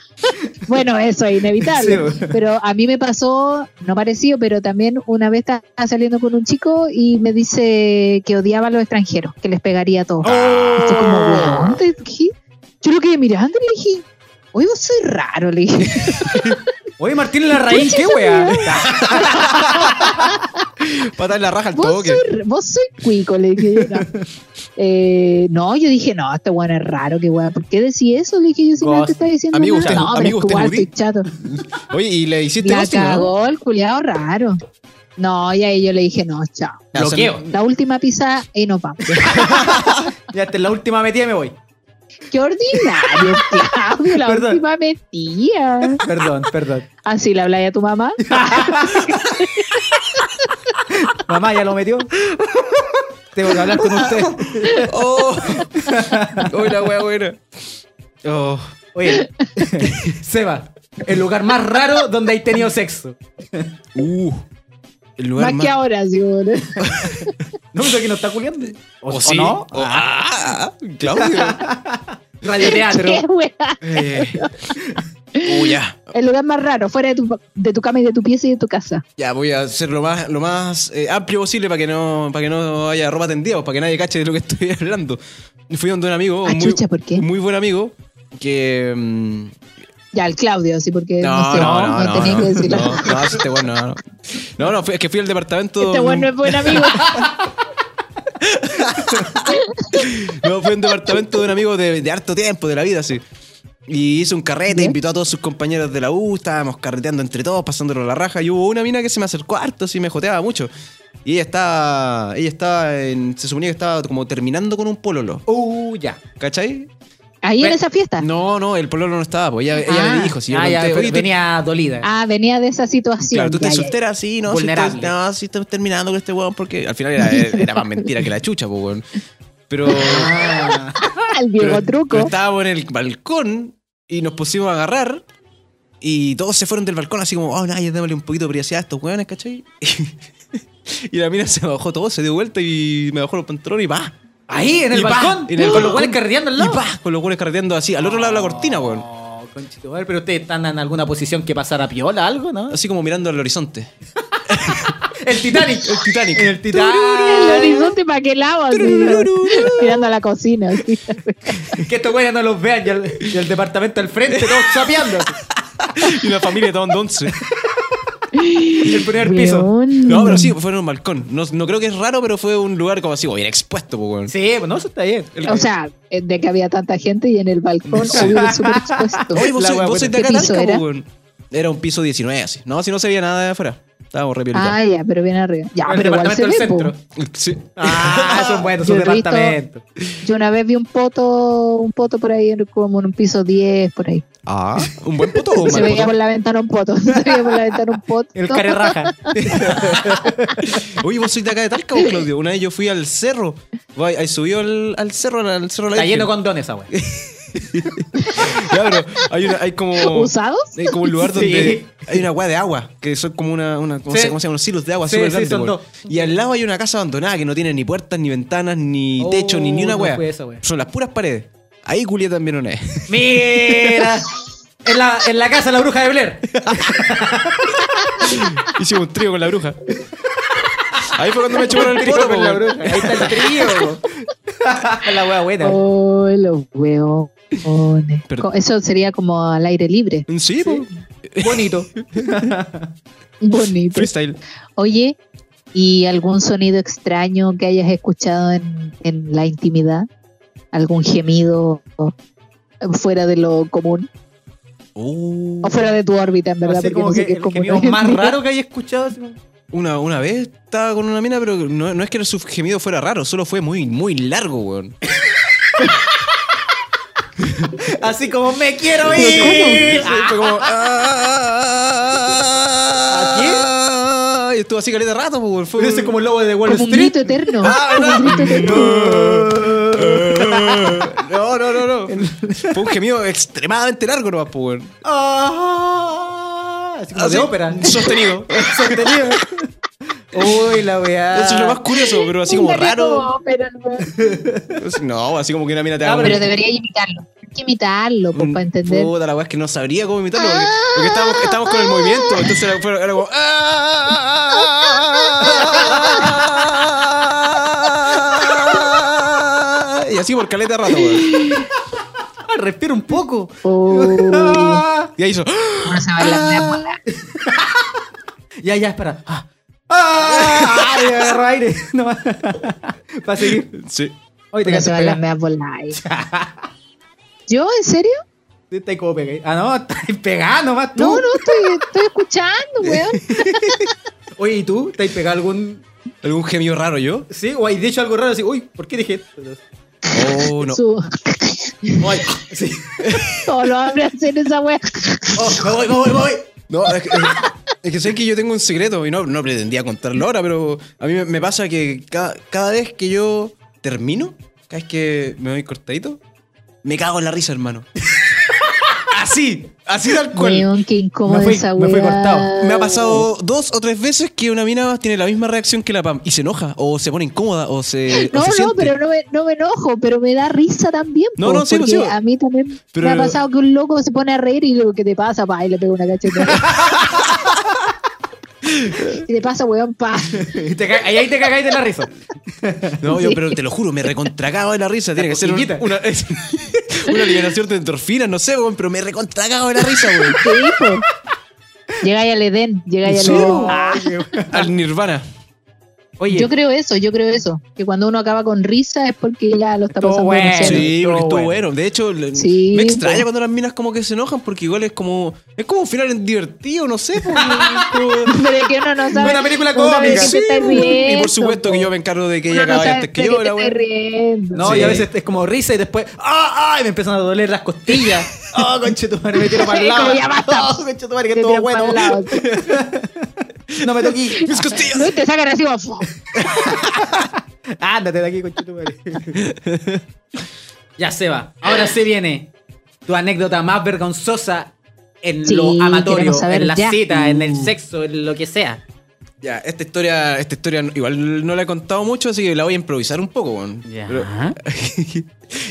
Speaker 6: bueno, eso es
Speaker 3: Sí,
Speaker 6: inevitable.
Speaker 3: bueno.
Speaker 6: pero a mí me pasó, no parecido, pero también una vez estaba saliendo con un chico y me dice que odiaba a los extranjeros, que les pegaría a todos.
Speaker 3: ¡Oh!
Speaker 6: Estoy como, weón, te dije- yo lo quedé mirando y le dije, oye, vos soy raro, le dije.
Speaker 5: Oye, Martín Larraín, qué weá.
Speaker 3: Patar la raja al
Speaker 6: Vos
Speaker 3: toque.
Speaker 6: soy, vos soy cuico, le dije. No. Eh, no, yo dije, no, este weón es raro, qué weón. ¿Por qué decís eso? Le dije, yo si no
Speaker 5: Ghost.
Speaker 6: te estaba diciendo
Speaker 3: Amigo,
Speaker 6: nada.
Speaker 3: usted-
Speaker 6: no, pero es que
Speaker 3: amigo, usted
Speaker 6: igual
Speaker 3: es budí.
Speaker 6: estoy chato.
Speaker 3: Oye, y le hiciste
Speaker 6: La
Speaker 3: ghosting, ¿no?
Speaker 6: cagó el culiado raro. No, y ahí yo le dije, no, chao.
Speaker 3: Ya, o sea,
Speaker 5: Bloqueo.
Speaker 6: La última pizza y nos vamos.
Speaker 5: Ya esta es la última metida y me voy.
Speaker 6: Qué ordinario, Claudio. La
Speaker 5: Perdón.
Speaker 6: última mentira.
Speaker 5: Perdón, perdón.
Speaker 6: Así le habláis a tu mamá.
Speaker 5: Mamá ya lo metió. Tengo que hablar con usted.
Speaker 3: Oh, Uy, la weá buena. Oh.
Speaker 5: Oye, Seba, el lugar más raro donde hay tenido sexo.
Speaker 3: Uh. El lugar
Speaker 6: Más
Speaker 3: más...
Speaker 6: que ahora, sí, boludo.
Speaker 5: No, pero que no está culiando.
Speaker 3: ¿O, sí?
Speaker 5: no?
Speaker 3: O- ah, Claudio.
Speaker 5: Radioteatro.
Speaker 6: Qué weá.
Speaker 3: Eh. Uh, ya.
Speaker 6: El lugar más raro, fuera de tu, de tu cama y de tu pieza y de tu casa.
Speaker 3: Ya, voy a hacer lo más, lo más eh, amplio posible para que no para que no haya ropa tendida, o para que nadie cache de lo que estoy hablando. Fui donde un amigo,
Speaker 6: Ah,
Speaker 3: un muy,
Speaker 6: chucha, ¿por qué?
Speaker 3: muy buen amigo, que... mm,
Speaker 6: Ya, el Claudio, sí, porque no,
Speaker 3: no,
Speaker 6: sé,
Speaker 3: no,
Speaker 6: no,
Speaker 3: no, no,
Speaker 6: tenía
Speaker 3: no,
Speaker 6: que decirlo.
Speaker 3: no, no, este weón no, no. No, no, fui- es que fui al departamento...
Speaker 6: Este
Speaker 3: de
Speaker 6: weón
Speaker 3: un-
Speaker 6: no es buen amigo.
Speaker 3: No, fue un departamento de un amigo de, de harto tiempo, de la vida, sí. Y hizo un carrete,
Speaker 6: ¿Ya?
Speaker 3: invitó a todos sus compañeros de la U, estábamos carreteando entre todos, pasándolo a la raja. Y hubo una mina que se me acercó harto, así me joteaba mucho. Y ella estaba. Ella estaba en- se suponía que estaba como terminando con un pololo.
Speaker 5: Uh, ya.
Speaker 3: ¿Cachai?
Speaker 6: Ahí en
Speaker 5: Ve-
Speaker 6: esa fiesta.
Speaker 3: No, no, el pololo no estaba, pues ella, ella
Speaker 6: Ah.
Speaker 3: le dijo, si yo
Speaker 5: ah, ya,
Speaker 3: conté,
Speaker 5: pero
Speaker 3: "Oye, tú-
Speaker 5: venía dolida.
Speaker 6: Ah, venía de esa situación.
Speaker 3: Claro, tú
Speaker 6: Ya,
Speaker 3: estás
Speaker 6: ya, ya.
Speaker 3: soltera así, ¿no?
Speaker 5: Vulnerable.
Speaker 3: Si estás, no, si estás terminando con este weón porque al final era, era más mentira que la chucha, pues weón. Pero.
Speaker 6: Ah,
Speaker 5: Ah.
Speaker 6: El viejo
Speaker 3: Pero-
Speaker 6: truco.
Speaker 3: pero estábamos en el balcón y nos pusimos a agarrar. Y todos se fueron del balcón así como, oh, nadie, démosle un poquito de privacidad a estos hueones, ¿cachai? Y la mina se bajó todo, se dio vuelta y me bajó los pantalones y pa.
Speaker 5: Ahí, en el
Speaker 3: Y pa,
Speaker 5: balcón.
Speaker 3: en el
Speaker 5: con los
Speaker 3: balcón.
Speaker 5: cuales carreteando al
Speaker 3: Y
Speaker 5: lado.
Speaker 3: pa, con los hueones carreteando así, al otro lado de la cortina, weón.
Speaker 5: No, conchetumare, pero ustedes están en alguna posición que pasara piola, algo, ¿no?
Speaker 3: Así como mirando al horizonte.
Speaker 5: El Titanic. El Titanic. El
Speaker 6: El
Speaker 5: Titanic.
Speaker 6: horizonte para qué lado, así, mirando a la cocina. así.
Speaker 5: que estos güeyes no los vean y el, y el departamento al frente, todos sapeando.
Speaker 3: Y la familia tomando once.
Speaker 5: Y el primer piso.
Speaker 6: Weón.
Speaker 3: No, pero sí, fue en un balcón. No, no creo que es raro, pero fue un lugar como así, como bien expuesto, pues, weón.
Speaker 5: Sí, bueno, eso está bien.
Speaker 6: O sea, eh, de que había tanta gente y en el balcón
Speaker 3: Sí.
Speaker 6: había súper expuesto.
Speaker 3: Oye, vos,
Speaker 5: La
Speaker 3: sois-
Speaker 5: wea
Speaker 3: vos
Speaker 5: buena.
Speaker 3: sois de
Speaker 6: ¿Qué
Speaker 3: acá,
Speaker 6: piso
Speaker 3: Talca,
Speaker 6: era?
Speaker 3: po, weón. Era un piso 19 así. No, si no se veía nada de afuera. Estábamos re piolita.
Speaker 6: Ah, ya, pero bien arriba. Ya,
Speaker 5: el
Speaker 6: pero igual se
Speaker 5: departamento del
Speaker 6: ve, po.
Speaker 5: centro.
Speaker 3: Sí.
Speaker 5: Ah, son buenos,
Speaker 6: Yo
Speaker 5: son
Speaker 6: he visto-
Speaker 5: departamentos.
Speaker 6: Yo una vez vi un poto, un poto por ahí, en- como en un piso 10, por ahí.
Speaker 3: Ah, un buen poto o un
Speaker 6: se
Speaker 3: mal
Speaker 6: veía
Speaker 3: poto.
Speaker 6: por la ventana un poto. Se veía por la ventana un poto.
Speaker 5: El carerraja.
Speaker 3: Oye, vos sois de acá de Talca, vos, Claudio. Una vez yo fui al cerro. Voy, ahí subió al, al cerro, al, al cerro de la
Speaker 5: Está lleno
Speaker 3: Virgen.
Speaker 5: con dones, esa wea.
Speaker 3: Ya, pero hay, una, hay como.
Speaker 6: ¿Usados?
Speaker 3: Hay como un lugar
Speaker 5: Sí.
Speaker 3: donde hay una weá de agua, que son como una, una ¿cómo,
Speaker 5: Sí.
Speaker 3: se, cómo se llaman? Unos silos de agua
Speaker 5: Sí,
Speaker 3: súper
Speaker 5: sí,
Speaker 3: grandes,
Speaker 5: son
Speaker 3: weón. Y al lado hay una casa abandonada que no tiene ni puertas, ni ventanas, ni
Speaker 5: Oh,
Speaker 3: techo, ni, ni una
Speaker 5: no
Speaker 3: weá.
Speaker 5: fue esa weá.
Speaker 3: Son las puras paredes. Ahí culié también una vez.
Speaker 5: Mira. En la, en la casa de la bruja de Blair.
Speaker 3: Hicimos un trío con la bruja. Ahí fue cuando me chuparon el poto, po,
Speaker 5: con la
Speaker 3: weón.
Speaker 5: bruja. Ahí está el trío. po. la wea buena.
Speaker 6: Oh, los hueones.
Speaker 3: Pero-
Speaker 6: Co- Eso sería como al aire libre.
Speaker 3: Sí, po.
Speaker 5: Bonito.
Speaker 6: Bonito.
Speaker 3: Freestyle.
Speaker 6: Oye, ¿y algún sonido extraño que hayas escuchado en, en la intimidad? ¿Algún gemido fuera de lo común?
Speaker 3: Uh,
Speaker 6: O fuera de tu órbita, en verdad.
Speaker 5: Mm. Así
Speaker 6: porque
Speaker 5: como
Speaker 6: no sé
Speaker 5: que
Speaker 6: qué es
Speaker 5: el
Speaker 6: común.
Speaker 5: gemido más raro que haya escuchado. así como-
Speaker 3: una, una vez estaba con una mina, pero no, no es que el subgemido fuera raro, solo fue muy, muy largo, weón.
Speaker 5: Así como, me quiero
Speaker 3: Sí,
Speaker 5: ir.
Speaker 3: Fue como. "Ah, ah, ah, ah", Y estuvo así caleta de rato, pues, weón. Fue
Speaker 5: Ese es como el lobo de Wall
Speaker 6: Como un
Speaker 5: Street.
Speaker 6: grito eterno.
Speaker 3: Ah,
Speaker 6: como un
Speaker 3: ¿verdad?
Speaker 6: grito eterno.
Speaker 3: No, no, no, no. Fue un gemido extremadamente largo, no pues, weón.
Speaker 5: Ah, Así como de
Speaker 3: Así,
Speaker 5: ópera.
Speaker 3: Sostenido.
Speaker 5: Sostenido. Uy, la weá.
Speaker 3: Eso es lo más curioso, pero así como
Speaker 6: Sería
Speaker 3: raro.
Speaker 6: como, pero no.
Speaker 3: No, así como que una mina te
Speaker 5: Ah,
Speaker 3: haga
Speaker 6: Pero
Speaker 3: un-
Speaker 6: debería imitarlo. Hay que imitarlo, pues,
Speaker 3: un-
Speaker 6: para entender.
Speaker 3: Puta, la weá es que no sabría cómo imitarlo. Porque, porque estábamos, estábamos con el movimiento. Entonces era, fue- era como. Y así por caleta de rato, weón.
Speaker 5: Ah, Respira un poco.
Speaker 6: Oh,
Speaker 5: Ah,
Speaker 3: Y ahí hizo.
Speaker 6: uno se va a la media bola.
Speaker 5: este ya, ya, espera. Ah. Ah, y agarro aire. No, Va a seguir.
Speaker 3: Sí.
Speaker 5: Oye, te
Speaker 6: Uno se va a la
Speaker 5: quedaste
Speaker 6: media bola. ahí. ¿Yo? ¿En serio?
Speaker 5: Sí, está ahí como pegado. Ah, no, está ahí pegado nomás tú.
Speaker 6: No, no, estoy, estoy escuchando, weón.
Speaker 5: Oye, ¿y tú? ¿Te has pegado algún...?
Speaker 3: ¿Algún gemido raro yo?
Speaker 5: Sí, o has dicho algo raro así. Uy, ¿por qué dije esto?
Speaker 3: Oh, no.
Speaker 6: Su-
Speaker 5: Ay, sí.
Speaker 6: Todos los hombres hacen esa weá.
Speaker 5: Oh, me voy, me voy, me voy.
Speaker 3: No, es que, es, es que sé que yo tengo un secreto y no, no pretendía contarlo ahora, pero a mí me, me pasa que cada, cada vez que yo termino, cada vez que me doy cortadito, me cago en la risa, hermano. así, así tal cual.
Speaker 6: Weón, qué incómodo
Speaker 5: Me fui-
Speaker 6: esa
Speaker 5: me
Speaker 6: weá.
Speaker 5: fui cortado.
Speaker 6: Ah.
Speaker 3: Me ha pasado dos o tres veces que una mina tiene la misma reacción que la Pam y se enoja o se pone incómoda o se. o
Speaker 6: No,
Speaker 3: se
Speaker 6: no,
Speaker 3: siente.
Speaker 6: pero no me, no me enojo, pero me da risa también.
Speaker 3: No,
Speaker 6: po,
Speaker 3: no, sí,
Speaker 6: porque
Speaker 3: sí.
Speaker 6: A mí también
Speaker 3: Pero-
Speaker 6: me ha pasado que un loco se pone a reír y digo, ¿qué te pasa? Pa, y le pego una cachetada. ¿Qué te pasa, weón? Pa.
Speaker 5: Y te ca- ahí, ahí te cagáis de la risa.
Speaker 3: No, yo, pero te lo juro, me recontragaba de la risa. Tiene que ser un-
Speaker 5: Poquitita.
Speaker 3: una, es- una liberación de endorfinas, no sé, weón, pero me recontragaba de la risa, weón.
Speaker 6: ¿Qué dijo? Llegáis al Edén, llegáis
Speaker 3: Sí, pues.
Speaker 6: al Edén.
Speaker 3: po. Al Nirvana.
Speaker 5: pues. Oye,
Speaker 6: Ah. Yo creo eso, yo creo eso. Que cuando uno acaba con risa es porque ya lo está
Speaker 5: Todo
Speaker 6: pasando
Speaker 5: bueno.
Speaker 6: demasiado.
Speaker 3: Sí,
Speaker 5: estuvo
Speaker 3: porque estuvo
Speaker 5: bueno.
Speaker 3: bueno. De hecho, le-
Speaker 6: Sí,
Speaker 3: me extraña
Speaker 6: pues.
Speaker 3: cuando las minas como que se enojan porque igual es como. Es como un final divertido, no sé. pues, como-
Speaker 6: Pero es que uno no sabe.
Speaker 5: Una película
Speaker 6: no sabe de
Speaker 5: cómica.
Speaker 6: qué te
Speaker 3: Sí, pues.
Speaker 6: estás
Speaker 3: y
Speaker 6: riendo,
Speaker 3: por supuesto que
Speaker 6: po.
Speaker 3: yo me encargo de que
Speaker 6: Uno
Speaker 3: ella
Speaker 6: no
Speaker 3: acabe
Speaker 6: sabe
Speaker 3: antes
Speaker 6: de
Speaker 3: que
Speaker 6: qué
Speaker 3: yo,
Speaker 6: te
Speaker 3: la
Speaker 6: estás
Speaker 3: weón.
Speaker 6: riendo.
Speaker 5: no,
Speaker 3: Sí.
Speaker 5: y a veces es como risa y después, ¡ah, ah! Y me empiezan a doler las costillas. ¡Oh, conchetumare, me tiro para el lado!
Speaker 6: Como ya basta.
Speaker 5: ¡Oh, conchetumare, que
Speaker 6: Te
Speaker 5: todo
Speaker 6: tiran
Speaker 5: bueno!
Speaker 6: pa'l lado.
Speaker 5: ¡No me toquí!
Speaker 3: Mis costillas.
Speaker 6: No, y "Oh, te sacan así, como,
Speaker 5: ¡Ándate de aquí, conchetumare! ya se va. Ahora se viene tu anécdota más vergonzosa en
Speaker 6: Sí,
Speaker 5: lo amatorio,
Speaker 6: queremos saber
Speaker 5: en la
Speaker 6: ya. Mm.
Speaker 5: cita, en el sexo, en lo que sea.
Speaker 3: Ya, esta historia, esta historia no- igual no la he contado mucho, así que la voy a improvisar un poco, weón.
Speaker 5: Ya.
Speaker 3: Pero-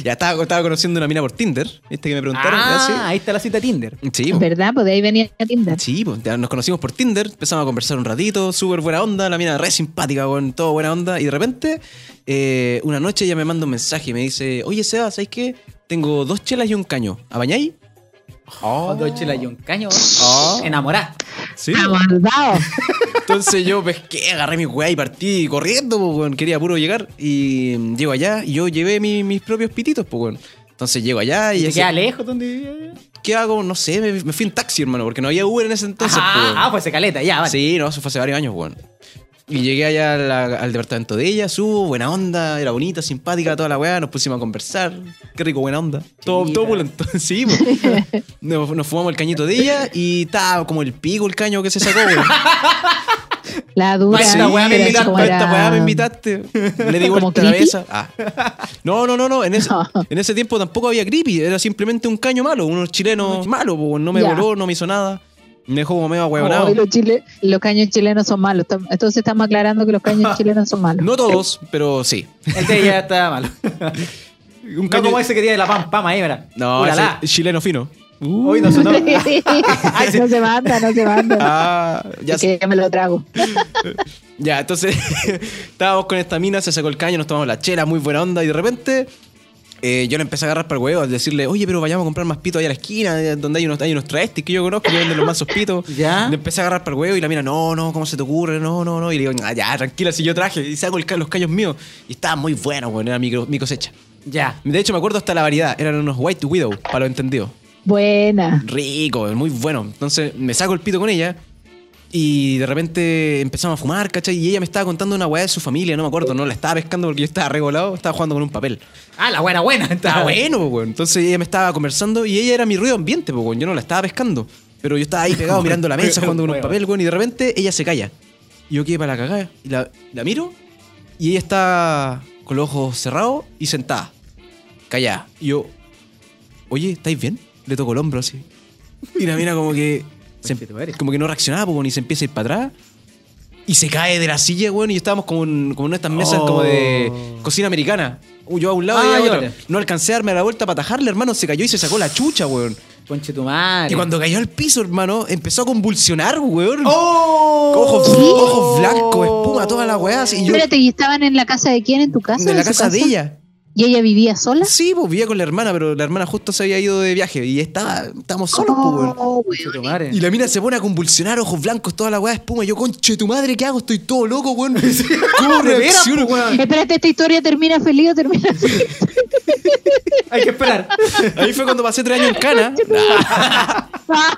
Speaker 3: ya estaba, estaba conociendo una mina por Tinder, ¿viste? Que me preguntaron. Oh.
Speaker 5: Ah,
Speaker 3: ya,
Speaker 5: ahí está la cita Tinder.
Speaker 3: sí. Sí, po.
Speaker 6: ¿Verdad? Pues de ahí venía a Tinder.
Speaker 3: Sí, pues, ya nos conocimos por Tinder, empezamos a conversar un ratito, súper buena onda, la mina re simpática, con todo buena onda, y de repente, eh, una noche ella me manda un mensaje y me dice, oye Seba, ¿sabes qué? Tengo dos chelas y un caño, ¿apañáis?
Speaker 5: Oh, dos chelas y un caño.
Speaker 3: Oh.
Speaker 5: Enamorada.
Speaker 3: Sí.
Speaker 6: Ah, Amordado.
Speaker 3: Entonces yo pesqué, agarré mi weá y partí corriendo, pues, weón. Quería puro llegar. Y mm, llego allá y yo llevé mi- mis propios pititos, pues, weón. Entonces llego allá y
Speaker 5: ¿Te
Speaker 3: así,
Speaker 5: queda lejos donde vivía?
Speaker 3: ¿qué hago? No sé, me, me fui en taxi, hermano, porque no había Uber en ese entonces. pues,
Speaker 5: ah,
Speaker 3: weón.
Speaker 5: ah, pues se caleta, ya, vale.
Speaker 3: Sí, no, eso fue hace varios años, weón. Y llegué allá a la- al departamento de ella, subo, buena onda, era bonita, simpática, toda la weá, nos pusimos a conversar. Qué rico, buena onda. Todo,
Speaker 5: Chiquita.
Speaker 3: todo pulento. Sí, po. nos, nos fumamos el cañito de ella y estaba como el pico, el caño que se sacó, weón.
Speaker 6: La dura.
Speaker 5: Ay, esta
Speaker 6: era
Speaker 5: weá me
Speaker 6: así
Speaker 5: invitaste,
Speaker 6: como
Speaker 3: Por esta
Speaker 6: era-
Speaker 3: weá me invitaste. Le di
Speaker 6: ¿Como
Speaker 3: vuelta la
Speaker 6: creepy?
Speaker 3: cabeza. Ah. No, no, no, no. En ese, en ese tiempo tampoco había creepy. Era simplemente un caño malo, unos chilenos malos. po. No me
Speaker 6: Ya.
Speaker 3: voló, no me hizo nada. Me dejó como medio
Speaker 6: Oh,
Speaker 3: ahueonado.
Speaker 6: y los, chile- los caños chilenos son malos. Tam- Entonces estamos aclarando que los caños chilenos son malos.
Speaker 3: No todos, pero sí.
Speaker 5: El de ella estaba malo.
Speaker 3: Un
Speaker 5: No
Speaker 3: caño.
Speaker 5: como ese que tiene la pam, pam ahí, mira.
Speaker 3: No,
Speaker 5: Ulala.
Speaker 3: ese es chileno fino.
Speaker 5: Hoy nosotros. Ay, sí.
Speaker 6: no se manda, no se manda.
Speaker 3: Ah, ya,
Speaker 6: Así que ya me lo trago.
Speaker 3: ya, entonces estábamos con esta mina, se sacó el caño, nos tomamos la chela, muy buena onda, y de repente eh, yo le empecé a agarrar para el huevo, a decirle, oye, pero vayamos a comprar más pitos allá a la esquina, eh, donde hay unos, hay unos travestis que yo conozco, que venden los mazos pitos.
Speaker 5: Ya.
Speaker 3: Le empecé a agarrar para el huevo y la mina, no, no, ¿cómo se te ocurre? No, no, no. Y le digo, "Ah, ya, tranquila, si yo traje, y saco el ca- los callos míos. Y estaba muy bueno, bueno, era mi, mi cosecha.
Speaker 5: Ya.
Speaker 3: De hecho, me acuerdo hasta la variedad, eran unos White Widow, para lo entendido.
Speaker 6: Buena.
Speaker 3: Rico, muy bueno. Entonces me saco el pito con ella y de repente empezamos a fumar, ¿cachai? Y ella me estaba contando una weá de su familia, no me acuerdo, no la estaba pescando porque yo estaba regolado, estaba jugando con un papel.
Speaker 5: Ah, la buena, buena.
Speaker 3: Estaba Ah, bueno, po, weón. Entonces ella me estaba conversando y ella era mi ruido ambiente, po, weón. Yo no la estaba pescando. Pero yo estaba ahí pegado mirando la mesa, jugando con un papel, weón. Y de repente ella se calla. Y yo quedé para la cagada. Y la, la miro y ella está con los ojos cerrados y sentada. Callada. Y yo, oye, ¿estáis bien? Le toco el hombro así. Y la mina como que... se-
Speaker 5: Conchetumare.
Speaker 3: como que no reaccionaba, po, weón, y se empieza a ir para atrás. Y se cae de la silla, weón, y estábamos como en, como en estas mesas
Speaker 5: Oh.
Speaker 3: como de cocina americana. Uh, yo a un lado
Speaker 5: Ah,
Speaker 3: y ella a
Speaker 5: ya,
Speaker 3: otro.
Speaker 5: ya.
Speaker 3: No alcancé a darme la vuelta para atajarle, hermano. Se cayó y se sacó la chucha, weón.
Speaker 5: Conche tu madre.
Speaker 3: Y cuando cayó al piso, hermano, empezó a convulsionar, weón.
Speaker 5: ¡Oh!
Speaker 3: Ojos,
Speaker 6: ¿Sí?
Speaker 3: ojos blancos, espuma, toda la weá. así, Y yo,
Speaker 6: Espérate, ¿y estaban en la casa de quién? ¿En tu casa?
Speaker 3: de la
Speaker 6: su
Speaker 3: casa de ella.
Speaker 6: ¿Y ella vivía sola?
Speaker 3: Sí, pues vivía con la hermana, pero la hermana justo se había ido de viaje y estaba, estábamos solos, pues, weón.
Speaker 6: Oh,
Speaker 5: Conche tu
Speaker 6: weón.
Speaker 5: madre.
Speaker 3: Y la mina se pone a convulsionar, ojos blancos, toda la weá de espuma. Yo, conche, tu madre, ¿qué hago? Estoy todo loco, weón. ¿Cómo
Speaker 5: ¿De veras,
Speaker 3: reacciono?
Speaker 5: po, weón?
Speaker 6: Espérate, esta historia termina feliz o termina feliz.
Speaker 5: Hay que esperar.
Speaker 3: Ahí fue cuando pasé tres años en Cana.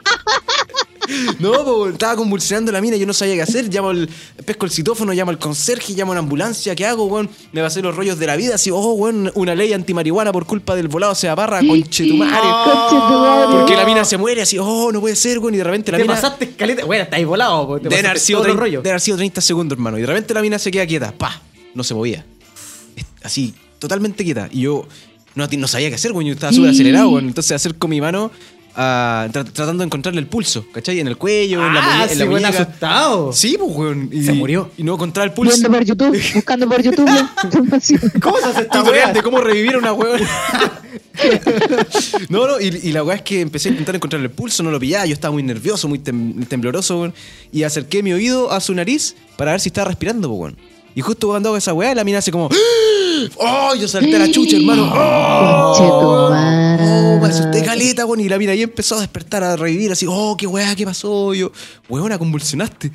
Speaker 3: No, po, estaba convulsionando la mina, yo no sabía qué hacer. Llamo al, pesco el citófono, llamo al conserje, llamo a la ambulancia, ¿qué hago, weón? Me pasé los rollos de la vida, así, ojo, weón, una ley antimarihuana por culpa del volado se barra,
Speaker 6: Oh.
Speaker 3: conchetumare.
Speaker 6: Conchetumare.
Speaker 3: Porque la mina se muere así, oh, no puede ser, weón, y de repente la
Speaker 5: Te
Speaker 3: mina.
Speaker 5: pasaste escaleta. Bueno, estáis volado. po. Te
Speaker 3: Deben haber,
Speaker 5: pasaste
Speaker 3: sido
Speaker 5: todos los
Speaker 3: 30,
Speaker 5: rollos.
Speaker 3: deben haber sido 30 segundos, hermano. Y de repente la mina se queda quieta. ¡Pah! No se movía. Es- Así, totalmente quieta. Y yo no, ti- no sabía qué hacer, güey. Yo estaba súper acelerado, güey. Entonces acerco mi mano a- tra- tratando de encontrarle el pulso, ¿cachai? En el cuello, en la,
Speaker 5: Ah,
Speaker 3: muñe- en la
Speaker 5: sí, weón,
Speaker 3: muñeca.
Speaker 5: asustado.
Speaker 3: Sí, pues, güey. Y-
Speaker 5: Se murió.
Speaker 3: Y no encontraba el pulso.
Speaker 6: Viendo por YouTube, buscando por YouTube la información.
Speaker 5: ¿Cómo se hace esta
Speaker 3: Tutorial
Speaker 5: weá?
Speaker 3: de cómo revivir a una huevona. no, no, y, y la weá es que empecé a intentar encontrar el pulso, no lo pillaba, yo estaba muy nervioso, muy tem- tembloroso, weón. Y acerqué mi oído a su nariz para ver si estaba respirando, po, weón. Y justo cuando hago esa weá, la mina hace como. ¡Oh! Yo salté a la chucha, hermano. ¡Oh!
Speaker 6: Conchetumare.
Speaker 3: Oh, me asusté caleta, weón. Y la mina ahí empezó a despertar, a revivir, así, oh, qué weá, qué pasó. Y yo, weona, convulsionaste.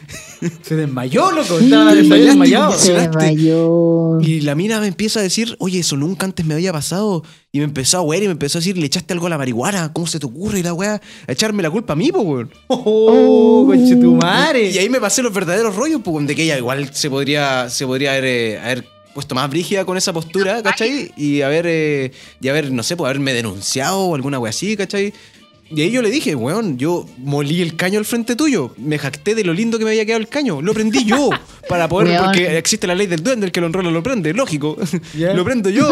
Speaker 5: Se desmayó, loco. Estaba desmayado.
Speaker 6: Se
Speaker 3: este?
Speaker 6: desmayó.
Speaker 3: Y la mina me empieza a decir, oye, eso nunca antes me había pasado. Y me empezó a huear y me empezó a decir, le echaste algo a la marihuana, ¿cómo se te ocurre? Y la weá, a echarme la culpa a mí, po, weón.
Speaker 5: ¡Oh,
Speaker 3: Y
Speaker 5: conchetumare!
Speaker 3: ahí me pasé los verdaderos rollos, po, weón, de que ella igual se podría, se podría haber, eh, haber puesto más brígida con esa postura, ¿cachai? Y haber, eh, y haber no sé, pues haberme denunciado o alguna weá así, ¿cachai? Y ahí yo le dije, weón, yo molí el caño al frente tuyo. Me jacté de lo lindo que me había quedado el caño. Lo prendí yo. Para poder,
Speaker 6: Weón.
Speaker 3: porque existe la ley del duende, el que lo enrola lo prende, lógico.
Speaker 5: Ya.
Speaker 3: Lo prendo yo.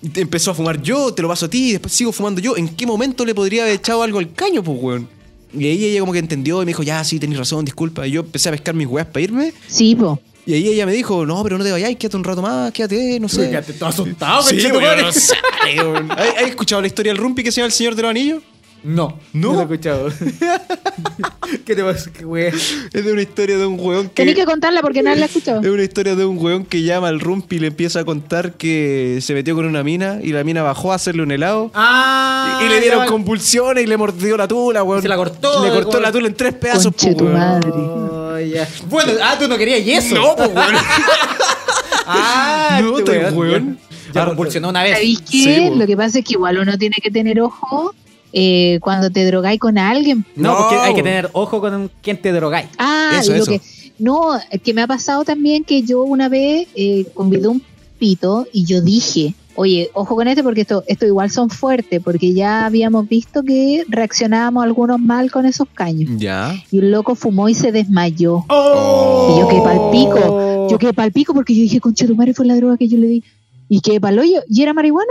Speaker 3: Y te empezó a fumar yo, te lo paso a ti, y después sigo fumando yo. ¿En qué momento le podría haber echado algo al caño, pues, weón? Y ahí ella como que entendió y me dijo, ya, sí, tenés razón, disculpa. Y yo empecé a pescar mis weas para irme.
Speaker 6: Sí, po.
Speaker 3: Y ahí ella me dijo, no, pero no te vayas, quédate un rato más, quédate, no sé.
Speaker 5: Te todo asustado,
Speaker 3: Sí, weón,
Speaker 5: conchetumare.
Speaker 3: no sé, weón. ¿Hay, hay escuchado la historia del Rumpi que se llama El Señor de los Anillos?
Speaker 5: No,
Speaker 3: ¿No?
Speaker 5: no lo he escuchado. ¿Qué te pasa? ¿Qué wea?
Speaker 3: Es de una historia de un weón que...
Speaker 6: Tenés que contarla porque nadie la escuchó.
Speaker 3: Es una historia de un weón que llama al Rumpi y le empieza a contar que se metió con una mina y la mina bajó a hacerle un helado.
Speaker 5: ¡Ah!
Speaker 3: Y- y le dieron
Speaker 5: ya-
Speaker 3: convulsiones y le mordió la tula, weón.
Speaker 5: Y se la cortó,
Speaker 3: Le
Speaker 5: weón.
Speaker 3: cortó la tula en tres pedazos,
Speaker 6: Conche
Speaker 3: po,
Speaker 6: tu
Speaker 3: weón.
Speaker 6: madre.
Speaker 5: Oh, ya. Bueno, ah, tú no querías y eso.
Speaker 3: No, po, weón.
Speaker 5: Ah,
Speaker 3: No,
Speaker 5: este
Speaker 3: te weón.
Speaker 5: Ya, ya convulsionó
Speaker 3: Eh,
Speaker 5: una vez.
Speaker 6: ¿Sabéis qué?
Speaker 3: Sí, po.
Speaker 6: Lo que pasa es que igual uno tiene que tener ojo eh, cuando te drogáis con alguien.
Speaker 5: No,
Speaker 3: No,
Speaker 5: porque hay que
Speaker 3: weón.
Speaker 5: tener ojo con quién te drogáis.
Speaker 6: Ah,
Speaker 3: Eso,
Speaker 6: y lo
Speaker 3: eso.
Speaker 6: que. No, es que me ha pasado también que yo una vez eh, convidé un pito y yo dije, oye, ojo con este porque esto, esto igual son fuertes, porque ya habíamos visto que reaccionábamos algunos mal con esos caños.
Speaker 3: Ya.
Speaker 6: Y un loco fumó y se desmayó.
Speaker 3: Oh.
Speaker 6: Y yo quedé pa'l pico. Yo quedé pa'l pico porque yo dije, concha tu madre fue la droga que yo le di. Y quedé pa'l hoyo. Y era marihuana,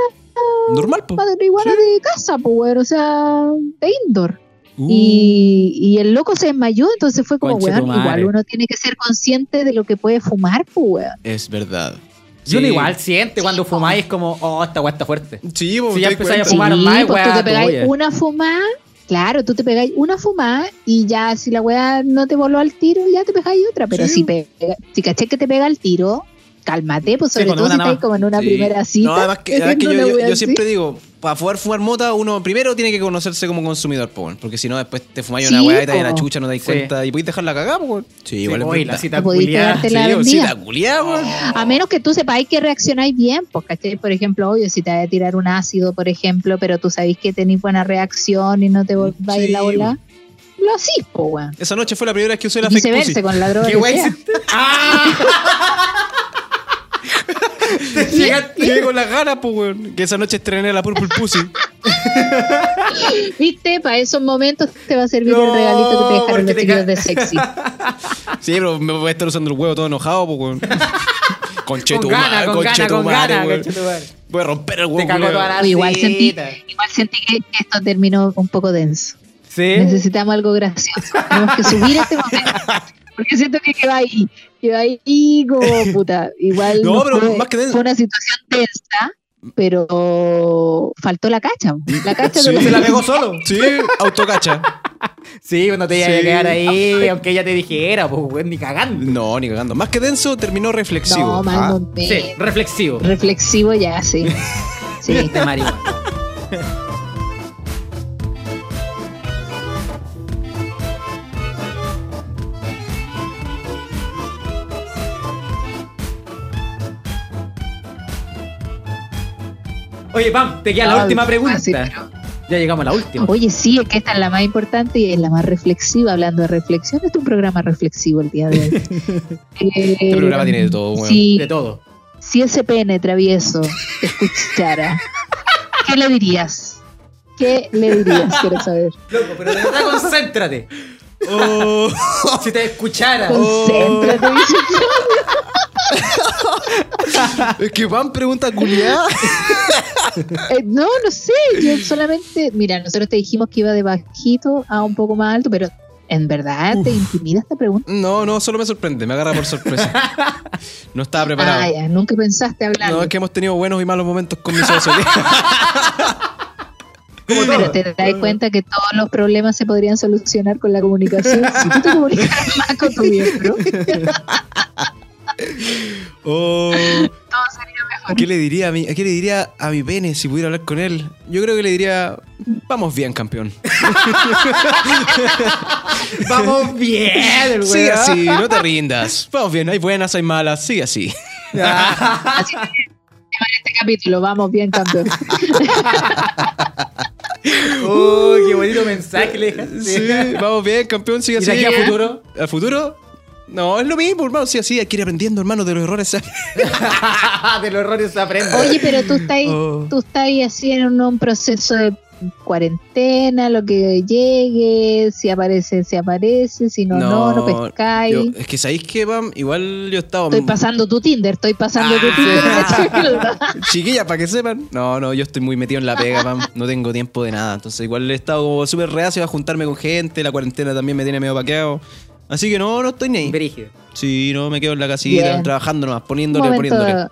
Speaker 3: Normal, po.
Speaker 6: marihuana de casa, pues, weón, o sea, de indoor.
Speaker 3: Uh.
Speaker 6: Y, y el loco se desmayó, entonces fue como,
Speaker 5: Conche tu
Speaker 6: weón,
Speaker 5: madre.
Speaker 6: igual uno tiene que ser consciente de lo que puede fumar, pues, weón.
Speaker 3: Es verdad.
Speaker 5: Yo
Speaker 3: Sí.
Speaker 5: igual siente cuando fumáis como, oh, esta weá está fuerte.
Speaker 3: Sí, po,
Speaker 5: Si
Speaker 3: te
Speaker 5: ya
Speaker 3: das
Speaker 5: empezáis a
Speaker 3: cuenta.
Speaker 5: fumar. Fumar más,
Speaker 6: pues,
Speaker 5: weón,
Speaker 6: tú te pegáis
Speaker 5: tuya.
Speaker 6: una fumada Claro, tú te pegáis una fumada y ya si la weá no te voló al tiro, ya te pegáis otra. Pero si, pega, si caché que te pega el tiro, cálmate, pues
Speaker 5: Sí,
Speaker 6: sobre
Speaker 5: cuando
Speaker 6: todo si
Speaker 5: van a
Speaker 6: estáis
Speaker 5: nada.
Speaker 6: como en una
Speaker 3: Sí.
Speaker 6: primera cita.
Speaker 3: No, además que,
Speaker 6: Es
Speaker 3: además que
Speaker 6: no
Speaker 3: yo,
Speaker 6: una
Speaker 3: yo-
Speaker 6: weá
Speaker 3: yo
Speaker 6: así.
Speaker 3: siempre digo, para poder fumar mota, uno primero tiene que conocerse como consumidor, po, weón, porque si no, después te fumáis una
Speaker 6: Sí,
Speaker 3: weá y te dais
Speaker 6: po.
Speaker 3: la chucha, no te dais
Speaker 5: Sí.
Speaker 3: cuenta y podéis dejarla cagada, po, weón. Sí, igual es
Speaker 5: Uy, la
Speaker 3: verdad.
Speaker 5: cita
Speaker 6: No podéis
Speaker 5: culiá.
Speaker 6: cagarte la
Speaker 3: Sí, o
Speaker 6: vendida.
Speaker 3: cita culiá, weón.
Speaker 6: A menos que tú sepáis que reaccionáis bien, pues, ¿cachai? Por ejemplo, obvio, si te vaya a tirar un ácido, por ejemplo, pero tú sabéis que tenéis buena reacción y no te volváis
Speaker 3: Sí,
Speaker 6: la ola, lo hacís, pues, weón.
Speaker 3: Esa noche fue la primera vez que usé la fake pussy.
Speaker 6: Viceversa con la droga.
Speaker 5: ¿Qué
Speaker 6: que
Speaker 5: guay
Speaker 6: sea.
Speaker 5: hiciste? Te llegaste-
Speaker 3: Llegué Ah. con las ganas, po, weón. Que esa noche estrené la Purple Pussy.
Speaker 6: Viste, para esos momentos te va a servir
Speaker 5: No,
Speaker 6: el regalito que te dejaron
Speaker 5: porque
Speaker 6: los
Speaker 5: te
Speaker 6: videos
Speaker 5: ca-
Speaker 6: de sexy.
Speaker 3: Sí, pero me voy a estar usando el huevo todo enojado, po, weón.
Speaker 5: Con
Speaker 3: Conchetumare,
Speaker 5: gana, con gana, con
Speaker 3: conchetumare,
Speaker 5: gana.
Speaker 3: weón.
Speaker 5: conchetumare.
Speaker 3: Voy a romper el huevo.
Speaker 5: Te cagó
Speaker 3: culiao.
Speaker 5: toda la
Speaker 6: O igual sentí,
Speaker 5: cita.
Speaker 6: igual sentí que, que esto terminó un poco denso.
Speaker 5: Sí.
Speaker 6: Necesitamos algo gracioso. Tenemos que subir este momento. Porque siento que quedó ahí. Quedó ahí como puta. Igual
Speaker 3: No, pero
Speaker 6: fue,
Speaker 3: más que denso.
Speaker 6: fue una situación tensa, pero faltó la cacha. La cacha
Speaker 3: Sí.
Speaker 6: de
Speaker 5: Se la pegó solo.
Speaker 3: Sí, autocacha.
Speaker 5: Sí, cuando te iba
Speaker 3: Sí.
Speaker 5: a quedar ahí, aunque ella te dijera, pues, weón, ni cagando.
Speaker 3: No, ni cagando. Más que denso, terminó reflexivo.
Speaker 6: No, mal
Speaker 3: Ah.
Speaker 6: momento.
Speaker 5: Sí, reflexivo.
Speaker 6: Reflexivo ya, sí. Sí.
Speaker 5: De marihuana. Oye, Pam, te queda la
Speaker 6: Ah,
Speaker 5: última pregunta.
Speaker 6: sí, pero-
Speaker 5: Ya llegamos a la última.
Speaker 6: Oye, sí, es que esta es la más importante y es la más reflexiva. Hablando de reflexión, este es un programa reflexivo el día de hoy. este
Speaker 3: programa tiene de todo, weón.
Speaker 6: Si,
Speaker 5: De todo.
Speaker 6: si ese pene travieso te escuchara, ¿qué le dirías? ¿Qué le dirías? Quiero saber.
Speaker 5: Loco, pero de verdad concéntrate.
Speaker 3: Oh.
Speaker 5: Si te escuchara.
Speaker 6: Concéntrate. dice.
Speaker 3: Es que van pregunta culiada.
Speaker 6: Eh, no, no sé. Yo solamente. Mira, nosotros te dijimos que iba de bajito a un poco más alto, pero en verdad te intimida esta pregunta.
Speaker 3: No, no, solo me sorprende, me agarra por sorpresa. No estaba preparado.
Speaker 6: Ah, ya, nunca pensaste hablar.
Speaker 3: no, es que hemos tenido buenos y malos momentos con mi socio.
Speaker 6: Pero te das cuenta que todos los problemas se podrían solucionar con la comunicación. Si tú te comunicas más con tu miembro,
Speaker 3: Oh,
Speaker 6: todo sería mejor.
Speaker 3: ¿qué, le diría a mi, ¿Qué le diría a mi pene si pudiera hablar con él? Yo creo que le diría, vamos bien, campeón.
Speaker 5: Vamos bien, el
Speaker 3: Sigue
Speaker 5: weón.
Speaker 3: así, no te rindas. Vamos bien, hay buenas, hay malas, sigue así.
Speaker 6: Este capítulo, vamos bien, campeón.
Speaker 5: Oh, qué bonito mensaje le dejaste.
Speaker 3: Sí, vamos bien, campeón, sigue
Speaker 5: ¿Y
Speaker 3: así.
Speaker 5: de aquí a futuro?
Speaker 3: ¿Al futuro? No, es lo mismo, hermano. Sí, así, hay que ir aprendiendo, hermano, de los errores.
Speaker 5: de los errores se aprende.
Speaker 6: Oye, pero tú estás, ahí-
Speaker 3: Oh.
Speaker 6: tú estás ahí así en un, un proceso de cuarentena, lo que llegue, si aparece, si aparece, si no, no, no, pescáis.
Speaker 3: yo- um, es que sabéis que, Pam, igual yo estaba.
Speaker 6: Estoy pasando tu Tinder, estoy pasando tu
Speaker 3: Ah,
Speaker 6: Tinder.
Speaker 3: Chiquilla, para que sepan. No, no, yo estoy muy metido en la pega, Pam. No tengo tiempo de nada. Entonces, igual he estado como súper reacio a juntarme con gente. La cuarentena también me tiene medio paqueado. Así que no, no estoy ni ahí.
Speaker 5: Brígido.
Speaker 3: Sí, no, me quedo en la casita,
Speaker 6: Bien.
Speaker 3: trabajando nomás,
Speaker 6: un,
Speaker 3: poniéndole,
Speaker 6: momento,
Speaker 3: poniéndole.
Speaker 6: un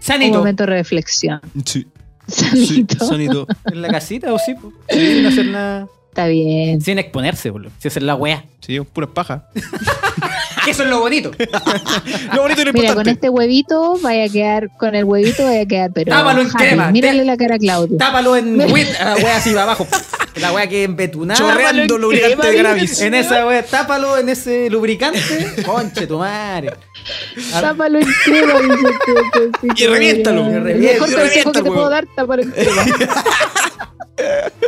Speaker 5: Sanito.
Speaker 6: momento de reflexión.
Speaker 3: Sí, sí,
Speaker 6: Sanito.
Speaker 3: sonito.
Speaker 5: ¿En la casita o sí? po? Sin hacer nada.
Speaker 6: Está bien.
Speaker 5: Sin exponerse, boludo. Sin hacer la wea.
Speaker 3: Sí, puras pajas.
Speaker 5: Que eso es lo bonito.
Speaker 3: Lo bonito y
Speaker 6: Mira,
Speaker 3: lo
Speaker 6: con
Speaker 3: importante.
Speaker 6: este huevito vaya a quedar, con el huevito vaya a quedar, pero
Speaker 5: Tápalo en
Speaker 6: happy.
Speaker 5: crema.
Speaker 6: mírale
Speaker 5: Te-
Speaker 6: la cara a Claudio.
Speaker 5: Tápalo en wit, a la wea así para abajo. La wea que embetunada.
Speaker 3: Chorreando lubricante de cannabis.
Speaker 5: En esa wea, tápalo en ese lubricante. Conche tu madre.
Speaker 6: Tápalo en crema, dice este, este, así
Speaker 3: Y
Speaker 6: como
Speaker 3: reviéntalo.
Speaker 6: ya.
Speaker 5: Y
Speaker 6: El
Speaker 5: revienta,
Speaker 6: Mejor
Speaker 5: y
Speaker 6: consejo
Speaker 3: revienta
Speaker 6: que
Speaker 3: el
Speaker 6: te
Speaker 3: huevo.
Speaker 6: puedo dar, tápalo en crema.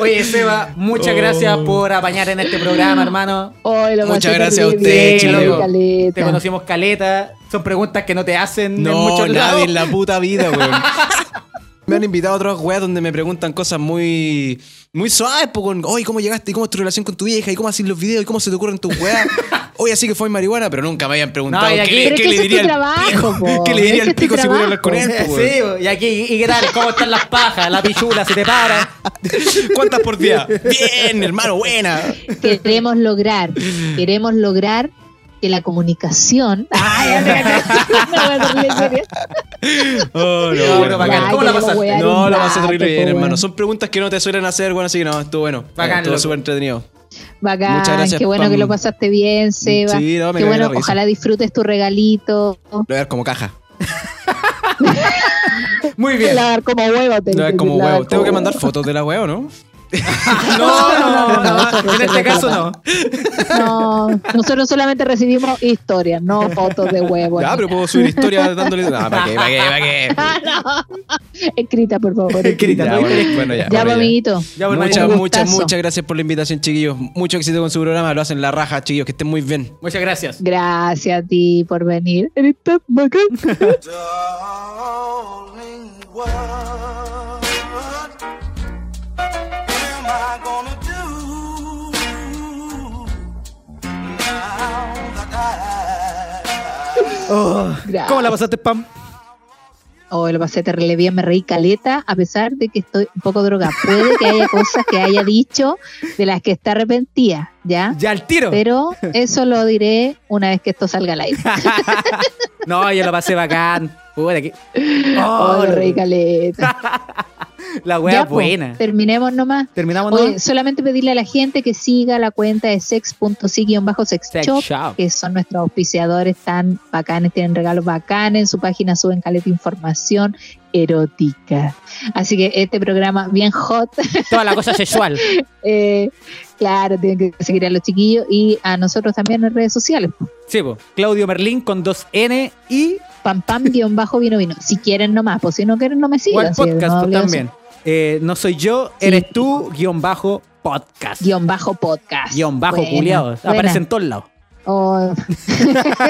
Speaker 5: Oye, Seba, muchas
Speaker 3: Oh.
Speaker 5: gracias por apañar en este programa, hermano.
Speaker 6: Ay, lo
Speaker 3: Muchas
Speaker 6: pasé
Speaker 3: gracias a
Speaker 6: terrible,
Speaker 3: usted,
Speaker 6: bien,
Speaker 5: chico.
Speaker 6: caleta.
Speaker 5: Te conocimos caleta. Son preguntas que no te hacen en
Speaker 3: No,
Speaker 5: muchos lados.
Speaker 3: nadie en la puta vida, weón. Me han invitado a otras weas donde me preguntan cosas muy muy suaves, po, con, oye, ¿cómo llegaste? ¿Y cómo es tu relación con tu vieja? ¿Y cómo haces los videos? ¿Y cómo se te ocurren tus weas? Oye, así que fue en marihuana, pero nunca me habían preguntado
Speaker 5: No, y aquí-
Speaker 3: qué, le-
Speaker 6: Pero es
Speaker 3: qué
Speaker 6: que
Speaker 3: le
Speaker 6: ese es
Speaker 3: diría
Speaker 6: tu
Speaker 3: el
Speaker 6: trabajo,
Speaker 3: pico,
Speaker 6: po.
Speaker 3: qué le
Speaker 6: Ese
Speaker 3: diría el
Speaker 6: es tu
Speaker 3: pico si pudiera hablar con él,
Speaker 6: trabajo.
Speaker 3: po,
Speaker 5: Sí, bo, y aquí, y qué tal, ¿cómo están las pajas? La pichula se te para.
Speaker 3: weón. ¿Cuántas por día? Bien, hermano, buena.
Speaker 6: Queremos lograr, queremos lograr que la comunicación. Ay, ya te cachaste. No, voy a hacerle serio.
Speaker 3: Oh, no,
Speaker 5: No,
Speaker 3: bueno.
Speaker 5: no, bacán.
Speaker 6: Ya,
Speaker 5: ¿Cómo la
Speaker 6: que yo
Speaker 5: pasaste?
Speaker 6: weá
Speaker 3: No,
Speaker 6: era
Speaker 3: la
Speaker 6: un
Speaker 3: pasé
Speaker 6: rato,
Speaker 3: terrible bien,
Speaker 6: po,
Speaker 3: hermano.
Speaker 6: weón.
Speaker 3: Son preguntas que no te suelen hacer, bueno, así que no, estuvo bueno.
Speaker 5: Bacán,
Speaker 3: estuvo
Speaker 5: loco.
Speaker 3: súper entretenido.
Speaker 6: Bacán,
Speaker 3: Muchas gracias,
Speaker 6: qué bueno
Speaker 3: Pam.
Speaker 6: que lo pasaste bien, Seba.
Speaker 3: Sí, no, me
Speaker 6: qué
Speaker 3: cagué la
Speaker 6: bueno,
Speaker 3: risa.
Speaker 6: ojalá disfrutes tu regalito.
Speaker 3: Lo voy a ver como caja.
Speaker 5: Muy bien.
Speaker 6: Lavar como huevo. te
Speaker 3: Lo voy a ver
Speaker 6: dije,
Speaker 3: como
Speaker 6: lavar
Speaker 3: huevo. Tengo que
Speaker 6: como
Speaker 3: mandar fotos de la huevo, ¿no?
Speaker 5: No, no, no,
Speaker 6: no,
Speaker 5: En este
Speaker 6: no,
Speaker 5: caso
Speaker 6: no.
Speaker 5: no.
Speaker 6: No, nosotros solamente recibimos historias, no fotos de huevo.
Speaker 3: Ya,
Speaker 6: ni
Speaker 3: pero puedo subir historia dándole. No, ¿para qué? ¿Para qué? ¿Para qué?
Speaker 6: nada. Escrita, por favor.
Speaker 5: Escrita,
Speaker 3: Ya,
Speaker 5: ¿no?
Speaker 3: bueno, bueno, ya.
Speaker 6: Ya,
Speaker 3: bueno,
Speaker 6: pues, amiguito.
Speaker 5: Ya, bueno,
Speaker 3: muchas,
Speaker 6: un
Speaker 3: muchas,
Speaker 6: gustazo.
Speaker 3: muchas gracias por la invitación, chiquillos. Mucho éxito con su programa. Lo hacen la raja, chiquillos. Que estén muy bien.
Speaker 5: Muchas gracias.
Speaker 6: Gracias a ti por venir. Eres tan bacán.
Speaker 9: Darling, what am I gonna do now that I
Speaker 6: Gracias.
Speaker 5: Oh. ¿Cómo la pasaste, Pam?
Speaker 6: Oh, lo pasé terrible bien, me reí caleta, a pesar de que estoy un poco drogada. Puede que haya cosas que haya dicho de las que está arrepentida, ¿ya?
Speaker 5: Ya al tiro.
Speaker 6: Pero eso lo diré una vez que esto salga al aire.
Speaker 5: No, yo lo pasé bacán. Puta, que-
Speaker 6: Oh,
Speaker 5: Oh,
Speaker 6: me reí caleta.
Speaker 5: La wea
Speaker 6: po,
Speaker 5: buena.
Speaker 6: terminemos nomás.
Speaker 5: Terminamos, ¿no?
Speaker 6: pues. Oye, solamente pedirle a la gente que siga la cuenta de
Speaker 5: Sex
Speaker 6: sex.si-sexshop,
Speaker 5: shop.
Speaker 6: que son nuestros auspiciadores tan bacanes, tienen regalos bacanes, en su página suben caleta información erótica. Así que este programa bien hot
Speaker 5: Toda la cosa sexual.
Speaker 6: Eh, claro, tienen que seguir a los chiquillos y a nosotros también en redes sociales.
Speaker 5: Sí, po. Claudio Merlín con 2N y
Speaker 6: Pam pam guión bajo vino vino. Si quieren nomás, pues si no quieren no me
Speaker 5: One
Speaker 6: sigan. si
Speaker 5: Podcast
Speaker 6: no
Speaker 5: po,
Speaker 6: obligación.
Speaker 5: también. Eh, no soy yo,
Speaker 6: Sí.
Speaker 5: eres tú, guión bajo podcast.
Speaker 6: Guión bajo podcast.
Speaker 5: Guión bajo,
Speaker 6: Buena,
Speaker 5: culiados.
Speaker 6: buena.
Speaker 5: Aparece en todos lados.
Speaker 6: Oh.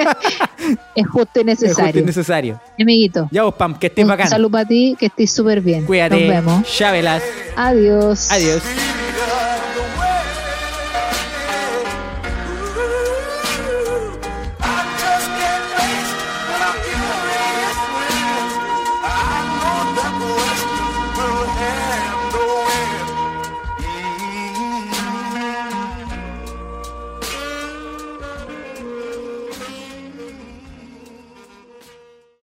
Speaker 6: es justo y
Speaker 5: Es justo
Speaker 6: necesario.
Speaker 5: y necesario.
Speaker 6: Amiguito,
Speaker 5: Ya vos, Pam, que estés
Speaker 6: un
Speaker 5: bacán.
Speaker 6: saludo para ti, que estés súper bien.
Speaker 5: Cuídate.
Speaker 6: Nos vemos.
Speaker 5: Chávelas.
Speaker 6: Adiós.
Speaker 5: Adiós.
Speaker 9: had?